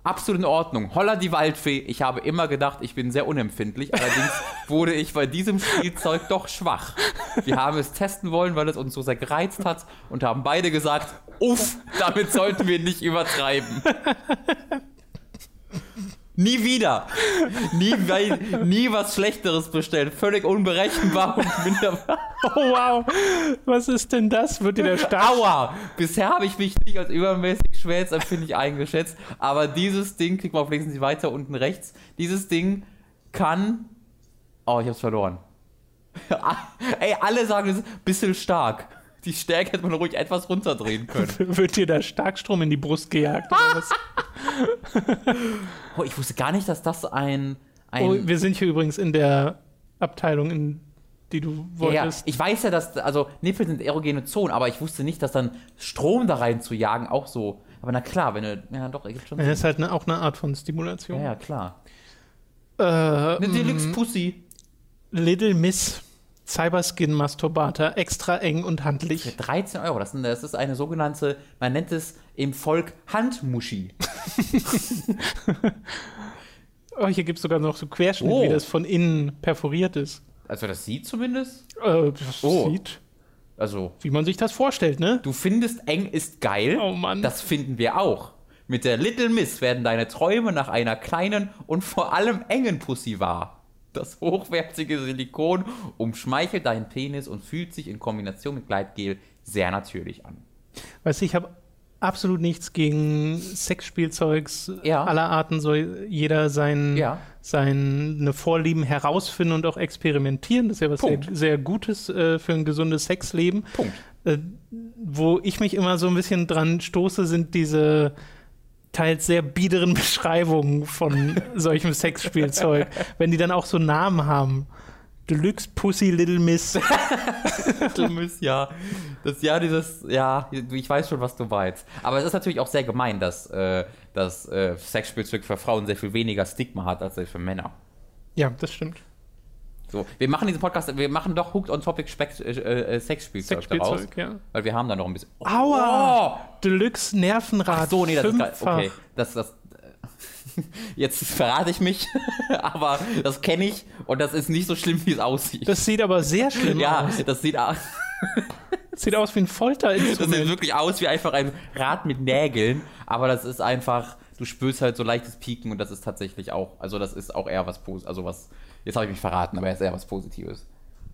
[SPEAKER 2] Absolut in Ordnung. Holla die Waldfee. Ich habe immer gedacht, ich bin sehr unempfindlich. Allerdings wurde ich bei diesem Spielzeug doch schwach. Wir haben es testen wollen, weil es uns so sehr gereizt hat und haben beide gesagt, uff, damit sollten wir nicht übertreiben. Nie wieder. Nie, wei- nie was Schlechteres bestellt. Völlig unberechenbar und minderbar.
[SPEAKER 1] Oh, wow. Was ist denn das? Wird dir der Star...
[SPEAKER 2] Aua! Bisher habe ich mich nicht als übermäßig schmerzempfindlich eingeschätzt, aber dieses Ding, klick mal auf links und weiter unten rechts, dieses Ding kann. Oh, ich hab's verloren. Ey, alle sagen, es ist ein bisschen stark. Die Stärke hätte man ruhig etwas runterdrehen können.
[SPEAKER 1] Wird dir der Starkstrom in die Brust gejagt? Oder was?
[SPEAKER 2] Oh, ich wusste gar nicht, dass das ein. ein
[SPEAKER 1] Oh, wir sind hier übrigens in der Abteilung, in die du
[SPEAKER 2] ja, ja.
[SPEAKER 1] wolltest.
[SPEAKER 2] ich weiß ja, dass. Also, Nippel sind erogene Zonen, aber ich wusste nicht, dass dann Strom da rein zu jagen auch so. Aber na klar, wenn du. Ja, doch, ergibt schon.
[SPEAKER 1] Das
[SPEAKER 2] Sinn.
[SPEAKER 1] ist halt ne- auch eine Art von
[SPEAKER 2] Ja,
[SPEAKER 1] Stimulation.
[SPEAKER 2] ja, klar. Mhm.
[SPEAKER 1] Ja.
[SPEAKER 2] Eine Deluxe Pussy.
[SPEAKER 1] Little Miss Cyberskin Masturbator, extra eng und handlich.
[SPEAKER 2] 13 Euro, das, sind, das ist eine sogenannte, man nennt es im Volk Handmuschi.
[SPEAKER 1] Oh, hier gibt es sogar noch so Querschnitt,
[SPEAKER 2] Oh.
[SPEAKER 1] wie das von innen perforiert ist.
[SPEAKER 2] Also das sieht zumindest.
[SPEAKER 1] Äh, das
[SPEAKER 2] Oh.
[SPEAKER 1] sieht,
[SPEAKER 2] Also,
[SPEAKER 1] wie man sich das vorstellt, ne?
[SPEAKER 2] du findest eng ist geil.
[SPEAKER 1] Oh Mann.
[SPEAKER 2] Das finden wir auch. Mit der Little Miss werden deine Träume nach einer kleinen und vor allem engen Pussy wahr. Das hochwertige Silikon umschmeichelt deinen Penis und fühlt sich in Kombination mit Gleitgel sehr natürlich an.
[SPEAKER 1] Weißt du, ich habe absolut nichts gegen Sexspielzeugs
[SPEAKER 2] Ja.
[SPEAKER 1] aller Arten. Soll jeder sein,
[SPEAKER 2] Ja.
[SPEAKER 1] seine Vorlieben herausfinden und auch experimentieren. Das ist ja was sehr,
[SPEAKER 2] Punkt.
[SPEAKER 1] sehr Gutes äh, für ein gesundes Sexleben.
[SPEAKER 2] Punkt.
[SPEAKER 1] Äh, wo ich mich immer so ein bisschen dran stoße, sind diese teils sehr biederen Beschreibungen von solchem Sexspielzeug, wenn die dann auch so Namen haben. Deluxe Pussy Little Miss.
[SPEAKER 2] Schlimmes Jahr. Das Jahr dieses, ja, ich weiß schon, was du meinst. Aber es ist natürlich auch sehr gemein, dass äh, das äh, Sexspielzeug für Frauen sehr viel weniger Stigma hat als für Männer.
[SPEAKER 1] Ja, das stimmt.
[SPEAKER 2] So, wir machen diesen Podcast, wir machen doch Hooked on Topic Spekt äh, äh, Sexspielzeug, daraus.
[SPEAKER 1] Sexspielzeug, ja.
[SPEAKER 2] Weil wir haben da noch ein bisschen. Oh,
[SPEAKER 1] Aua!
[SPEAKER 2] Oh!
[SPEAKER 1] Deluxe Nervenrad.
[SPEAKER 2] Ach so, nee, das ist
[SPEAKER 1] fünffach.
[SPEAKER 2] gar, okay. Das, das, äh, jetzt verrate ich mich, aber das kenne ich und das ist nicht so schlimm, wie es aussieht.
[SPEAKER 1] Das sieht aber sehr schlimm
[SPEAKER 2] ja,
[SPEAKER 1] aus.
[SPEAKER 2] das sieht aus.
[SPEAKER 1] Das sieht aus wie ein
[SPEAKER 2] Das sieht
[SPEAKER 1] Folterinstrument.
[SPEAKER 2] wirklich aus wie einfach ein Rad mit Nägeln, aber das ist einfach, du spürst halt so leichtes Pieken und das ist tatsächlich auch, also das ist auch eher was Positives, also was, jetzt habe ich mich verraten, aber es ist eher was Positives.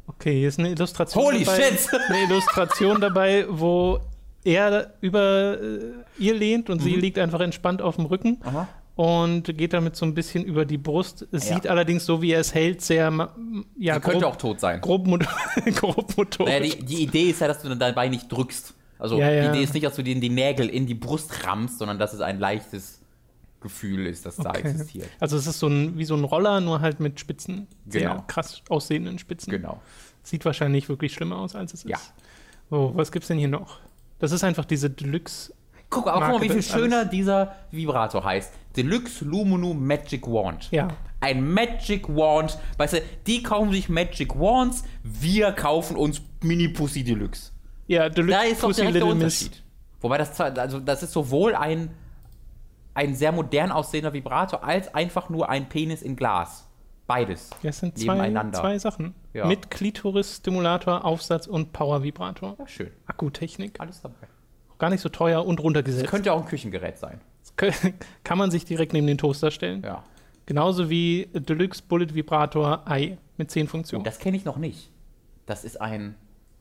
[SPEAKER 1] Okay, hier ist eine Illustration
[SPEAKER 2] Holy
[SPEAKER 1] dabei.
[SPEAKER 2] shit!
[SPEAKER 1] Eine Illustration dabei, wo er über äh, ihr lehnt und
[SPEAKER 2] Mhm.
[SPEAKER 1] sie liegt einfach entspannt auf dem Rücken
[SPEAKER 2] Aha.
[SPEAKER 1] und geht damit so ein bisschen über die Brust. Es
[SPEAKER 2] Ja.
[SPEAKER 1] sieht allerdings so, wie er es hält, sehr ma- m- ja,
[SPEAKER 2] Die könnte auch tot sein.
[SPEAKER 1] grob, mot- grob motorisch.
[SPEAKER 2] Naja, die, die Idee ist ja, dass du dann dabei nicht drückst. Also
[SPEAKER 1] Ja, ja.
[SPEAKER 2] die Idee ist nicht, dass du dir die Nägel in die Brust rammst, sondern dass es ein leichtes Gefühl ist, das da
[SPEAKER 1] Okay.
[SPEAKER 2] existiert.
[SPEAKER 1] Also es ist so ein, wie so ein Roller, nur halt mit Spitzen. Sehr
[SPEAKER 2] Genau.
[SPEAKER 1] krass aussehenden Spitzen.
[SPEAKER 2] Genau.
[SPEAKER 1] Sieht wahrscheinlich wirklich schlimmer aus, als es
[SPEAKER 2] Ja.
[SPEAKER 1] ist. Oh, was gibt's denn hier noch? Das ist einfach diese Deluxe
[SPEAKER 2] Guck, aber guck mal, wie
[SPEAKER 1] Marketing,
[SPEAKER 2] viel schöner
[SPEAKER 1] alles.
[SPEAKER 2] dieser Vibrator heißt. Deluxe Lumino Magic Wand.
[SPEAKER 1] Ja.
[SPEAKER 2] Ein Magic Wand. Weißt du, die kaufen sich Magic Wands, wir kaufen uns Mini Pussy Deluxe.
[SPEAKER 1] Ja, Deluxe
[SPEAKER 2] Da ist doch
[SPEAKER 1] Pussy
[SPEAKER 2] direkt der
[SPEAKER 1] Little Miss.
[SPEAKER 2] Unterschied. Wobei das, zwar- also das ist sowohl ein, ein sehr modern aussehender Vibrator als einfach nur ein Penis in Glas. Beides.
[SPEAKER 1] Das sind zwei,
[SPEAKER 2] Nebeneinander.
[SPEAKER 1] zwei Sachen.
[SPEAKER 2] Ja.
[SPEAKER 1] Mit Klitoris, Stimulator, Aufsatz und Power-Vibrator.
[SPEAKER 2] Ja, schön.
[SPEAKER 1] Akkutechnik.
[SPEAKER 2] Alles dabei.
[SPEAKER 1] Gar nicht so teuer und runtergesetzt.
[SPEAKER 2] Könnte auch ein Küchengerät sein.
[SPEAKER 1] Kö- Kann man sich direkt neben den Toaster stellen.
[SPEAKER 2] Ja.
[SPEAKER 1] Genauso wie Deluxe Bullet Vibrator Ei mit 10 Funktionen.
[SPEAKER 2] Oh, Das kenne ich noch nicht. Das ist ein,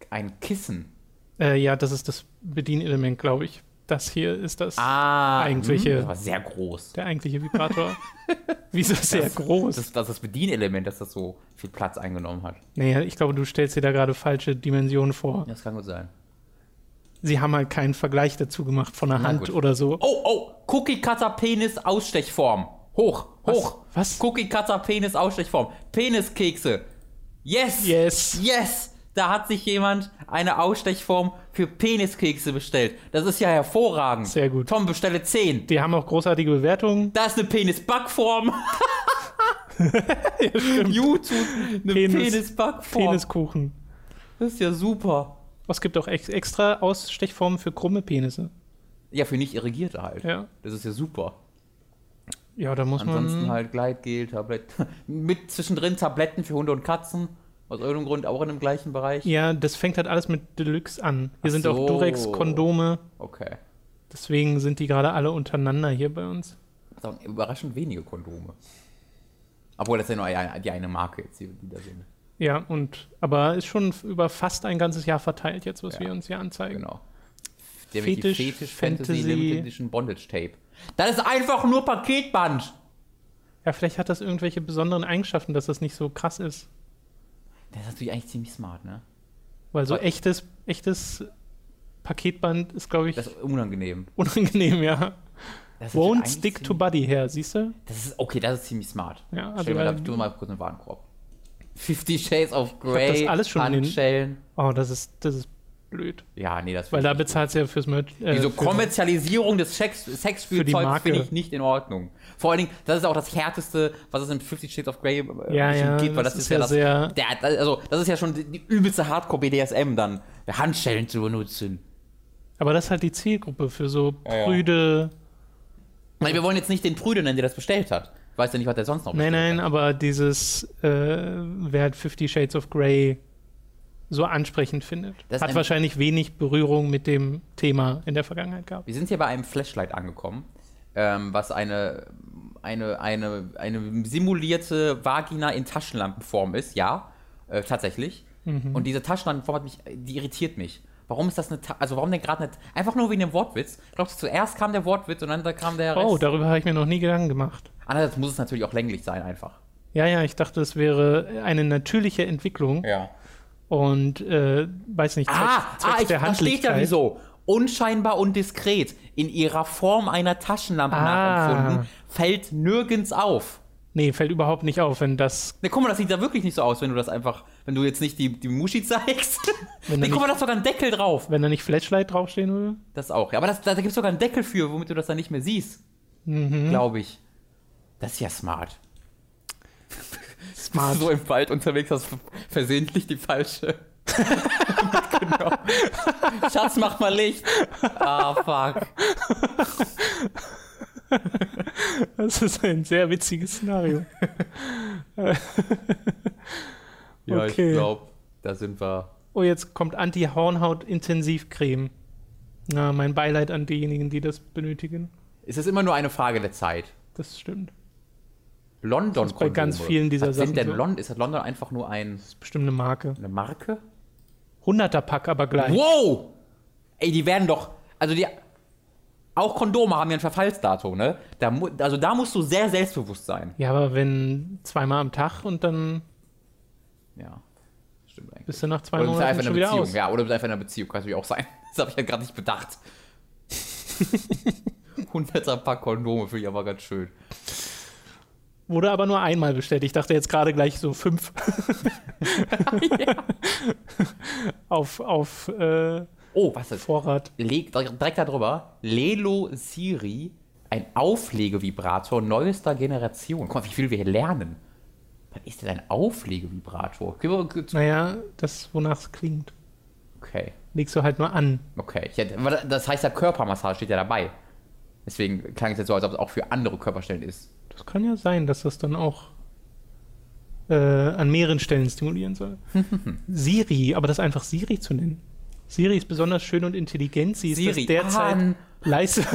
[SPEAKER 2] ein Kissen.
[SPEAKER 1] Äh, ja, das ist das Bedienelement, glaube ich. Das hier ist das,
[SPEAKER 2] Ah,
[SPEAKER 1] Eigentliche.
[SPEAKER 2] mh, Das war sehr groß.
[SPEAKER 1] der eigentliche Vibrator. Wieso sehr groß?
[SPEAKER 2] Das, das ist das Bedienelement, dass das so viel Platz eingenommen hat.
[SPEAKER 1] naja, ich glaube, du stellst dir da gerade falsche Dimensionen vor.
[SPEAKER 2] Das kann gut sein.
[SPEAKER 1] Sie haben halt keinen Vergleich dazu gemacht von der
[SPEAKER 2] Na
[SPEAKER 1] Hand
[SPEAKER 2] gut.
[SPEAKER 1] oder so.
[SPEAKER 2] Oh, oh, Cookie Cutter Penis Ausstechform. Hoch, hoch.
[SPEAKER 1] Was?
[SPEAKER 2] Cookie Cutter Penis Ausstechform. Peniskekse. Yes.
[SPEAKER 1] Yes.
[SPEAKER 2] Yes. Da hat sich jemand eine Ausstechform für Peniskekse bestellt. Das ist ja hervorragend.
[SPEAKER 1] Sehr gut.
[SPEAKER 2] Tom, bestelle 10.
[SPEAKER 1] Die haben auch großartige Bewertungen.
[SPEAKER 2] Da ist eine Penisbackform. YouTube, eine
[SPEAKER 1] Penis-
[SPEAKER 2] Penisbackform.
[SPEAKER 1] Peniskuchen.
[SPEAKER 2] Das ist ja super.
[SPEAKER 1] Es gibt auch ex extra Ausstechformen für krumme Penisse.
[SPEAKER 2] Ja, für nicht irrigierte halt.
[SPEAKER 1] Ja.
[SPEAKER 2] Das ist ja super.
[SPEAKER 1] Ja, da muss
[SPEAKER 2] Ansonsten
[SPEAKER 1] man.
[SPEAKER 2] halt Gleitgel, Tabletten. Mit zwischendrin Tabletten für Hunde und Katzen. Aus irgendeinem Grund auch in dem gleichen Bereich.
[SPEAKER 1] Ja, das fängt halt alles mit Deluxe an. Hier
[SPEAKER 2] Ach
[SPEAKER 1] sind
[SPEAKER 2] so.
[SPEAKER 1] auch Durex, Kondome.
[SPEAKER 2] Okay.
[SPEAKER 1] Deswegen sind die gerade alle untereinander hier bei uns.
[SPEAKER 2] Sagen, überraschend wenige Kondome. Obwohl das ja nur ein- die eine Marke jetzt, die, die da sind.
[SPEAKER 1] Ja, und aber ist schon f- über fast ein ganzes Jahr verteilt jetzt, was
[SPEAKER 2] Ja.
[SPEAKER 1] wir uns hier anzeigen.
[SPEAKER 2] Genau. Der mit die
[SPEAKER 1] Fetisch,
[SPEAKER 2] Fetisch Fantasy
[SPEAKER 1] Fantasy.
[SPEAKER 2] Limited Edition Bondage Tape. Das ist einfach nur Paketband.
[SPEAKER 1] Ja, vielleicht hat das irgendwelche besonderen Eigenschaften, dass das nicht so krass ist.
[SPEAKER 2] Das ist natürlich eigentlich ziemlich smart, ne?
[SPEAKER 1] Weil so
[SPEAKER 2] Aber-
[SPEAKER 1] echtes, echtes Paketband ist, glaube ich,
[SPEAKER 2] Das ist unangenehm.
[SPEAKER 1] unangenehm, ja.
[SPEAKER 2] Das ist
[SPEAKER 1] Won't
[SPEAKER 2] eigentlich
[SPEAKER 1] stick to
[SPEAKER 2] ziemlich-
[SPEAKER 1] body hair, siehst du?
[SPEAKER 2] Das ist okay, das ist ziemlich smart.
[SPEAKER 1] Ja, also
[SPEAKER 2] Stell mal,
[SPEAKER 1] weil-
[SPEAKER 2] darf ich tue mal kurz einen Warenkorb. 50 Shades of Grey.
[SPEAKER 1] das alles schon in den-
[SPEAKER 2] Handschellen.
[SPEAKER 1] Oh, das ist, das ist blöd.
[SPEAKER 2] Ja, nee, das
[SPEAKER 1] Weil da
[SPEAKER 2] finde ich
[SPEAKER 1] bezahlst du ja fürs Merch.
[SPEAKER 2] nicht.
[SPEAKER 1] Äh,
[SPEAKER 2] Diese
[SPEAKER 1] für-
[SPEAKER 2] Kommerzialisierung des Sex
[SPEAKER 1] die
[SPEAKER 2] Sexspielzeugs
[SPEAKER 1] Marke.
[SPEAKER 2] finde ich nicht in Ordnung. Vor allen Dingen, das ist auch das härteste, was es in 50 Shades of Grey äh,
[SPEAKER 1] Ja,
[SPEAKER 2] schon
[SPEAKER 1] ja,
[SPEAKER 2] gibt, weil das, ist ja, das,
[SPEAKER 1] sehr-
[SPEAKER 2] der, also, das ist ja schon die, die übelste Hardcore BDSM dann, Handschellen zu benutzen.
[SPEAKER 1] aber das ist halt die Zielgruppe für so
[SPEAKER 2] ja.
[SPEAKER 1] prüde.
[SPEAKER 2] Weil wir wollen jetzt nicht den Prüde nennen, der das bestellt hat. Ich weiß ja nicht, was der sonst noch
[SPEAKER 1] Nein,
[SPEAKER 2] bestellt
[SPEAKER 1] nein,
[SPEAKER 2] hat.
[SPEAKER 1] aber dieses, äh, wer halt Fifty Shades of Grey so ansprechend findet,
[SPEAKER 2] Das ist
[SPEAKER 1] hat
[SPEAKER 2] ein-
[SPEAKER 1] wahrscheinlich wenig Berührung mit dem Thema in der Vergangenheit gehabt.
[SPEAKER 2] Wir sind hier bei einem Flashlight angekommen, ähm, was eine, eine, eine, eine simulierte Vagina in Taschenlampenform ist, ja, äh, tatsächlich.
[SPEAKER 1] Mhm.
[SPEAKER 2] Und diese Taschenlampenform hat mich, die irritiert mich. Warum ist das eine, Ta also warum denn gerade nicht, einfach nur wegen dem Wortwitz. Glaubst du, zuerst kam der Wortwitz und dann da kam der Rest?
[SPEAKER 1] Oh, darüber habe ich mir noch nie Gedanken gemacht.
[SPEAKER 2] Andererseits muss es natürlich auch länglich sein, einfach.
[SPEAKER 1] Ja, ja, ich dachte, es wäre eine natürliche Entwicklung
[SPEAKER 2] Ja.
[SPEAKER 1] und äh, weiß nicht,
[SPEAKER 2] Ah,
[SPEAKER 1] zwecks-
[SPEAKER 2] ah
[SPEAKER 1] zwecks
[SPEAKER 2] ich, das steht ja
[SPEAKER 1] Handlichkeit.
[SPEAKER 2] wieso. Unscheinbar und diskret, in ihrer Form einer Taschenlampe
[SPEAKER 1] Ah.
[SPEAKER 2] nachempfunden, fällt nirgends auf.
[SPEAKER 1] Nee, fällt überhaupt nicht auf, wenn das.
[SPEAKER 2] Ne, guck mal, das sieht da wirklich nicht so aus, wenn du das einfach, wenn du jetzt nicht die, die Muschi zeigst.
[SPEAKER 1] Wenn
[SPEAKER 2] ne,
[SPEAKER 1] da
[SPEAKER 2] guck mal, da ist sogar ein Deckel drauf.
[SPEAKER 1] Wenn da nicht Flashlight draufstehen würde.
[SPEAKER 2] Das auch, ja. Aber das, da, da gibt es sogar einen Deckel für, womit du das dann nicht mehr siehst.
[SPEAKER 1] Mhm.
[SPEAKER 2] Glaube ich. Das ist ja smart.
[SPEAKER 1] Smart.
[SPEAKER 2] Bist du so im Wald unterwegs, hast versehentlich die falsche. genau. Schatz, mach mal Licht. Ah, fuck.
[SPEAKER 1] Das ist ein sehr witziges Szenario.
[SPEAKER 2] Ja,
[SPEAKER 1] Okay.
[SPEAKER 2] ich glaube, da sind wir.
[SPEAKER 1] Oh, jetzt kommt Anti-Hornhaut-Intensivcreme. Na, mein Beileid an diejenigen, die das benötigen.
[SPEAKER 2] Es ist immer nur eine Frage der Zeit.
[SPEAKER 1] Das stimmt.
[SPEAKER 2] London
[SPEAKER 1] ist bei ganz vielen dieser
[SPEAKER 2] Was sind
[SPEAKER 1] Sachen
[SPEAKER 2] denn
[SPEAKER 1] so.
[SPEAKER 2] London? Ist London einfach nur ein,
[SPEAKER 1] Das ist bestimmt eine Marke.
[SPEAKER 2] eine Marke?
[SPEAKER 1] 100er Pack aber gleich.
[SPEAKER 2] Wow! Ey, die werden doch. Also die. Auch Kondome haben ja ein Verfallsdatum, ne? Da mu also da musst du sehr selbstbewusst sein.
[SPEAKER 1] Ja, aber wenn zweimal am Tag und dann
[SPEAKER 2] Ja. Stimmt eigentlich.
[SPEAKER 1] bist du nach zwei
[SPEAKER 2] Oder du bist
[SPEAKER 1] Monaten
[SPEAKER 2] einfach in
[SPEAKER 1] schon
[SPEAKER 2] einer
[SPEAKER 1] wieder
[SPEAKER 2] Beziehung,
[SPEAKER 1] aus.
[SPEAKER 2] ja, oder du bist einfach in einer Beziehung, kann natürlich auch sein. Das habe ich ja gerade nicht bedacht. 100er Pack Kondome finde ich aber ganz schön.
[SPEAKER 1] Wurde aber nur einmal bestellt. Ich dachte jetzt gerade gleich so fünf. auf auf äh,
[SPEAKER 2] Oh, was ist?
[SPEAKER 1] Vorrat.
[SPEAKER 2] Le direkt darüber. Lelo Siri, ein Auflegevibrator neuester Generation. Guck mal, wie viel wir hier lernen. Was ist denn ein Auflegevibrator?
[SPEAKER 1] Naja, das, wonach es klingt.
[SPEAKER 2] Okay,
[SPEAKER 1] Legst du halt nur an.
[SPEAKER 2] okay. Ich hätte, aber das heißt ja Körpermassage steht ja dabei. Deswegen klang es jetzt so, als ob es auch für andere Körperstellen ist.
[SPEAKER 1] Das kann ja sein, dass das dann auch äh, an mehreren Stellen stimulieren soll. Siri, aber das einfach Siri zu nennen. Siri ist besonders schön und intelligent. Sie ist das
[SPEAKER 2] Siri,
[SPEAKER 1] derzeit
[SPEAKER 2] an.
[SPEAKER 1] leist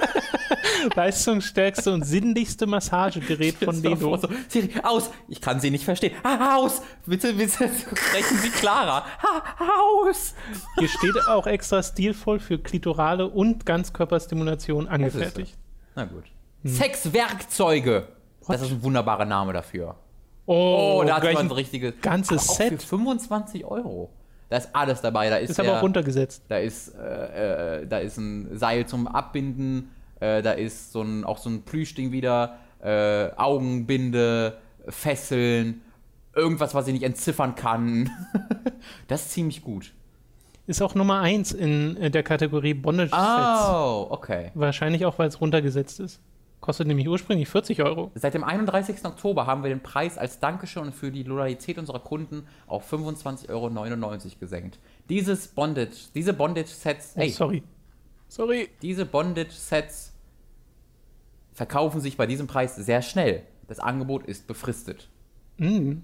[SPEAKER 1] leistungsstärkste und sinnlichste Massagegerät von
[SPEAKER 2] Stell dir
[SPEAKER 1] Leno.
[SPEAKER 2] vor, so, Siri, aus! Ich kann sie nicht verstehen. Ah, aus! Bitte, bitte sprechen Sie klarer. Ah, aus!
[SPEAKER 1] Hier steht auch extra stilvoll für klitorale und Ganzkörperstimulation angefertigt.
[SPEAKER 2] Na gut. Sexwerkzeuge! Das ist ein wunderbarer Name dafür. Oh, da hat
[SPEAKER 1] gleich
[SPEAKER 2] man ein
[SPEAKER 1] ein-
[SPEAKER 2] richtiges.
[SPEAKER 1] ganzes
[SPEAKER 2] aber auch
[SPEAKER 1] Set.
[SPEAKER 2] Für 25 Euro. Da ist alles dabei. Da ist,
[SPEAKER 1] ist aber auch
[SPEAKER 2] der-
[SPEAKER 1] runtergesetzt.
[SPEAKER 2] Da ist, äh, äh, da ist ein Seil zum Abbinden, äh, da ist so ein, auch so ein Plüschding wieder, äh, Augenbinde, Fesseln, irgendwas, was ich nicht entziffern kann. das ist ziemlich gut.
[SPEAKER 1] Ist auch Nummer 1 in äh, der Kategorie Bondage-Sets.
[SPEAKER 2] Oh, okay.
[SPEAKER 1] Wahrscheinlich auch, weil es runtergesetzt ist. Kostet nämlich ursprünglich 40 Euro. Oh,
[SPEAKER 2] Seit dem 31. Oktober haben wir den Preis als Dankeschön für die Loyalität unserer Kunden auf 25,99 Euro gesenkt. Dieses Bondage, diese Bondage-Sets,
[SPEAKER 1] Oh,
[SPEAKER 2] ey,
[SPEAKER 1] sorry. Sorry.
[SPEAKER 2] Diese Bondage-Sets verkaufen sich bei diesem Preis sehr schnell. Das Angebot ist befristet.
[SPEAKER 1] Mm.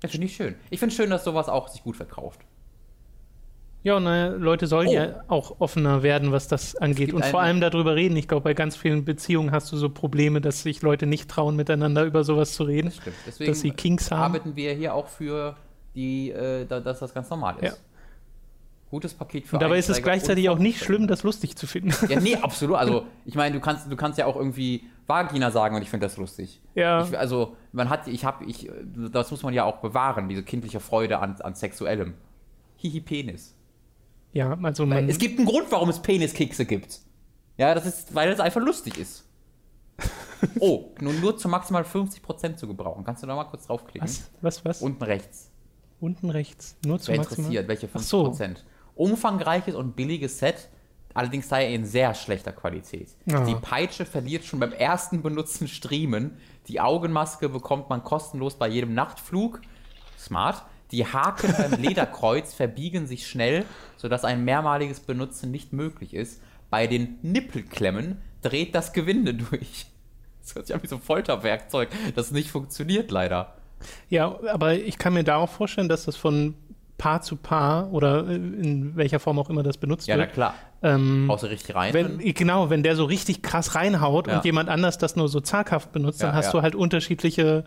[SPEAKER 2] Das finde ich schön. Ich finde schön, dass sowas auch sich gut verkauft.
[SPEAKER 1] Ja, naja, Leute sollen
[SPEAKER 2] Oh.
[SPEAKER 1] ja auch offener werden, was das angeht.
[SPEAKER 2] gibt
[SPEAKER 1] Und vor
[SPEAKER 2] einen-
[SPEAKER 1] allem darüber reden. Ich glaube, bei ganz vielen Beziehungen hast du so Probleme, dass sich Leute nicht trauen, miteinander über sowas zu reden.
[SPEAKER 2] Stimmt. Deswegen
[SPEAKER 1] Dass sie Kinks haben.
[SPEAKER 2] arbeiten wir hier auch für die, äh, da, dass das ganz normal ist.
[SPEAKER 1] Ja.
[SPEAKER 2] Gutes Paket für
[SPEAKER 1] Und dabei ist es
[SPEAKER 2] Einsteiger und
[SPEAKER 1] gleichzeitig auch nicht
[SPEAKER 2] Fortgeschrittene.
[SPEAKER 1] schlimm, das lustig zu finden.
[SPEAKER 2] Ja, nee, absolut. Also, ich meine, du kannst, du kannst ja auch irgendwie Vagina sagen und ich finde das lustig.
[SPEAKER 1] Ja.
[SPEAKER 2] Ich, also, man hat, ich habe, ich, das muss man ja auch bewahren, diese kindliche Freude an, an Sexuellem. Hihi, Penis.
[SPEAKER 1] ja, also man,
[SPEAKER 2] Es gibt einen Grund, warum es Peniskekse gibt. Ja, das ist, weil das einfach lustig ist. Oh, nur, nur zu maximal 50% zu gebrauchen. Kannst du da mal kurz draufklicken?
[SPEAKER 1] was, was, was?
[SPEAKER 2] Unten rechts.
[SPEAKER 1] Unten rechts. Nur zu
[SPEAKER 2] Wer
[SPEAKER 1] maximal.
[SPEAKER 2] interessiert, welche
[SPEAKER 1] Ach so.
[SPEAKER 2] 50%. Umfangreiches und billiges Set, allerdings daher in sehr schlechter Qualität.
[SPEAKER 1] Ja.
[SPEAKER 2] Die Peitsche verliert schon beim ersten Benutzen Striemen. Die Augenmaske bekommt man kostenlos bei jedem Nachtflug. Smart. Die Haken beim Lederkreuz verbiegen sich schnell, sodass ein mehrmaliges Benutzen nicht möglich ist. Bei den Nippelklemmen dreht das Gewinde durch. Das hört sich an wie so ein Folterwerkzeug, das nicht funktioniert leider.
[SPEAKER 1] Ja, aber ich kann mir da auch vorstellen, dass das von Paar zu Paar oder äh, in welcher Form auch immer das benutzt
[SPEAKER 2] Ja, na
[SPEAKER 1] wird.
[SPEAKER 2] klar.
[SPEAKER 1] Äh, Ähm,
[SPEAKER 2] Außer richtig rein.
[SPEAKER 1] wenn, genau, wenn der so richtig krass reinhaut
[SPEAKER 2] Ja.
[SPEAKER 1] und jemand anders das nur so zaghaft benutzt,
[SPEAKER 2] Ja,
[SPEAKER 1] dann hast
[SPEAKER 2] ja.
[SPEAKER 1] du halt unterschiedliche,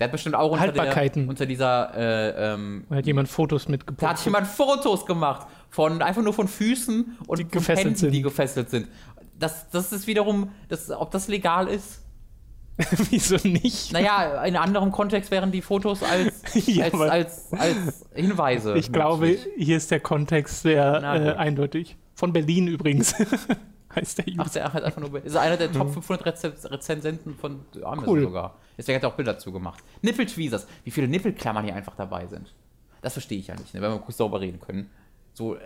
[SPEAKER 2] Der hat bestimmt auch unter,
[SPEAKER 1] Haltbarkeiten.
[SPEAKER 2] Der, unter dieser, äh, ähm,
[SPEAKER 1] hat jemand Fotos
[SPEAKER 2] da hat
[SPEAKER 1] mitgebracht.
[SPEAKER 2] jemand Fotos gemacht von einfach nur von Füßen und von
[SPEAKER 1] gefesselt
[SPEAKER 2] Händen,
[SPEAKER 1] sind.
[SPEAKER 2] die gefesselt sind. Das, das ist wiederum, das, ob das legal ist.
[SPEAKER 1] Wieso nicht?
[SPEAKER 2] Naja, in anderem Kontext wären die Fotos als,
[SPEAKER 1] Ja,
[SPEAKER 2] als,
[SPEAKER 1] aber-
[SPEAKER 2] als, als Hinweise.
[SPEAKER 1] ich glaube,
[SPEAKER 2] nützlich.
[SPEAKER 1] hier ist der Kontext sehr
[SPEAKER 2] Na
[SPEAKER 1] äh,
[SPEAKER 2] gut.
[SPEAKER 1] eindeutig. Von Berlin übrigens heißt der
[SPEAKER 2] Ach,
[SPEAKER 1] User.
[SPEAKER 2] der hat einfach nur, ist einer der Top 500 Reze Rezensenten von Amazon
[SPEAKER 1] Mhm. Cool.
[SPEAKER 2] sogar. Deswegen hat er auch Bilder dazu gemacht. Nippeltweezers, wie viele Nippelklammern hier einfach dabei sind. Das verstehe ich ja nicht, ne? wenn wir kurz darüber reden können. So, äh,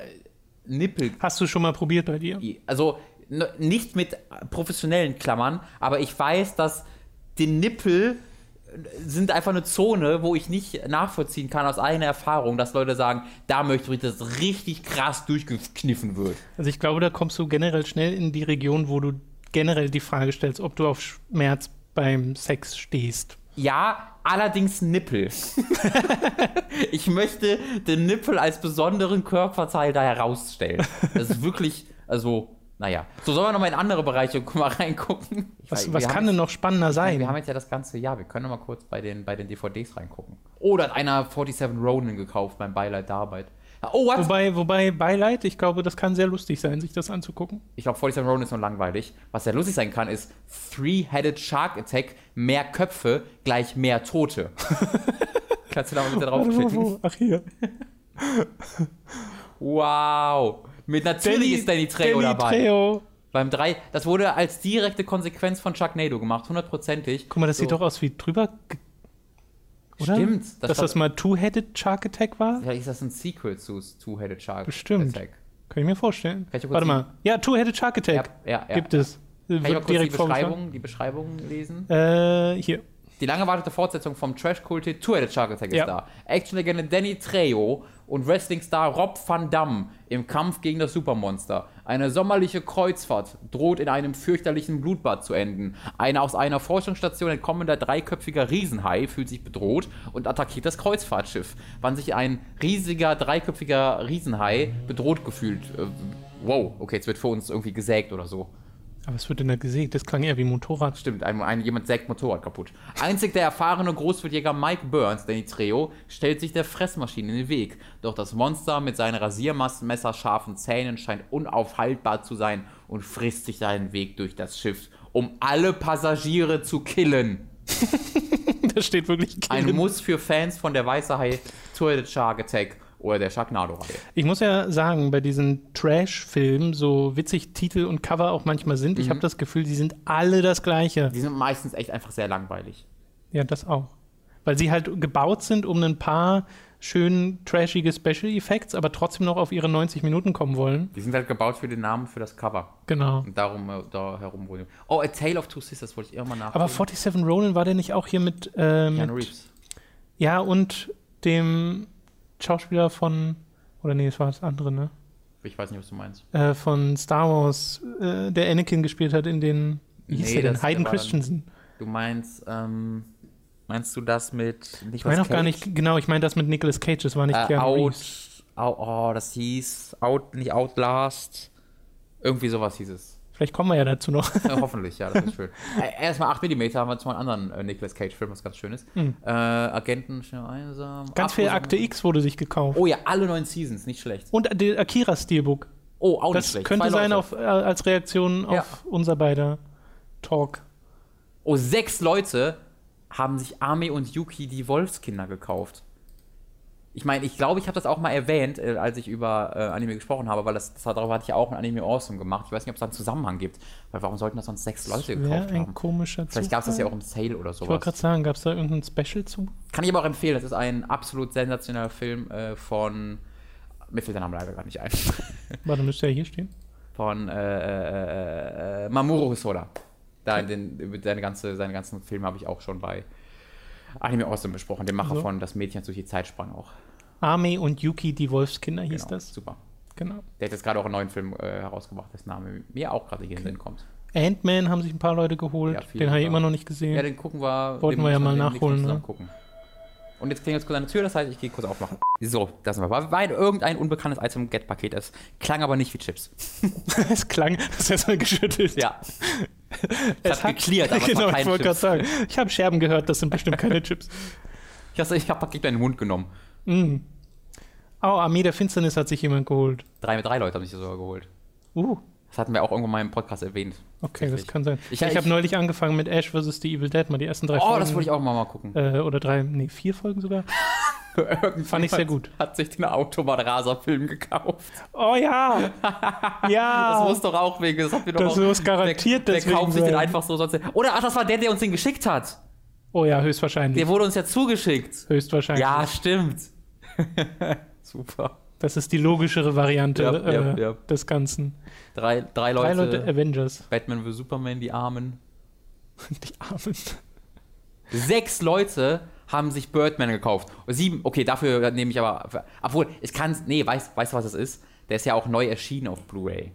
[SPEAKER 2] Nippel,
[SPEAKER 1] Hast du schon mal probiert bei dir?
[SPEAKER 2] also n- nicht mit professionellen Klammern, aber ich weiß, dass die Nippel äh, sind einfach eine Zone, wo ich nicht nachvollziehen kann aus eigener Erfahrung, dass Leute sagen, da möchte ich, dass das richtig krass durchgekniffen wird.
[SPEAKER 1] Also ich glaube, da kommst du generell schnell in die Region, wo du generell die Frage stellst, ob du auf Schmerz beim Sex stehst.
[SPEAKER 2] Ja, allerdings Nippel. ich möchte den Nippel als besonderen Körperteil da herausstellen. Das ist wirklich, also, naja. So, sollen wir nochmal in andere Bereiche mal reingucken? Ich
[SPEAKER 1] Was,
[SPEAKER 2] weiß,
[SPEAKER 1] was
[SPEAKER 2] wir
[SPEAKER 1] kann
[SPEAKER 2] haben
[SPEAKER 1] denn noch spannender
[SPEAKER 2] Nein, wir haben
[SPEAKER 1] sein?
[SPEAKER 2] jetzt ja das ganze Jahr. Wir können noch mal kurz bei den, bei den DVDs reingucken. Oh, da hat einer 47 Ronin gekauft beim Beileid der Arbeit. Oh, what?
[SPEAKER 1] Wobei, wobei Beileid, ich glaube, das kann sehr lustig sein, sich das anzugucken.
[SPEAKER 2] Ich glaube, 47 Ronin ist nur langweilig. Was ja lustig sein kann, ist Three-Headed Shark Attack, mehr Köpfe gleich mehr Tote. Kannst du da mal bitte draufklicken?
[SPEAKER 1] Ach hier.
[SPEAKER 2] Wow. Mit natürlich ist Danny Trejo
[SPEAKER 1] Danny
[SPEAKER 2] dabei.
[SPEAKER 1] Trejo.
[SPEAKER 2] Beim 3, das wurde als direkte Konsequenz von Sharknado gemacht, hundertprozentig.
[SPEAKER 1] Guck mal, das
[SPEAKER 2] So.
[SPEAKER 1] sieht doch aus wie drüber. ge- Oder?
[SPEAKER 2] Stimmt, das
[SPEAKER 1] Dass
[SPEAKER 2] war-
[SPEAKER 1] das mal Two-Headed Shark Attack war?
[SPEAKER 2] Vielleicht ist das ein Sequel zu Two-Headed Shark
[SPEAKER 1] Bestimmt.
[SPEAKER 2] Attack.
[SPEAKER 1] Kann ich mir vorstellen.
[SPEAKER 2] Kann ich kurz
[SPEAKER 1] Warte
[SPEAKER 2] die-
[SPEAKER 1] mal. Ja, Two-Headed Shark
[SPEAKER 2] Ja,
[SPEAKER 1] Attack
[SPEAKER 2] ja, ja.
[SPEAKER 1] gibt es. Äh,
[SPEAKER 2] Kann ich auch
[SPEAKER 1] Wird
[SPEAKER 2] kurz die
[SPEAKER 1] direkt vorgeschlagen.
[SPEAKER 2] Beschreibung, die Beschreibung lesen?
[SPEAKER 1] Äh, hier.
[SPEAKER 2] Die lang erwartete Fortsetzung vom Trash-Kult Two-Headed Shark Attack
[SPEAKER 1] Ja.
[SPEAKER 2] ist da. Action-Legende Danny Trejo und Wrestling-Star Rob Van Damme im Kampf gegen das Supermonster. Eine sommerliche Kreuzfahrt droht in einem fürchterlichen Blutbad zu enden. Ein aus einer Forschungsstation entkommender dreiköpfiger Riesenhai fühlt sich bedroht und attackiert das Kreuzfahrtschiff. Wann sich ein riesiger dreiköpfiger Riesenhai bedroht gefühlt. Äh, wow, okay, jetzt wird für uns irgendwie gesägt oder so.
[SPEAKER 1] Aber es wird in der gesägt. Das klang eher wie Motorrad.
[SPEAKER 2] Stimmt, ein, ein, jemand sägt Motorrad kaputt. Einzig der erfahrene Großwildjäger Mike Burns, Danny Trejo, stellt sich der Fressmaschine in den Weg. Doch das Monster mit seinen rasiermesserscharfen Zähnen scheint unaufhaltbar zu sein und frisst sich seinen Weg durch das Schiff, um alle Passagiere zu killen.
[SPEAKER 1] Da steht wirklich
[SPEAKER 2] Ein
[SPEAKER 1] Killen.
[SPEAKER 2] Muss für Fans von der Weiße Hai, Toilet Shark Attack oder der Sharknado-Reihe.
[SPEAKER 1] Ich muss ja sagen, bei diesen Trash-Filmen, so witzig Titel und Cover auch manchmal sind,
[SPEAKER 2] Mhm.
[SPEAKER 1] ich habe das Gefühl, die sind alle das Gleiche.
[SPEAKER 2] Die sind meistens echt einfach sehr langweilig.
[SPEAKER 1] Ja, das auch. Weil sie halt gebaut sind um ein paar schön trashige Special Effects, aber trotzdem noch auf ihre 90 Minuten kommen wollen.
[SPEAKER 2] Die sind halt gebaut für den Namen, für das Cover.
[SPEAKER 1] Genau.
[SPEAKER 2] Und darum äh, da herum wurde. Oh, A Tale of Two Sisters wollte ich irgendwann nach.
[SPEAKER 1] Aber 47 Ronin war der nicht auch hier mit. Ähm,
[SPEAKER 2] Keanu
[SPEAKER 1] mit
[SPEAKER 2] Reeves.
[SPEAKER 1] ja, und dem Schauspieler von. Oder nee, es war das andere, ne?
[SPEAKER 2] Ich weiß nicht, was du meinst.
[SPEAKER 1] Äh, von Star Wars, äh, der Anakin gespielt hat in den. Wie hieß
[SPEAKER 2] Nee,
[SPEAKER 1] der denn?
[SPEAKER 2] das-
[SPEAKER 1] Hayden
[SPEAKER 2] der war dann-
[SPEAKER 1] Christensen.
[SPEAKER 2] Du meinst, ähm, meinst du das mit
[SPEAKER 1] Ich meine auch gar nicht, genau, ich meine das mit Nicolas Cage, das war nicht
[SPEAKER 2] Äh,
[SPEAKER 1] Keanu Reeves.
[SPEAKER 2] out, out, oh, das hieß Out, nicht Outlast. Irgendwie sowas hieß es.
[SPEAKER 1] Vielleicht kommen wir ja dazu noch.
[SPEAKER 2] Äh, Hoffentlich, ja, das ist schön. Äh, Erstmal 8 mm haben wir jetzt mal einen anderen äh, Nicolas Cage-Film, was ganz schön ist. Äh, Agenten, schnell einsam.
[SPEAKER 1] Mhm. Ganz viel Akte X wurde sich gekauft.
[SPEAKER 2] Oh ja, alle neun Seasons, nicht schlecht.
[SPEAKER 1] Und der Akira-Steelbook.
[SPEAKER 2] Oh, auch nicht
[SPEAKER 1] Das
[SPEAKER 2] schlecht.
[SPEAKER 1] könnte
[SPEAKER 2] Zwei
[SPEAKER 1] sein
[SPEAKER 2] Leute.
[SPEAKER 1] auf, äh, als Reaktion
[SPEAKER 2] Ja.
[SPEAKER 1] auf unser beider Talk.
[SPEAKER 2] Oh, sechs Leute haben sich Ame und Yuki die Wolfskinder gekauft. Ich meine, ich glaube, ich habe das auch mal erwähnt, äh, als ich über äh, Anime gesprochen habe, weil das, das darüber hatte ich ja auch ein Anime Awesome gemacht. Ich weiß nicht, ob es da einen Zusammenhang gibt, weil warum sollten das sonst sechs Leute
[SPEAKER 1] Wäre
[SPEAKER 2] gekauft
[SPEAKER 1] ein
[SPEAKER 2] haben?
[SPEAKER 1] komischer
[SPEAKER 2] Vielleicht gab es das ja auch im Sale oder
[SPEAKER 1] Ich wollte
[SPEAKER 2] sowas.
[SPEAKER 1] gerade sagen, gab es da irgendein Special zu?
[SPEAKER 2] Kann ich aber auch empfehlen. Das ist ein absolut sensationeller Film äh, von mir fällt der Name leider gar nicht ein.
[SPEAKER 1] Warte, müsste ja hier stehen.
[SPEAKER 2] von äh, äh, äh, äh, Mamoru Hosoda. Da den, seine, ganze, seine ganzen Filme habe ich auch schon bei Anime Awesome besprochen, dem Macher
[SPEAKER 1] So.
[SPEAKER 2] von Das Mädchen das durch die Zeit sprang auch.
[SPEAKER 1] Ame und Yuki, die Wolfskinder hieß
[SPEAKER 2] Genau,
[SPEAKER 1] das.
[SPEAKER 2] Super.
[SPEAKER 1] Genau.
[SPEAKER 2] Der hat jetzt gerade auch einen neuen Film äh, herausgebracht, dessen Name mir auch gerade hier in den Sinn kommt.
[SPEAKER 1] Ant-Man haben sich ein paar Leute geholt.
[SPEAKER 2] Ja, viele
[SPEAKER 1] den habe ich
[SPEAKER 2] sogar.
[SPEAKER 1] immer noch nicht gesehen.
[SPEAKER 2] Ja, den gucken wir.
[SPEAKER 1] Wollten
[SPEAKER 2] den
[SPEAKER 1] wir ja
[SPEAKER 2] müssen
[SPEAKER 1] mal
[SPEAKER 2] demnächst
[SPEAKER 1] nachholen,
[SPEAKER 2] zusammen
[SPEAKER 1] ne?
[SPEAKER 2] gucken. Und jetzt klingelt es kurz an der Tür, das heißt, ich gehe kurz aufmachen. So, das sind wir. War, war irgendein unbekanntes Item im Get-Paket. Es klang aber nicht wie Chips.
[SPEAKER 1] es klang, das ist erstmal geschüttelt.
[SPEAKER 2] Ja. es hat geklärt, aber es
[SPEAKER 1] genau,
[SPEAKER 2] war kein
[SPEAKER 1] ich wollte
[SPEAKER 2] Chips.
[SPEAKER 1] gerade sagen. Ich habe Scherben gehört, das sind bestimmt keine Chips.
[SPEAKER 2] Ich dachte, ich habe Paket in den Mund genommen.
[SPEAKER 1] Mhm. Oh, Armee der Finsternis hat sich jemand geholt.
[SPEAKER 2] Drei, drei Leute haben sich das sogar geholt.
[SPEAKER 1] Uh,
[SPEAKER 2] Das hatten wir auch irgendwann mal im Podcast erwähnt.
[SPEAKER 1] okay, das
[SPEAKER 2] Tatsächlich.
[SPEAKER 1] kann sein. Ich,
[SPEAKER 2] Ich- ich-
[SPEAKER 1] habe neulich angefangen mit Ash vs. The Evil Dead, mal die ersten drei
[SPEAKER 2] Oh,
[SPEAKER 1] Folgen.
[SPEAKER 2] das wollte ich auch mal, mal gucken.
[SPEAKER 1] Äh, oder drei, nee, vier Folgen sogar. Fand ich sehr gut.
[SPEAKER 2] Hat sich den Autobadraser-Film gekauft.
[SPEAKER 1] Oh ja!
[SPEAKER 2] Das
[SPEAKER 1] Ja!
[SPEAKER 2] muss doch auch wegen. Das hat mir doch
[SPEAKER 1] Ah. Das
[SPEAKER 2] auch,
[SPEAKER 1] muss garantiert
[SPEAKER 2] Der, der
[SPEAKER 1] deswegen
[SPEAKER 2] kauft sich den
[SPEAKER 1] sein.
[SPEAKER 2] einfach so sonst. Oder ach, das war der, der uns den geschickt hat.
[SPEAKER 1] Oh ja, höchstwahrscheinlich.
[SPEAKER 2] Der wurde uns ja zugeschickt.
[SPEAKER 1] höchstwahrscheinlich.
[SPEAKER 2] Ja, stimmt. Super.
[SPEAKER 1] Das ist die logischere Variante
[SPEAKER 2] Ja, ja,
[SPEAKER 1] äh,
[SPEAKER 2] ja.
[SPEAKER 1] des Ganzen.
[SPEAKER 2] Drei, drei Leute.
[SPEAKER 1] Drei Leute äh, Avengers.
[SPEAKER 2] Batman vs. Superman, die Armen.
[SPEAKER 1] Die Armen.
[SPEAKER 2] Sechs Leute haben sich Birdman gekauft. Sieben, okay, dafür nehme ich aber. Obwohl, ich kann Nee, weißt weißt du, was das ist? Der ist ja auch neu erschienen auf Blu-ray.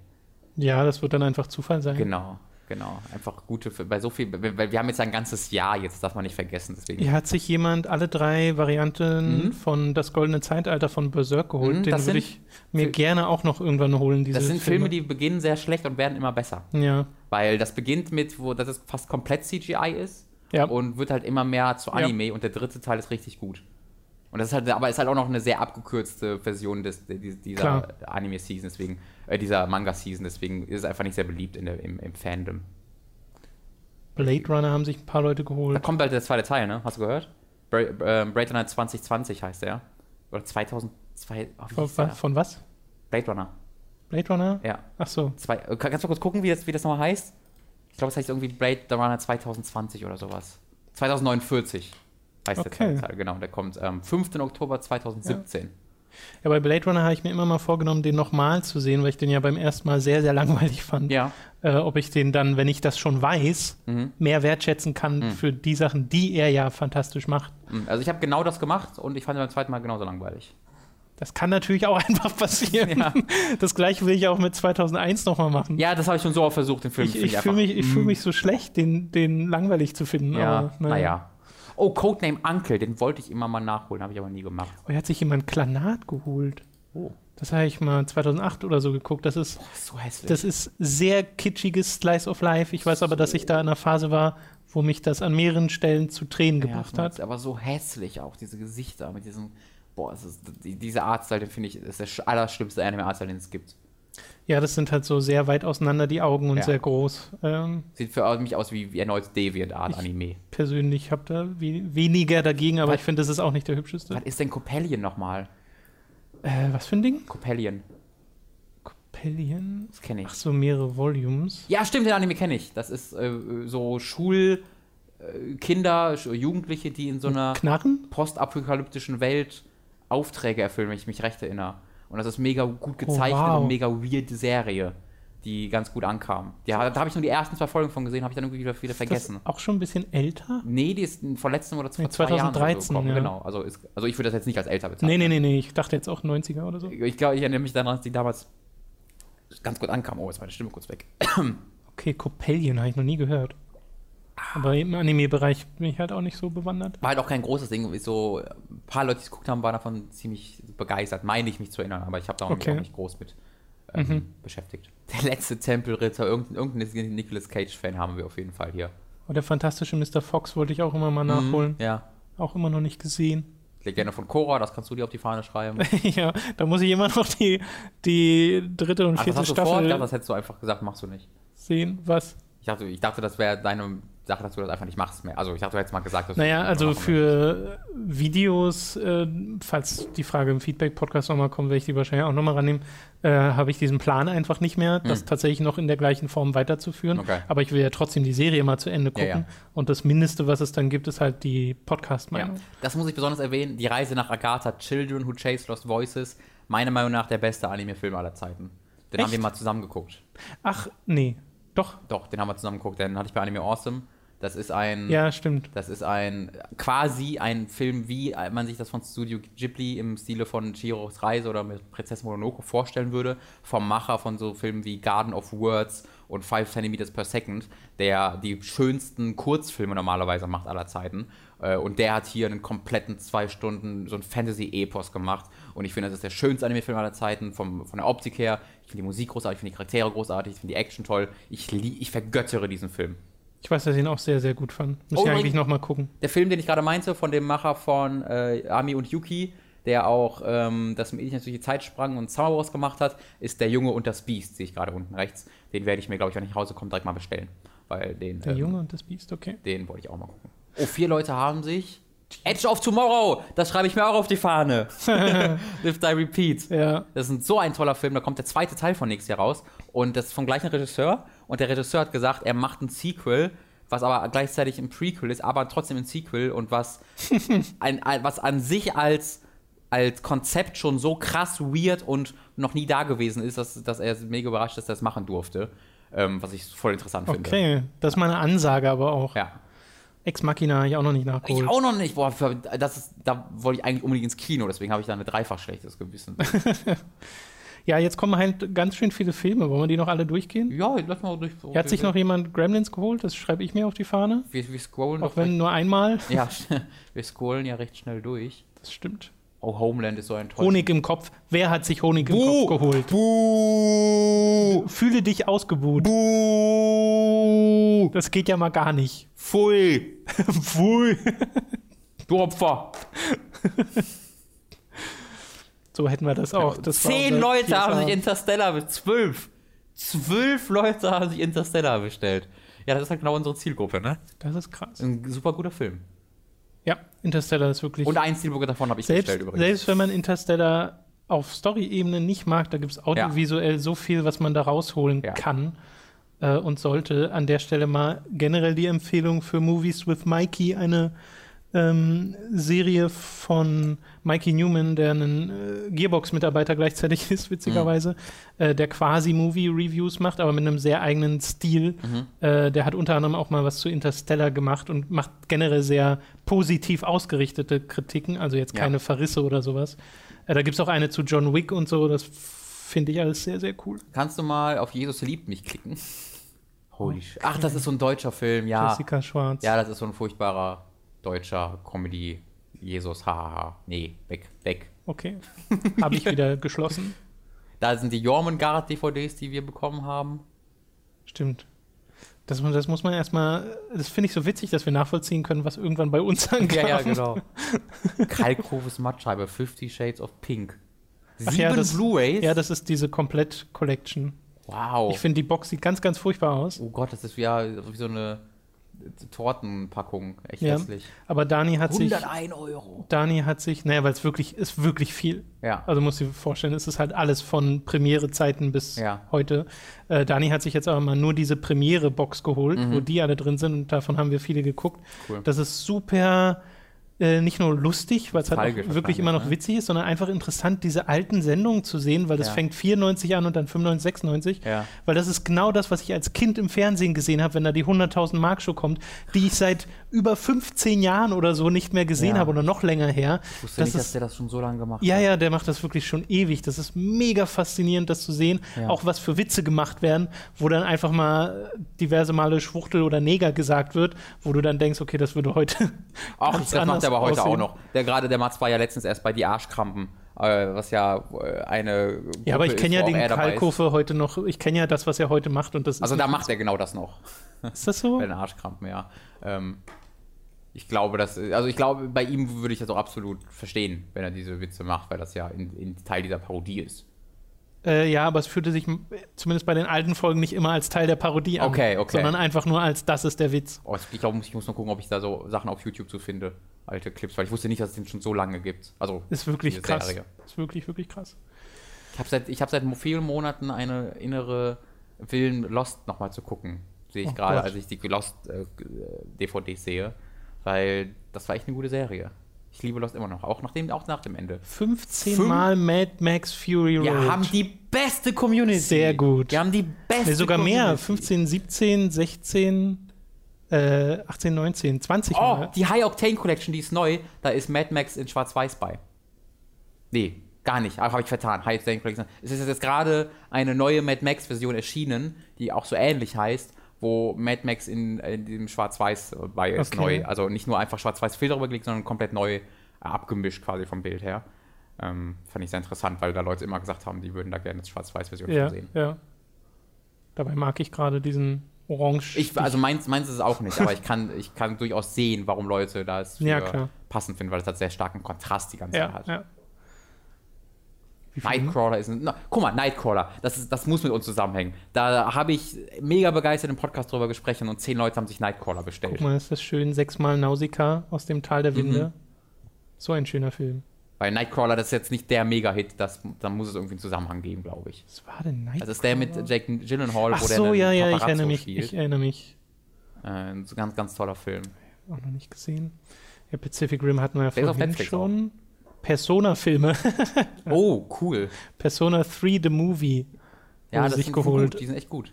[SPEAKER 1] Ja, das wird dann einfach Zufall sein.
[SPEAKER 2] Genau, genau. Einfach gute, Fi- bei so viel, weil wir haben jetzt ein ganzes Jahr, jetzt das darf man nicht vergessen, deswegen.
[SPEAKER 1] Hier hat sich jemand alle drei Varianten von Das Goldene Zeitalter von Berserk geholt.
[SPEAKER 2] Mhm,
[SPEAKER 1] Den
[SPEAKER 2] das
[SPEAKER 1] würde
[SPEAKER 2] sind-
[SPEAKER 1] ich mir gerne auch noch irgendwann holen. Diese
[SPEAKER 2] Das sind Filme, die beginnen sehr schlecht und werden immer besser.
[SPEAKER 1] die. Ja.
[SPEAKER 2] Weil das beginnt mit, wo das fast komplett CGI ist
[SPEAKER 1] Ja.
[SPEAKER 2] und wird halt immer mehr zu
[SPEAKER 1] Ja.
[SPEAKER 2] Anime und der dritte Teil ist richtig gut. Und das ist halt, aber ist halt auch noch eine sehr abgekürzte Version des, die-
[SPEAKER 1] Klar.
[SPEAKER 2] dieser Anime-Season, deswegen, äh, dieser Manga-Season, deswegen ist es einfach nicht sehr beliebt in der, im, im Fandom.
[SPEAKER 1] Blade Runner haben sich ein paar Leute
[SPEAKER 2] Da
[SPEAKER 1] geholt.
[SPEAKER 2] kommt bald der zweite Teil, ne? Hast du gehört? Bra ähm, Blade Runner 2020 heißt der. Oder 2002. Oh, wie
[SPEAKER 1] Von,
[SPEAKER 2] hieß der?
[SPEAKER 1] von was?
[SPEAKER 2] Blade Runner.
[SPEAKER 1] Blade Runner?
[SPEAKER 2] Ja.
[SPEAKER 1] Ach so.
[SPEAKER 2] Zwei, äh, kannst du mal kurz gucken, wie das, wie das nochmal heißt? Ich glaube, es heißt irgendwie Blade Runner 2020 oder sowas. 2049 heißt
[SPEAKER 1] Okay.
[SPEAKER 2] ähm, der zweite Teil, genau. Der kommt am 5. Oktober 2017.
[SPEAKER 1] Ja, bei Blade Runner habe ich mir immer mal vorgenommen, den nochmal zu sehen, weil ich den ja beim ersten Mal sehr, sehr langweilig fand.
[SPEAKER 2] Ja. Mhm.
[SPEAKER 1] Äh, ob ich den dann, wenn ich das schon weiß, mehr wertschätzen kann für die Sachen, die er ja fantastisch macht.
[SPEAKER 2] Hm, Also ich habe genau das gemacht und ich fand ihn beim zweiten Mal genauso langweilig.
[SPEAKER 1] Das kann natürlich auch einfach passieren.
[SPEAKER 2] Ja.
[SPEAKER 1] Das gleiche will ich auch mit 2001 nochmal machen.
[SPEAKER 2] Ja, das habe ich schon so oft versucht, den Film
[SPEAKER 1] ich
[SPEAKER 2] finde
[SPEAKER 1] ich
[SPEAKER 2] einfach- Mhm.
[SPEAKER 1] fühle mich, ich fühl mich so schlecht, den, den langweilig zu finden.
[SPEAKER 2] Ja,
[SPEAKER 1] aber,
[SPEAKER 2] genau, naja. Oh, Codename Uncle, den wollte ich immer mal nachholen, habe ich aber nie gemacht.
[SPEAKER 1] Oh, hier hat sich jemand Klanat geholt.
[SPEAKER 2] Oh.
[SPEAKER 1] Das habe ich mal 2008 oder so geguckt. Das ist,
[SPEAKER 2] So hässlich.
[SPEAKER 1] das ist sehr kitschiges Slice of Life. Ich weiß aber, dass ich da in einer Phase war, wo mich das an mehreren Stellen zu Tränen
[SPEAKER 2] Ja,
[SPEAKER 1] gebracht
[SPEAKER 2] das
[SPEAKER 1] hat.
[SPEAKER 2] ist aber so hässlich auch, diese Gesichter mit diesem. Boah, es ist, die, diese Artstyle, den finde ich, ist der sch- allerschlimmste Anime-Artstyle, den es gibt.
[SPEAKER 1] Ja, das sind halt so sehr weit auseinander die Augen und
[SPEAKER 2] Ja.
[SPEAKER 1] sehr groß. Ähm,
[SPEAKER 2] Sieht für mich aus wie, wie erneut
[SPEAKER 1] äh.
[SPEAKER 2] Deviant-Art-Anime.
[SPEAKER 1] persönlich habe da we weniger dagegen, aber
[SPEAKER 2] Was-
[SPEAKER 1] ich finde, das ist auch nicht der hübscheste.
[SPEAKER 2] Was ist denn Copellion nochmal?
[SPEAKER 1] Äh, was für ein Ding?
[SPEAKER 2] Copellion,
[SPEAKER 1] Copellion?
[SPEAKER 2] das kenne ich.
[SPEAKER 1] Ach so, mehrere Volumes.
[SPEAKER 2] Ja, stimmt, den Anime kenne ich. Das ist äh, so Schul. äh, Kinder, Sch- Jugendliche, die in so einer
[SPEAKER 1] Knarren?
[SPEAKER 2] postapokalyptischen Welt Aufträge erfüllen, wenn ich mich recht erinnere. Und das ist mega gut gezeichnet
[SPEAKER 1] Oh, wow.
[SPEAKER 2] und mega weird Serie, die ganz gut ankam. Ja, da habe ich nur die ersten zwei Folgen von gesehen, habe ich dann irgendwie wieder, wieder vergessen.
[SPEAKER 1] Das ist auch schon ein bisschen älter?
[SPEAKER 2] Nee, die ist vor letztem oder vor
[SPEAKER 1] Nee,
[SPEAKER 2] zwei Jahren oder
[SPEAKER 1] 2013,
[SPEAKER 2] so gekommen.
[SPEAKER 1] ja.
[SPEAKER 2] Genau, also, ist, also ich würde das jetzt nicht als älter
[SPEAKER 1] Nee,
[SPEAKER 2] bezeichnen.
[SPEAKER 1] nee, nee, nee. Ich dachte jetzt auch 90er oder so.
[SPEAKER 2] Ich glaube, ich erinnere mich daran, dass die damals ganz gut ankam. Oh, jetzt ist meine Stimme kurz weg.
[SPEAKER 1] Okay, Copellion habe ich noch nie gehört.
[SPEAKER 2] Ah.
[SPEAKER 1] Aber im Anime-Bereich bin ich halt auch nicht so bewandert.
[SPEAKER 2] War halt auch kein großes Ding. ist So ein paar Leute, die es geguckt haben, waren davon ziemlich begeistert. Meine ich mich zu erinnern, aber ich habe da
[SPEAKER 1] Okay. Mhm.
[SPEAKER 2] auch nicht groß mit ähm, beschäftigt. Der letzte Tempelritter, irgendein, irgendein Nicolas Cage-Fan haben wir auf jeden Fall hier.
[SPEAKER 1] Und der fantastische Mr. Fox wollte ich auch immer mal nachholen.
[SPEAKER 2] Mhm. Ja.
[SPEAKER 1] Auch immer noch nicht gesehen.
[SPEAKER 2] Legende von Korra, das kannst du dir auf die Fahne schreiben.
[SPEAKER 1] ja, da muss ich immer noch die, die dritte und
[SPEAKER 2] Ach, das
[SPEAKER 1] vierte
[SPEAKER 2] hast du vor? Ich
[SPEAKER 1] Staffel
[SPEAKER 2] dachte, das hättest du einfach gesagt, machst du nicht.
[SPEAKER 1] sehen. Was?
[SPEAKER 2] Ich dachte, ich dachte das wäre deine Sache, dass du das einfach nicht machst mehr. Also ich dachte, du hättest mal gesagt, dass
[SPEAKER 1] Naja,
[SPEAKER 2] du
[SPEAKER 1] also für Videos, äh, falls die Frage im Feedback-Podcast nochmal kommt, werde ich die wahrscheinlich auch nochmal rannehmen, äh, habe ich diesen Plan einfach nicht mehr, das tatsächlich noch in der gleichen Form weiterzuführen.
[SPEAKER 2] Hm. Okay.
[SPEAKER 1] Aber ich will ja trotzdem die Serie mal zu Ende
[SPEAKER 2] Ja,
[SPEAKER 1] gucken.
[SPEAKER 2] ja.
[SPEAKER 1] Und das Mindeste, was es dann gibt, ist halt die Podcast-Meinung.
[SPEAKER 2] Ja. Das muss ich besonders erwähnen. Die Reise nach Agatha, Children Who Chase Lost Voices, meiner Meinung nach der beste Anime-Film aller Zeiten. Den haben
[SPEAKER 1] Echt?
[SPEAKER 2] wir mal zusammen geguckt.
[SPEAKER 1] Ach, nee, doch.
[SPEAKER 2] Doch, den haben wir zusammen geguckt. Den hatte ich bei Anime Awesome. Das ist ein,
[SPEAKER 1] Ja, stimmt.
[SPEAKER 2] das ist ein quasi ein Film, wie man sich das von Studio Ghibli im Stile von Chihiros Reise oder mit Prinzessin Mononoke vorstellen würde, vom Macher von so Filmen wie Garden of Words und Five Centimeters per Second, der die schönsten Kurzfilme normalerweise macht aller Zeiten. Äh, Und der hat hier einen kompletten zwei Stunden so ein Fantasy-Epos gemacht. Und ich finde, das ist der schönste Anime-Film aller Zeiten, vom, von der Optik her. Ich finde die Musik großartig, ich finde die Charaktere großartig, ich finde die Action toll. Ich, lie- ich vergöttere diesen Film.
[SPEAKER 1] Ich weiß, dass ich ihn auch sehr, sehr gut fand. Muss ich
[SPEAKER 2] Oh, mein-
[SPEAKER 1] eigentlich nochmal gucken.
[SPEAKER 2] Der Film, den ich gerade meinte, von dem Macher von äh, Ami und Yuki, der auch ähm, das mit Mädchen durch die Zeit sprang und Summer Wars gemacht hat, ist Der Junge und das Biest, sehe ich gerade unten rechts. Den werde ich mir, glaube ich, wenn ich nach Hause komme, direkt mal bestellen. Weil den,
[SPEAKER 1] Der
[SPEAKER 2] ähm,
[SPEAKER 1] Junge und das Biest, okay.
[SPEAKER 2] den wollte ich auch mal gucken. Oh, vier Leute haben sich. Edge of Tomorrow, das schreibe ich mir auch auf die Fahne. Lift I Repeat.
[SPEAKER 1] Ja,
[SPEAKER 2] Das ist ein, so ein toller Film, da kommt der zweite Teil von nächstes Jahr raus und das ist vom gleichen Regisseur und der Regisseur hat gesagt, er macht ein Sequel, was aber gleichzeitig ein Prequel ist, aber trotzdem ein Sequel und was, ein, ein- was an sich als, als Konzept schon so krass weird und noch nie da gewesen ist, dass, dass er mega überrascht ist, dass er das machen durfte, ähm, was ich voll interessant finde.
[SPEAKER 1] okay. Das ist meine Ansage aber auch.
[SPEAKER 2] Ja.
[SPEAKER 1] Ex Machina habe ich auch noch nicht
[SPEAKER 2] Ich
[SPEAKER 1] nachgeholt.
[SPEAKER 2] auch noch nicht. Boah, für, das ist, da wollte ich eigentlich unbedingt ins Kino, deswegen habe ich da ein dreifach schlechtes Gewissen.
[SPEAKER 1] Ja, jetzt kommen halt ganz schön viele Filme. Wollen wir die noch alle durchgehen?
[SPEAKER 2] ja, lass mal durch.
[SPEAKER 1] Hier hat sich noch jemand Gremlins geholt, das schreibe ich mir auf die Fahne.
[SPEAKER 2] Wir, wir scrollen
[SPEAKER 1] Auch
[SPEAKER 2] doch
[SPEAKER 1] wenn nur einmal.
[SPEAKER 2] Ja, wir scrollen ja recht schnell durch.
[SPEAKER 1] Das stimmt.
[SPEAKER 2] Oh, Homeland ist so ein toller.
[SPEAKER 1] Honig im Kopf. Wer hat sich Honig im
[SPEAKER 3] Buh!
[SPEAKER 1] Kopf geholt?
[SPEAKER 3] Buh!
[SPEAKER 1] Fühle dich ausgebuht.
[SPEAKER 3] Buh!
[SPEAKER 1] Das geht ja mal gar nicht.
[SPEAKER 3] Pfui!
[SPEAKER 1] Pfui.
[SPEAKER 2] Du Opfer!
[SPEAKER 1] So hätten wir das auch. Oh, Das war
[SPEAKER 2] Zehn
[SPEAKER 1] unser
[SPEAKER 2] Leute haben
[SPEAKER 1] PSA.
[SPEAKER 2] sich Interstellar bestellt. Zwölf! Zwölf Leute haben sich Interstellar bestellt. Ja, das ist halt genau unsere Zielgruppe, ne?
[SPEAKER 1] Das ist krass.
[SPEAKER 2] Ein super guter Film.
[SPEAKER 1] Ja, Interstellar ist wirklich.
[SPEAKER 2] Und ein Zielgruppe davon habe ich
[SPEAKER 1] selbst,
[SPEAKER 2] bestellt übrigens.
[SPEAKER 1] selbst wenn man Interstellar auf Story-Ebene nicht mag, da gibt es audiovisuell so viel, was man da rausholen
[SPEAKER 2] Ja.
[SPEAKER 1] kann äh, und sollte. An der Stelle mal generell die Empfehlung für Movies with Mikey, eine ähm, Serie von Mikey Newman, der ein äh, Gearbox-Mitarbeiter gleichzeitig ist, witzigerweise,
[SPEAKER 2] Mhm.
[SPEAKER 1] äh, der quasi Movie-Reviews macht, aber mit einem sehr eigenen Stil.
[SPEAKER 2] Mhm.
[SPEAKER 1] Äh, der hat unter anderem auch mal was zu Interstellar gemacht und macht generell sehr positiv ausgerichtete Kritiken, also jetzt
[SPEAKER 2] Ja.
[SPEAKER 1] keine Verrisse oder sowas. Äh, da gibt es auch eine zu John Wick und so, das finde ich alles sehr, sehr cool.
[SPEAKER 2] Kannst du mal auf Jesus liebt mich klicken? Holy shit. Ach, das ist so ein deutscher Film, ja.
[SPEAKER 1] Jessica Schwarz.
[SPEAKER 2] Ah. Ja, das ist so ein furchtbarer deutscher Comedy. Jesus, hahaha. Nee, weg, weg.
[SPEAKER 1] Okay. Habe ich wieder geschlossen.
[SPEAKER 2] Da sind die Jormungard-DVDs, die wir bekommen haben.
[SPEAKER 1] Stimmt. Das, mu- das muss man erstmal, das finde ich so witzig, dass wir nachvollziehen können, was irgendwann bei uns ankam.
[SPEAKER 2] genau. Kalkhofes Mattscheibe, 50 Shades of Pink.
[SPEAKER 1] Ach
[SPEAKER 2] Sieben
[SPEAKER 1] ja, das-
[SPEAKER 2] Blu-Rays?
[SPEAKER 1] Ja, das ist diese Komplett-Collection.
[SPEAKER 2] wow.
[SPEAKER 1] Ich finde, die Box sieht ganz, ganz furchtbar aus.
[SPEAKER 2] oh Gott, das ist ja wie so eine Tortenpackung. Echt
[SPEAKER 1] Ja.
[SPEAKER 2] hässlich.
[SPEAKER 1] Aber Dani hat sich,
[SPEAKER 2] 101 Euro.
[SPEAKER 1] Dani hat sich, naja, weil es wirklich, ist wirklich viel.
[SPEAKER 2] Ja.
[SPEAKER 1] Also musst du dir vorstellen, es ist halt alles von Premiere-Zeiten bis
[SPEAKER 2] Ja.
[SPEAKER 1] heute. Äh, Dani hat sich jetzt aber mal nur diese Premiere-Box geholt, wo die alle drin sind und davon haben wir viele geguckt.
[SPEAKER 2] Mhm. Cool.
[SPEAKER 1] Das ist super, äh, nicht nur lustig, weil es halt
[SPEAKER 2] Nostalgisch
[SPEAKER 1] auch wirklich
[SPEAKER 2] wahrscheinlich,
[SPEAKER 1] immer noch
[SPEAKER 2] ne?
[SPEAKER 1] witzig ist, sondern einfach interessant, diese alten Sendungen zu sehen, weil das
[SPEAKER 2] Ja.
[SPEAKER 1] fängt 94 an und dann 95, 96.
[SPEAKER 2] Ja.
[SPEAKER 1] Weil das ist genau das, was ich als Kind im Fernsehen gesehen habe, wenn da die 100.000 Mark Show kommt, die ich seit über 15 Jahren oder so nicht mehr gesehen
[SPEAKER 2] Ja.
[SPEAKER 1] habe oder noch länger her.
[SPEAKER 2] Ich wusste nicht, dass der das schon so lange gemacht
[SPEAKER 1] Ja,
[SPEAKER 2] hat.
[SPEAKER 1] ja, der macht das wirklich schon ewig. Das ist mega faszinierend, das zu sehen.
[SPEAKER 2] Ja.
[SPEAKER 1] Auch was für Witze gemacht werden, wo dann einfach mal diverse Male Schwuchtel oder Neger gesagt wird, wo du dann denkst, okay, das würde heute.
[SPEAKER 2] Ach,
[SPEAKER 1] ganz
[SPEAKER 2] das macht
[SPEAKER 1] anders
[SPEAKER 2] er aber heute
[SPEAKER 1] aussehen.
[SPEAKER 2] auch noch. Der gerade der Mats war ja letztens erst bei die Arschkrampen, äh, was ja äh, eine. Gruppe
[SPEAKER 1] Ja, aber ich
[SPEAKER 2] ist,
[SPEAKER 1] kenne ja
[SPEAKER 2] wo auch
[SPEAKER 1] den
[SPEAKER 2] er dabei ist.
[SPEAKER 1] Kalkofe heute noch. Ich kenne ja das, was er heute macht. Und das
[SPEAKER 2] Also
[SPEAKER 1] ist,
[SPEAKER 2] da macht er genau das noch.
[SPEAKER 1] ist das so?
[SPEAKER 2] Bei den Arschkrampen, ja. Ähm, ich glaube, dass, also ich glaube, bei ihm würde ich das auch absolut verstehen, wenn er diese Witze macht, weil das ja in, in Teil dieser Parodie ist.
[SPEAKER 1] Äh, ja, aber es fühlte sich m- zumindest bei den alten Folgen nicht immer als Teil der Parodie an.
[SPEAKER 2] Okay, okay.
[SPEAKER 1] Sondern einfach nur als das ist der Witz.
[SPEAKER 2] Oh, ich glaube, ich muss noch gucken, ob ich da so Sachen auf YouTube zu finde, alte Clips, weil ich wusste nicht, dass es den schon so lange gibt. Also
[SPEAKER 1] Ist wirklich
[SPEAKER 2] diese
[SPEAKER 1] krass.
[SPEAKER 2] Serie.
[SPEAKER 1] Ist wirklich, wirklich krass.
[SPEAKER 2] Ich habe seit, ich hab seit vielen Monaten eine innere Willen, Lost nochmal zu gucken. Sehe ich
[SPEAKER 1] Oh
[SPEAKER 2] gerade,
[SPEAKER 1] Gott.
[SPEAKER 2] als ich die äh, Lost-DVDs sehe. Weil das war echt eine gute Serie. Ich liebe Lost immer noch, auch nach dem, auch nach dem Ende.
[SPEAKER 1] 15
[SPEAKER 2] Fünf-
[SPEAKER 1] Mal Mad Max Fury Road.
[SPEAKER 2] Wir haben die beste Community.
[SPEAKER 1] Sehr gut.
[SPEAKER 2] Wir haben die beste
[SPEAKER 1] nee, sogar mehr.
[SPEAKER 2] Community.
[SPEAKER 1] 15, 17, 16, äh, 18, 19, 20
[SPEAKER 2] Oh,
[SPEAKER 1] Mal.
[SPEAKER 2] die High Octane Collection, die ist neu. Da ist Mad Max in Schwarz-Weiß bei. Nee, gar nicht. Aber habe ich vertan. High Octane Collection. Es ist jetzt gerade eine neue Mad Max Version erschienen, die auch so ähnlich heißt, wo Mad Max in, in dem Schwarz-Weiß bei ist
[SPEAKER 1] Okay.
[SPEAKER 2] neu. Also nicht nur einfach Schwarz-Weiß-Filter drüber gelegt, sondern komplett neu äh, abgemischt quasi vom Bild her. Ähm, fand ich sehr interessant, weil da Leute immer gesagt haben, die würden da gerne eine Schwarz-Weiß-Version
[SPEAKER 1] ja,
[SPEAKER 2] von sehen.
[SPEAKER 1] ja. Dabei mag ich gerade diesen Orange.
[SPEAKER 2] Ich, also meins, meins ist es auch nicht, aber ich kann, ich kann durchaus sehen, warum Leute das
[SPEAKER 1] Ja,
[SPEAKER 2] für
[SPEAKER 1] klar.
[SPEAKER 2] passend finden, weil es hat sehr starken Kontrast die ganze Zeit
[SPEAKER 1] ja,
[SPEAKER 2] hat.
[SPEAKER 1] ja.
[SPEAKER 2] Nightcrawler ist ein. Na, guck mal, Nightcrawler, das, ist, das muss mit uns zusammenhängen. Da habe ich mega begeistert im Podcast drüber gesprochen und zehn Leute haben sich Nightcrawler bestellt.
[SPEAKER 1] Guck mal, ist das schön. Sechsmal Nausicaa aus dem Tal
[SPEAKER 2] Mhm.
[SPEAKER 1] der Winde. So ein schöner Film.
[SPEAKER 2] Weil Nightcrawler, das ist jetzt nicht der Mega-Hit, das- da muss es irgendwie einen Zusammenhang geben, glaube ich.
[SPEAKER 1] Was war denn Night?
[SPEAKER 2] Das Also ist der mit Jake Gyllenhaal,
[SPEAKER 1] Ach
[SPEAKER 2] wo der
[SPEAKER 1] so,
[SPEAKER 2] einen
[SPEAKER 1] ja, ja, ich
[SPEAKER 2] Paparazzo
[SPEAKER 1] erinnere mich.
[SPEAKER 2] spielt.
[SPEAKER 1] Ich erinnere mich.
[SPEAKER 2] Äh, ein ganz, ganz toller Film.
[SPEAKER 1] Auch noch nicht gesehen. Ja, Pacific Rim hatten wir ja
[SPEAKER 2] Der ist auf
[SPEAKER 1] vorhin
[SPEAKER 2] Netflix
[SPEAKER 1] schon. Persona-Filme.
[SPEAKER 2] Oh, cool.
[SPEAKER 1] Persona 3 The Movie. Wurde sich
[SPEAKER 2] sind
[SPEAKER 1] geholt.
[SPEAKER 2] Gut, die sind echt gut.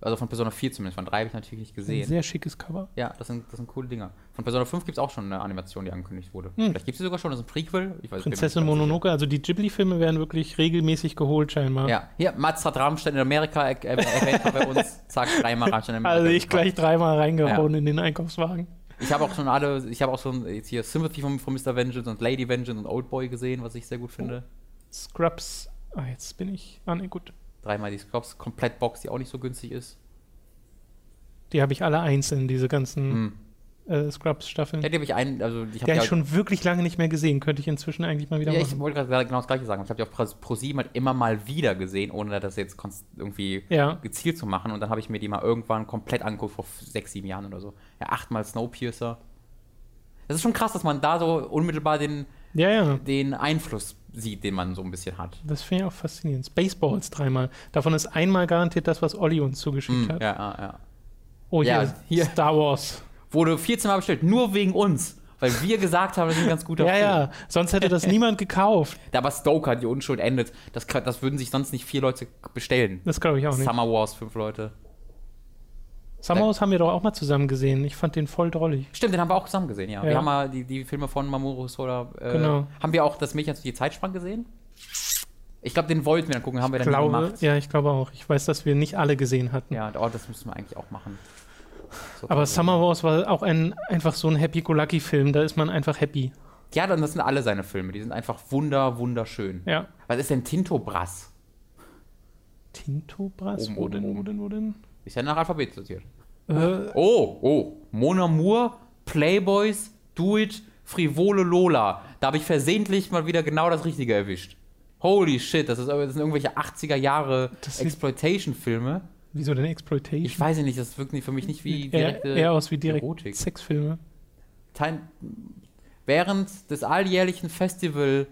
[SPEAKER 2] Also von Persona 4 zumindest, von 3 habe ich natürlich nicht
[SPEAKER 1] Ein
[SPEAKER 2] gesehen.
[SPEAKER 1] sehr schickes Cover.
[SPEAKER 2] Ja, das sind, das sind coole Dinger. Von Persona 5 gibt es auch schon eine Animation, die angekündigt wurde. Vielleicht gibt es sie sogar schon, das ist ein Prequel. Ich weiß, bin mir nicht
[SPEAKER 1] Hm. Prinzessin
[SPEAKER 2] ganz sicher.
[SPEAKER 1] Mononoke, also die Ghibli-Filme werden wirklich regelmäßig geholt, scheinbar.
[SPEAKER 2] Ja, hier, Mats hat Rammstein in Amerika er- er- erwähnt er bei uns. Zack, dreimal Rammstein in Amerika.
[SPEAKER 1] Also ich gleich dreimal reingehauen
[SPEAKER 2] Ja.
[SPEAKER 1] in den Einkaufswagen.
[SPEAKER 2] Ich habe auch schon alle, ich habe auch schon jetzt hier Sympathy von, von Mr. Vengeance und Lady Vengeance und Oldboy gesehen, was ich sehr gut finde.
[SPEAKER 1] Scrubs. Ah, jetzt bin ich. Ah, ne, gut.
[SPEAKER 2] Dreimal die Scrubs, Komplettbox, die auch nicht so günstig ist.
[SPEAKER 1] Die habe ich alle einzeln, diese ganzen
[SPEAKER 2] Hm.
[SPEAKER 1] äh, Scrubs-Staffeln.
[SPEAKER 2] Ja, die habe ich einen, also ich habe
[SPEAKER 1] Die
[SPEAKER 2] ja,
[SPEAKER 1] habe ich schon wirklich lange nicht mehr gesehen. Könnte ich inzwischen eigentlich mal wieder
[SPEAKER 2] ja, ich
[SPEAKER 1] machen.
[SPEAKER 2] wollte gerade genau das gleiche sagen. Ich habe die auf Pro- ProSieben halt immer mal wieder gesehen, ohne das jetzt konst- irgendwie
[SPEAKER 1] Ja.
[SPEAKER 2] ne, gezielt zu machen. Und dann habe ich mir die mal irgendwann komplett angeguckt, vor f- sechs, sieben Jahren oder so. Ja, achtmal Snowpiercer. Das ist schon krass, dass man da so unmittelbar den,
[SPEAKER 1] Ja, ja.
[SPEAKER 2] den Einfluss sieht, den man so ein bisschen hat.
[SPEAKER 1] Das finde ich auch faszinierend. Spaceballs dreimal. Davon ist einmal garantiert das, was Olli uns zugeschickt
[SPEAKER 2] Hm, Ja,
[SPEAKER 1] hat.
[SPEAKER 2] ja, ja.
[SPEAKER 1] Oh,
[SPEAKER 2] Mm. Ja,
[SPEAKER 1] hier,
[SPEAKER 2] hier.
[SPEAKER 1] Star Wars.
[SPEAKER 2] Wurde 14 Mal bestellt, nur wegen uns. weil wir gesagt haben, das ist ein ganz guter
[SPEAKER 1] Ja,
[SPEAKER 2] Film.
[SPEAKER 1] ja, sonst hätte das niemand gekauft.
[SPEAKER 2] Da aber Stoker, die Unschuld endet, das, kann- das würden sich sonst nicht vier Leute bestellen.
[SPEAKER 1] Das glaube ich auch nicht.
[SPEAKER 2] Summer Wars, fünf Leute.
[SPEAKER 1] Summerhouse haben wir doch auch mal zusammen gesehen. Ich fand den voll drollig.
[SPEAKER 2] Stimmt, den haben wir auch zusammen gesehen, ja. Wir
[SPEAKER 1] Ja.
[SPEAKER 2] haben mal die, die Filme von Mamoru Hosoda. Äh,
[SPEAKER 1] Genau.
[SPEAKER 2] Haben wir auch das Mädchen durch die Zeitspanne gesehen? Ich glaube, den wollten wir dann gucken, haben wir
[SPEAKER 1] Ich
[SPEAKER 2] dann nie
[SPEAKER 1] glaube,
[SPEAKER 2] gemacht.
[SPEAKER 1] ja, ich glaube auch. Ich weiß, dass wir nicht alle gesehen hatten.
[SPEAKER 2] Ja, oh, das müssen wir eigentlich auch machen. So
[SPEAKER 1] Aber
[SPEAKER 2] quasi.
[SPEAKER 1] Summer Wars war auch ein, einfach so ein Happy-Go-Lucky-Film. Da ist man einfach happy.
[SPEAKER 2] Ja, dann das sind alle seine Filme. Die sind einfach wunder, wunderschön.
[SPEAKER 1] Ja.
[SPEAKER 2] Was ist denn Tintobras?
[SPEAKER 1] Tintobras?
[SPEAKER 2] Oben,
[SPEAKER 1] Wo
[SPEAKER 2] oben,
[SPEAKER 1] denn, wo
[SPEAKER 2] oben.
[SPEAKER 1] denn, wo denn?
[SPEAKER 2] Ist ja nach Alphabet sortiert.
[SPEAKER 1] Äh,
[SPEAKER 2] Oh, oh. Mona Moore, Playboys, Do It, Frivole Lola. Da habe ich versehentlich mal wieder genau das Richtige erwischt. Holy shit, das, ist, aber- das sind irgendwelche 80er Jahre
[SPEAKER 1] Das sieht-
[SPEAKER 2] Exploitation-Filme.
[SPEAKER 1] wieso denn Exploitation?
[SPEAKER 2] Ich weiß ja nicht, das wirkt nicht für mich nicht wie
[SPEAKER 1] eher,
[SPEAKER 2] direkte
[SPEAKER 1] eher aus wie direkt
[SPEAKER 2] Erotik.
[SPEAKER 1] Sexfilme.
[SPEAKER 2] Teil- Während des alljährlichen Festival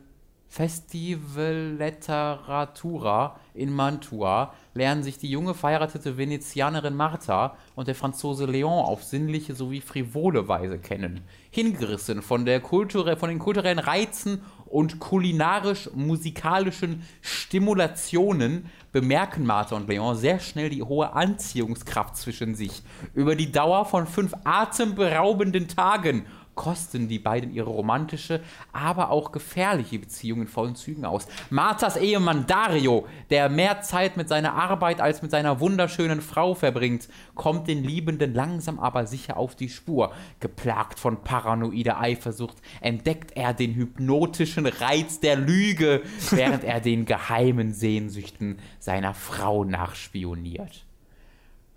[SPEAKER 2] Festival Letteratura in Mantua lernen sich die junge verheiratete Venezianerin Marta und der Franzose Leon auf sinnliche sowie frivole Weise kennen. Hingerissen von, der kulturell- von den kulturellen Reizen und kulinarisch-musikalischen Stimulationen bemerken Martha und Leon sehr schnell die hohe Anziehungskraft zwischen sich. Über die Dauer von fünf atemberaubenden Tagen kosten die beiden ihre romantische, aber auch gefährliche Beziehung in vollen Zügen aus. Marthas Ehemann Dario, der mehr Zeit mit seiner Arbeit als mit seiner wunderschönen Frau verbringt, kommt den Liebenden langsam aber sicher auf die Spur. Geplagt von paranoider Eifersucht entdeckt er den hypnotischen Reiz der Lüge, während er den geheimen Sehnsüchten seiner Frau nachspioniert.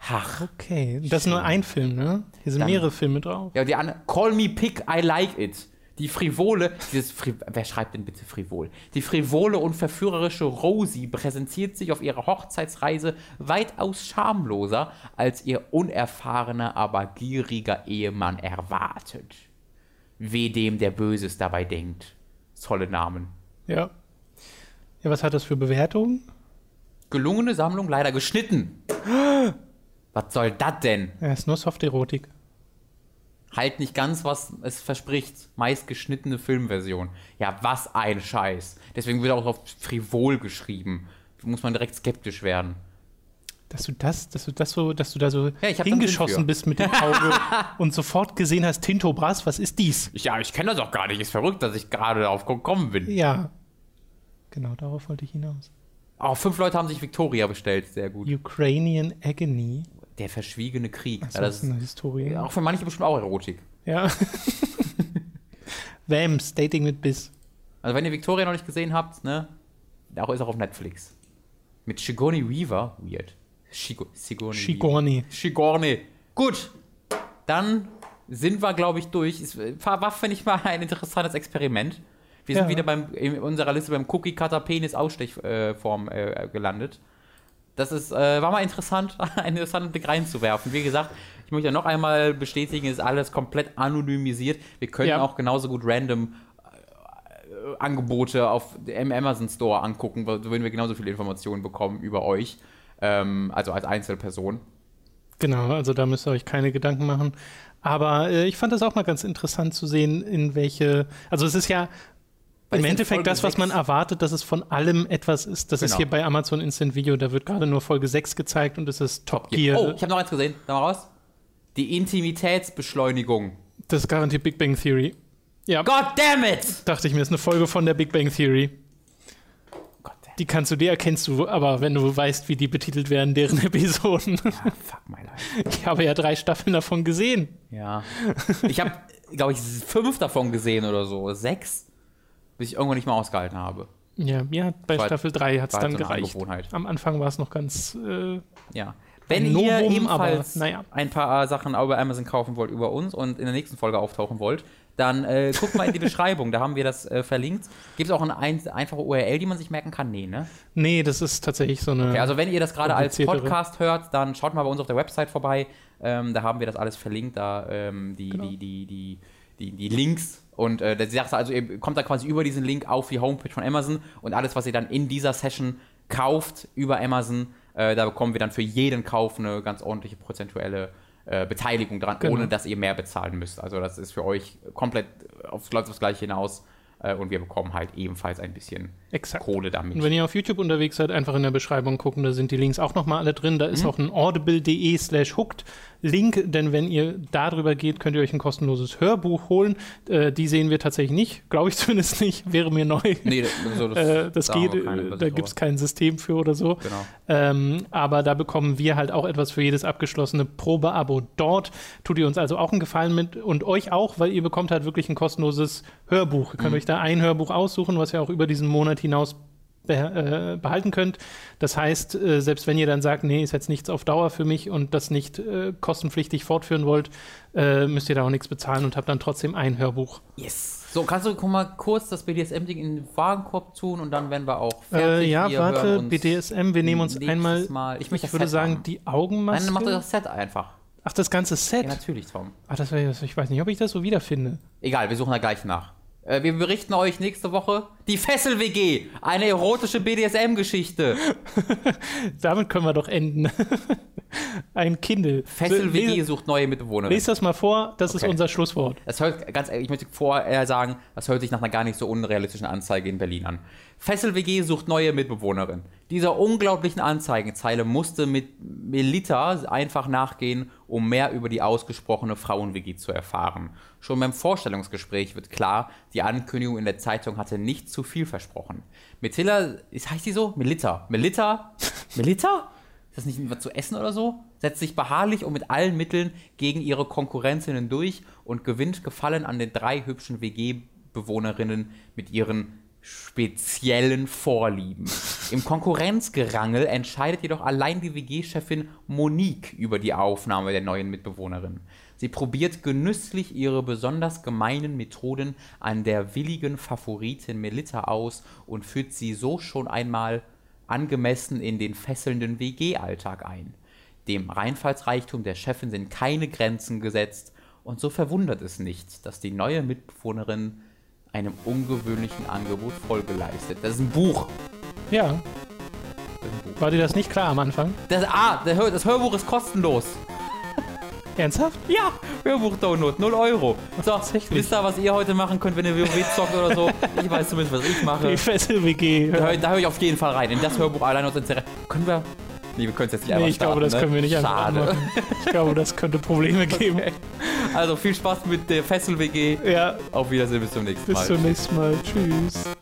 [SPEAKER 2] Ach,
[SPEAKER 1] Okay, das ist nur ein Film, ne? Hier sind
[SPEAKER 2] Dann-
[SPEAKER 1] mehrere Filme drauf.
[SPEAKER 2] ja, die andere. Call me pick, I like it. Die frivole, dieses Fri wer schreibt denn bitte frivol? Die frivole und verführerische Rosie präsentiert sich auf ihrer Hochzeitsreise weitaus schamloser, als ihr unerfahrener, aber gieriger Ehemann erwartet. Weh dem, der Böses dabei denkt. Tolle Namen.
[SPEAKER 1] Ja. Ja, was hat das für Bewertungen?
[SPEAKER 2] Gelungene Sammlung leider geschnitten. Was soll das denn?
[SPEAKER 1] Ja, ist nur Soft-Erotik.
[SPEAKER 2] halt nicht ganz, was es verspricht. Meist geschnittene Filmversion. Ja, was ein Scheiß. Deswegen wird auch auf frivol geschrieben. Muss man direkt skeptisch werden.
[SPEAKER 1] Dass du das, dass du das so, dass du da so
[SPEAKER 2] ich hab da einen Sinn für.
[SPEAKER 1] hingeschossen bist mit dem Auge und sofort gesehen hast, Tintobras, was ist dies?
[SPEAKER 2] Ja, ich kenne das auch gar nicht. Ist verrückt, dass ich gerade darauf gekommen bin.
[SPEAKER 1] Ja. Genau darauf wollte ich hinaus.
[SPEAKER 2] Auch fünf Leute haben sich Victoria bestellt. Sehr gut.
[SPEAKER 1] Ukrainian Agony.
[SPEAKER 2] Der verschwiegene Krieg.
[SPEAKER 1] So
[SPEAKER 2] ja, das
[SPEAKER 1] ist
[SPEAKER 2] ist
[SPEAKER 1] eine Historie.
[SPEAKER 2] auch für manche bestimmt auch Erotik.
[SPEAKER 1] Ja. Vams, Dating mit Biss.
[SPEAKER 2] Also wenn ihr Victoria noch nicht gesehen habt, ne, auch ist auch auf Netflix. Mit Sigourney Weaver. Weird. Shigo, Sigourney. Weaver.
[SPEAKER 1] Shigorni.
[SPEAKER 2] Schigorni. Gut, dann sind wir, glaube ich, durch. Es war, war finde ich, mal ein interessantes Experiment. Wir sind
[SPEAKER 1] Ja.
[SPEAKER 2] wieder beim, in unserer Liste beim Cookie Cutter Penis Ausstechform äh, gelandet. Das ist, äh, war mal interessant, einen interessanten Blick reinzuwerfen. Wie gesagt, ich möchte noch einmal bestätigen, es ist alles komplett anonymisiert. Wir können
[SPEAKER 1] Ja.
[SPEAKER 2] auch genauso gut random äh, Angebote auf dem Amazon Store angucken, weil so würden wir genauso viele Informationen bekommen über euch, ähm, also als Einzelperson.
[SPEAKER 1] Genau, also da müsst ihr euch keine Gedanken machen. Aber äh, ich fand das auch mal ganz interessant zu sehen, in welche. Also es ist ja
[SPEAKER 2] Weil
[SPEAKER 1] im
[SPEAKER 2] es in
[SPEAKER 1] Endeffekt
[SPEAKER 2] Folge
[SPEAKER 1] das, was man
[SPEAKER 2] sechs-
[SPEAKER 1] erwartet, dass es von allem etwas ist. Das ist
[SPEAKER 2] Genau.
[SPEAKER 1] hier bei Amazon Instant Video, da wird gerade nur Folge 6 gezeigt und es ist Top Gear.
[SPEAKER 2] Oh, ich habe noch eins gesehen. Da mal raus. Die Intimitätsbeschleunigung.
[SPEAKER 1] Das ist garantiert Big Bang Theory. Ja,
[SPEAKER 2] God damn it!
[SPEAKER 1] dachte ich mir, ist eine Folge von der Big Bang Theory.
[SPEAKER 2] God damn
[SPEAKER 1] Die kannst du, die erkennst du, aber wenn du weißt, wie die betitelt werden, deren Episoden.
[SPEAKER 2] it. Ah, Fuck my life.
[SPEAKER 1] Ich habe ja drei Staffeln davon gesehen.
[SPEAKER 2] Ja. Ich habe, glaube ich, fünf davon gesehen oder so. Sechs. Bis ich irgendwann nicht mehr ausgehalten habe.
[SPEAKER 1] Ja, mir hat bei
[SPEAKER 2] War-
[SPEAKER 1] Staffel 3 hat es
[SPEAKER 2] war
[SPEAKER 1] dann
[SPEAKER 2] so eine
[SPEAKER 1] gereicht.
[SPEAKER 2] Angewohnheit.
[SPEAKER 1] Am Anfang war es noch ganz. Äh,
[SPEAKER 2] Ja. Wenn
[SPEAKER 1] Ein
[SPEAKER 2] ihr
[SPEAKER 1] Novum,
[SPEAKER 2] ebenfalls
[SPEAKER 1] aber naja.
[SPEAKER 2] ein paar äh, Sachen über Amazon kaufen wollt, über uns und in der nächsten Folge auftauchen wollt, dann äh, guckt mal in die Beschreibung. Da haben wir das äh, verlinkt. Gibt es auch eine ein, einfache URL, die man sich merken kann? Nee, ne?
[SPEAKER 1] nee, das ist tatsächlich so eine.
[SPEAKER 2] Ja, also wenn ihr das gerade als
[SPEAKER 1] Kompliziertere.
[SPEAKER 2] Podcast hört, dann schaut mal bei uns auf der Website vorbei. Ähm, da haben wir das alles verlinkt, da ähm, die,
[SPEAKER 1] Genau.
[SPEAKER 2] die, die, die, die, die Links. Und äh, die Sache, also ihr kommt da quasi über diesen Link auf die Homepage von Amazon und alles, was ihr dann in dieser Session kauft über Amazon, äh, da bekommen wir dann für jeden Kauf eine ganz ordentliche prozentuelle äh, äh, Beteiligung dran,
[SPEAKER 1] Genau.
[SPEAKER 2] ohne dass ihr mehr bezahlen müsst. Also das ist für euch komplett aufs, läuft aufs Gleiche hinaus äh, und wir bekommen halt ebenfalls ein bisschen
[SPEAKER 1] Exakt.
[SPEAKER 2] Kohle damit.
[SPEAKER 1] Und wenn ihr auf YouTube unterwegs seid, einfach in der Beschreibung gucken, da sind die Links auch nochmal alle drin. Da
[SPEAKER 2] Mhm.
[SPEAKER 1] ist auch ein audible.de slash hooked Link, denn wenn ihr darüber geht, könnt ihr euch ein kostenloses Hörbuch holen. Äh, die sehen wir tatsächlich nicht, glaube ich zumindest nicht, wäre mir neu.
[SPEAKER 2] Nee, also das,
[SPEAKER 1] Äh, das
[SPEAKER 2] da haben
[SPEAKER 1] geht,
[SPEAKER 2] wir
[SPEAKER 1] äh,
[SPEAKER 2] keine
[SPEAKER 1] da
[SPEAKER 2] Übersicht
[SPEAKER 1] gibt es
[SPEAKER 2] drüber.
[SPEAKER 1] kein System für oder so.
[SPEAKER 2] Genau.
[SPEAKER 1] Ähm, aber da bekommen wir halt auch etwas für jedes abgeschlossene Probeabo dort. Tut ihr uns also auch einen Gefallen mit und euch auch, weil ihr bekommt halt wirklich ein kostenloses Hörbuch. Ihr könnt euch da ein Hörbuch aussuchen, was ihr auch über diesen Monat hinaus beh- äh, behalten könnt. Das heißt, äh, selbst wenn ihr dann sagt, nee, ist jetzt nichts auf Dauer für mich und das nicht äh, kostenpflichtig fortführen wollt, äh, müsst ihr da auch nichts bezahlen und habt dann trotzdem ein Hörbuch.
[SPEAKER 2] Yes. So, kannst du guck mal kurz das BDSM-Ding in den Warenkorb tun und dann werden wir auch
[SPEAKER 1] Äh,
[SPEAKER 2] fertig.
[SPEAKER 1] ja,
[SPEAKER 2] Wir hören
[SPEAKER 1] warte,
[SPEAKER 2] uns
[SPEAKER 1] BDSM, wir nehmen uns
[SPEAKER 2] nächstes
[SPEAKER 1] einmal.
[SPEAKER 2] Mal.
[SPEAKER 1] Ich,
[SPEAKER 2] Ich möchte das
[SPEAKER 1] würde
[SPEAKER 2] Set
[SPEAKER 1] sagen,
[SPEAKER 2] haben.
[SPEAKER 1] die
[SPEAKER 2] Nein, dann
[SPEAKER 1] Augenmaske.
[SPEAKER 2] mach doch das Set einfach.
[SPEAKER 1] Ach, das ganze Set.
[SPEAKER 2] Ja, natürlich, Tom.
[SPEAKER 1] Ach, das wäre, ich weiß nicht, ob ich das so wiederfinde.
[SPEAKER 2] Egal, wir suchen da gleich nach. Äh, wir berichten euch nächste Woche die Fessel-WG. Eine erotische BDSM-Geschichte.
[SPEAKER 1] Damit können wir doch enden. Ein Kindle.
[SPEAKER 2] Fessel-WG
[SPEAKER 1] Les-
[SPEAKER 2] sucht neue Mitbewohner.
[SPEAKER 1] Les das mal vor, das ist
[SPEAKER 2] Okay.
[SPEAKER 1] unser Schlusswort.
[SPEAKER 2] Das hört, ganz ehrlich, ich möchte vorher sagen, das hört sich nach einer gar nicht so unrealistischen Anzeige in Berlin an. Fessel WG sucht neue Mitbewohnerin. Dieser unglaublichen Anzeigenzeile musste mit Melita einfach nachgehen, um mehr über die ausgesprochene Frauen-WG zu erfahren. Schon beim Vorstellungsgespräch wird klar, die Ankündigung in der Zeitung hatte nicht zu viel versprochen. Metilla, ist- heißt sie so? Melita. Melita? Melita? Ist das nicht was zu essen oder so? Setzt sich beharrlich und mit allen Mitteln gegen ihre Konkurrenzinnen durch und gewinnt Gefallen an den drei hübschen WG-Bewohnerinnen mit ihren speziellen Vorlieben. Im Konkurrenzgerangel entscheidet jedoch allein die WG-Chefin Monique über die Aufnahme der neuen Mitbewohnerin. Sie probiert genüsslich ihre besonders gemeinen Methoden an der willigen Favoritin Melitta aus und führt sie so schon einmal angemessen in den fesselnden WG-Alltag ein. Dem Reinfallsreichtum der Chefin sind keine Grenzen gesetzt und so verwundert es nicht, dass die neue Mitbewohnerin einem ungewöhnlichen Angebot Folge leistet. Das ist ein Buch.
[SPEAKER 1] Ja. War dir das nicht klar am Anfang?
[SPEAKER 2] Das, ah, der Hör, das Hörbuch ist kostenlos.
[SPEAKER 1] Ernsthaft?
[SPEAKER 2] Ja, Hörbuch-Download, 0 Euro. So,
[SPEAKER 1] Tatsächlich.
[SPEAKER 2] wisst ihr, was ihr heute machen könnt, wenn ihr WoW zockt oder so? Ich weiß zumindest, was ich mache.
[SPEAKER 1] Die Fessel-WG.
[SPEAKER 2] Da höre da hör ich auf jeden Fall rein. In das Hörbuch allein aus Interesse. Können wir. Nee, wir können es jetzt nicht
[SPEAKER 1] Nee,
[SPEAKER 2] einfach
[SPEAKER 1] ich glaube,
[SPEAKER 2] starten,
[SPEAKER 1] das
[SPEAKER 2] ne?
[SPEAKER 1] können wir nicht einfach
[SPEAKER 2] Schade.
[SPEAKER 1] anmachen. Ich glaube, das könnte Probleme geben.
[SPEAKER 2] Also viel Spaß mit der Fessel-WG.
[SPEAKER 1] Ja,
[SPEAKER 2] Auf Wiedersehen, bis zum nächsten Mal.
[SPEAKER 1] bis zum nächsten Mal. Tschüss.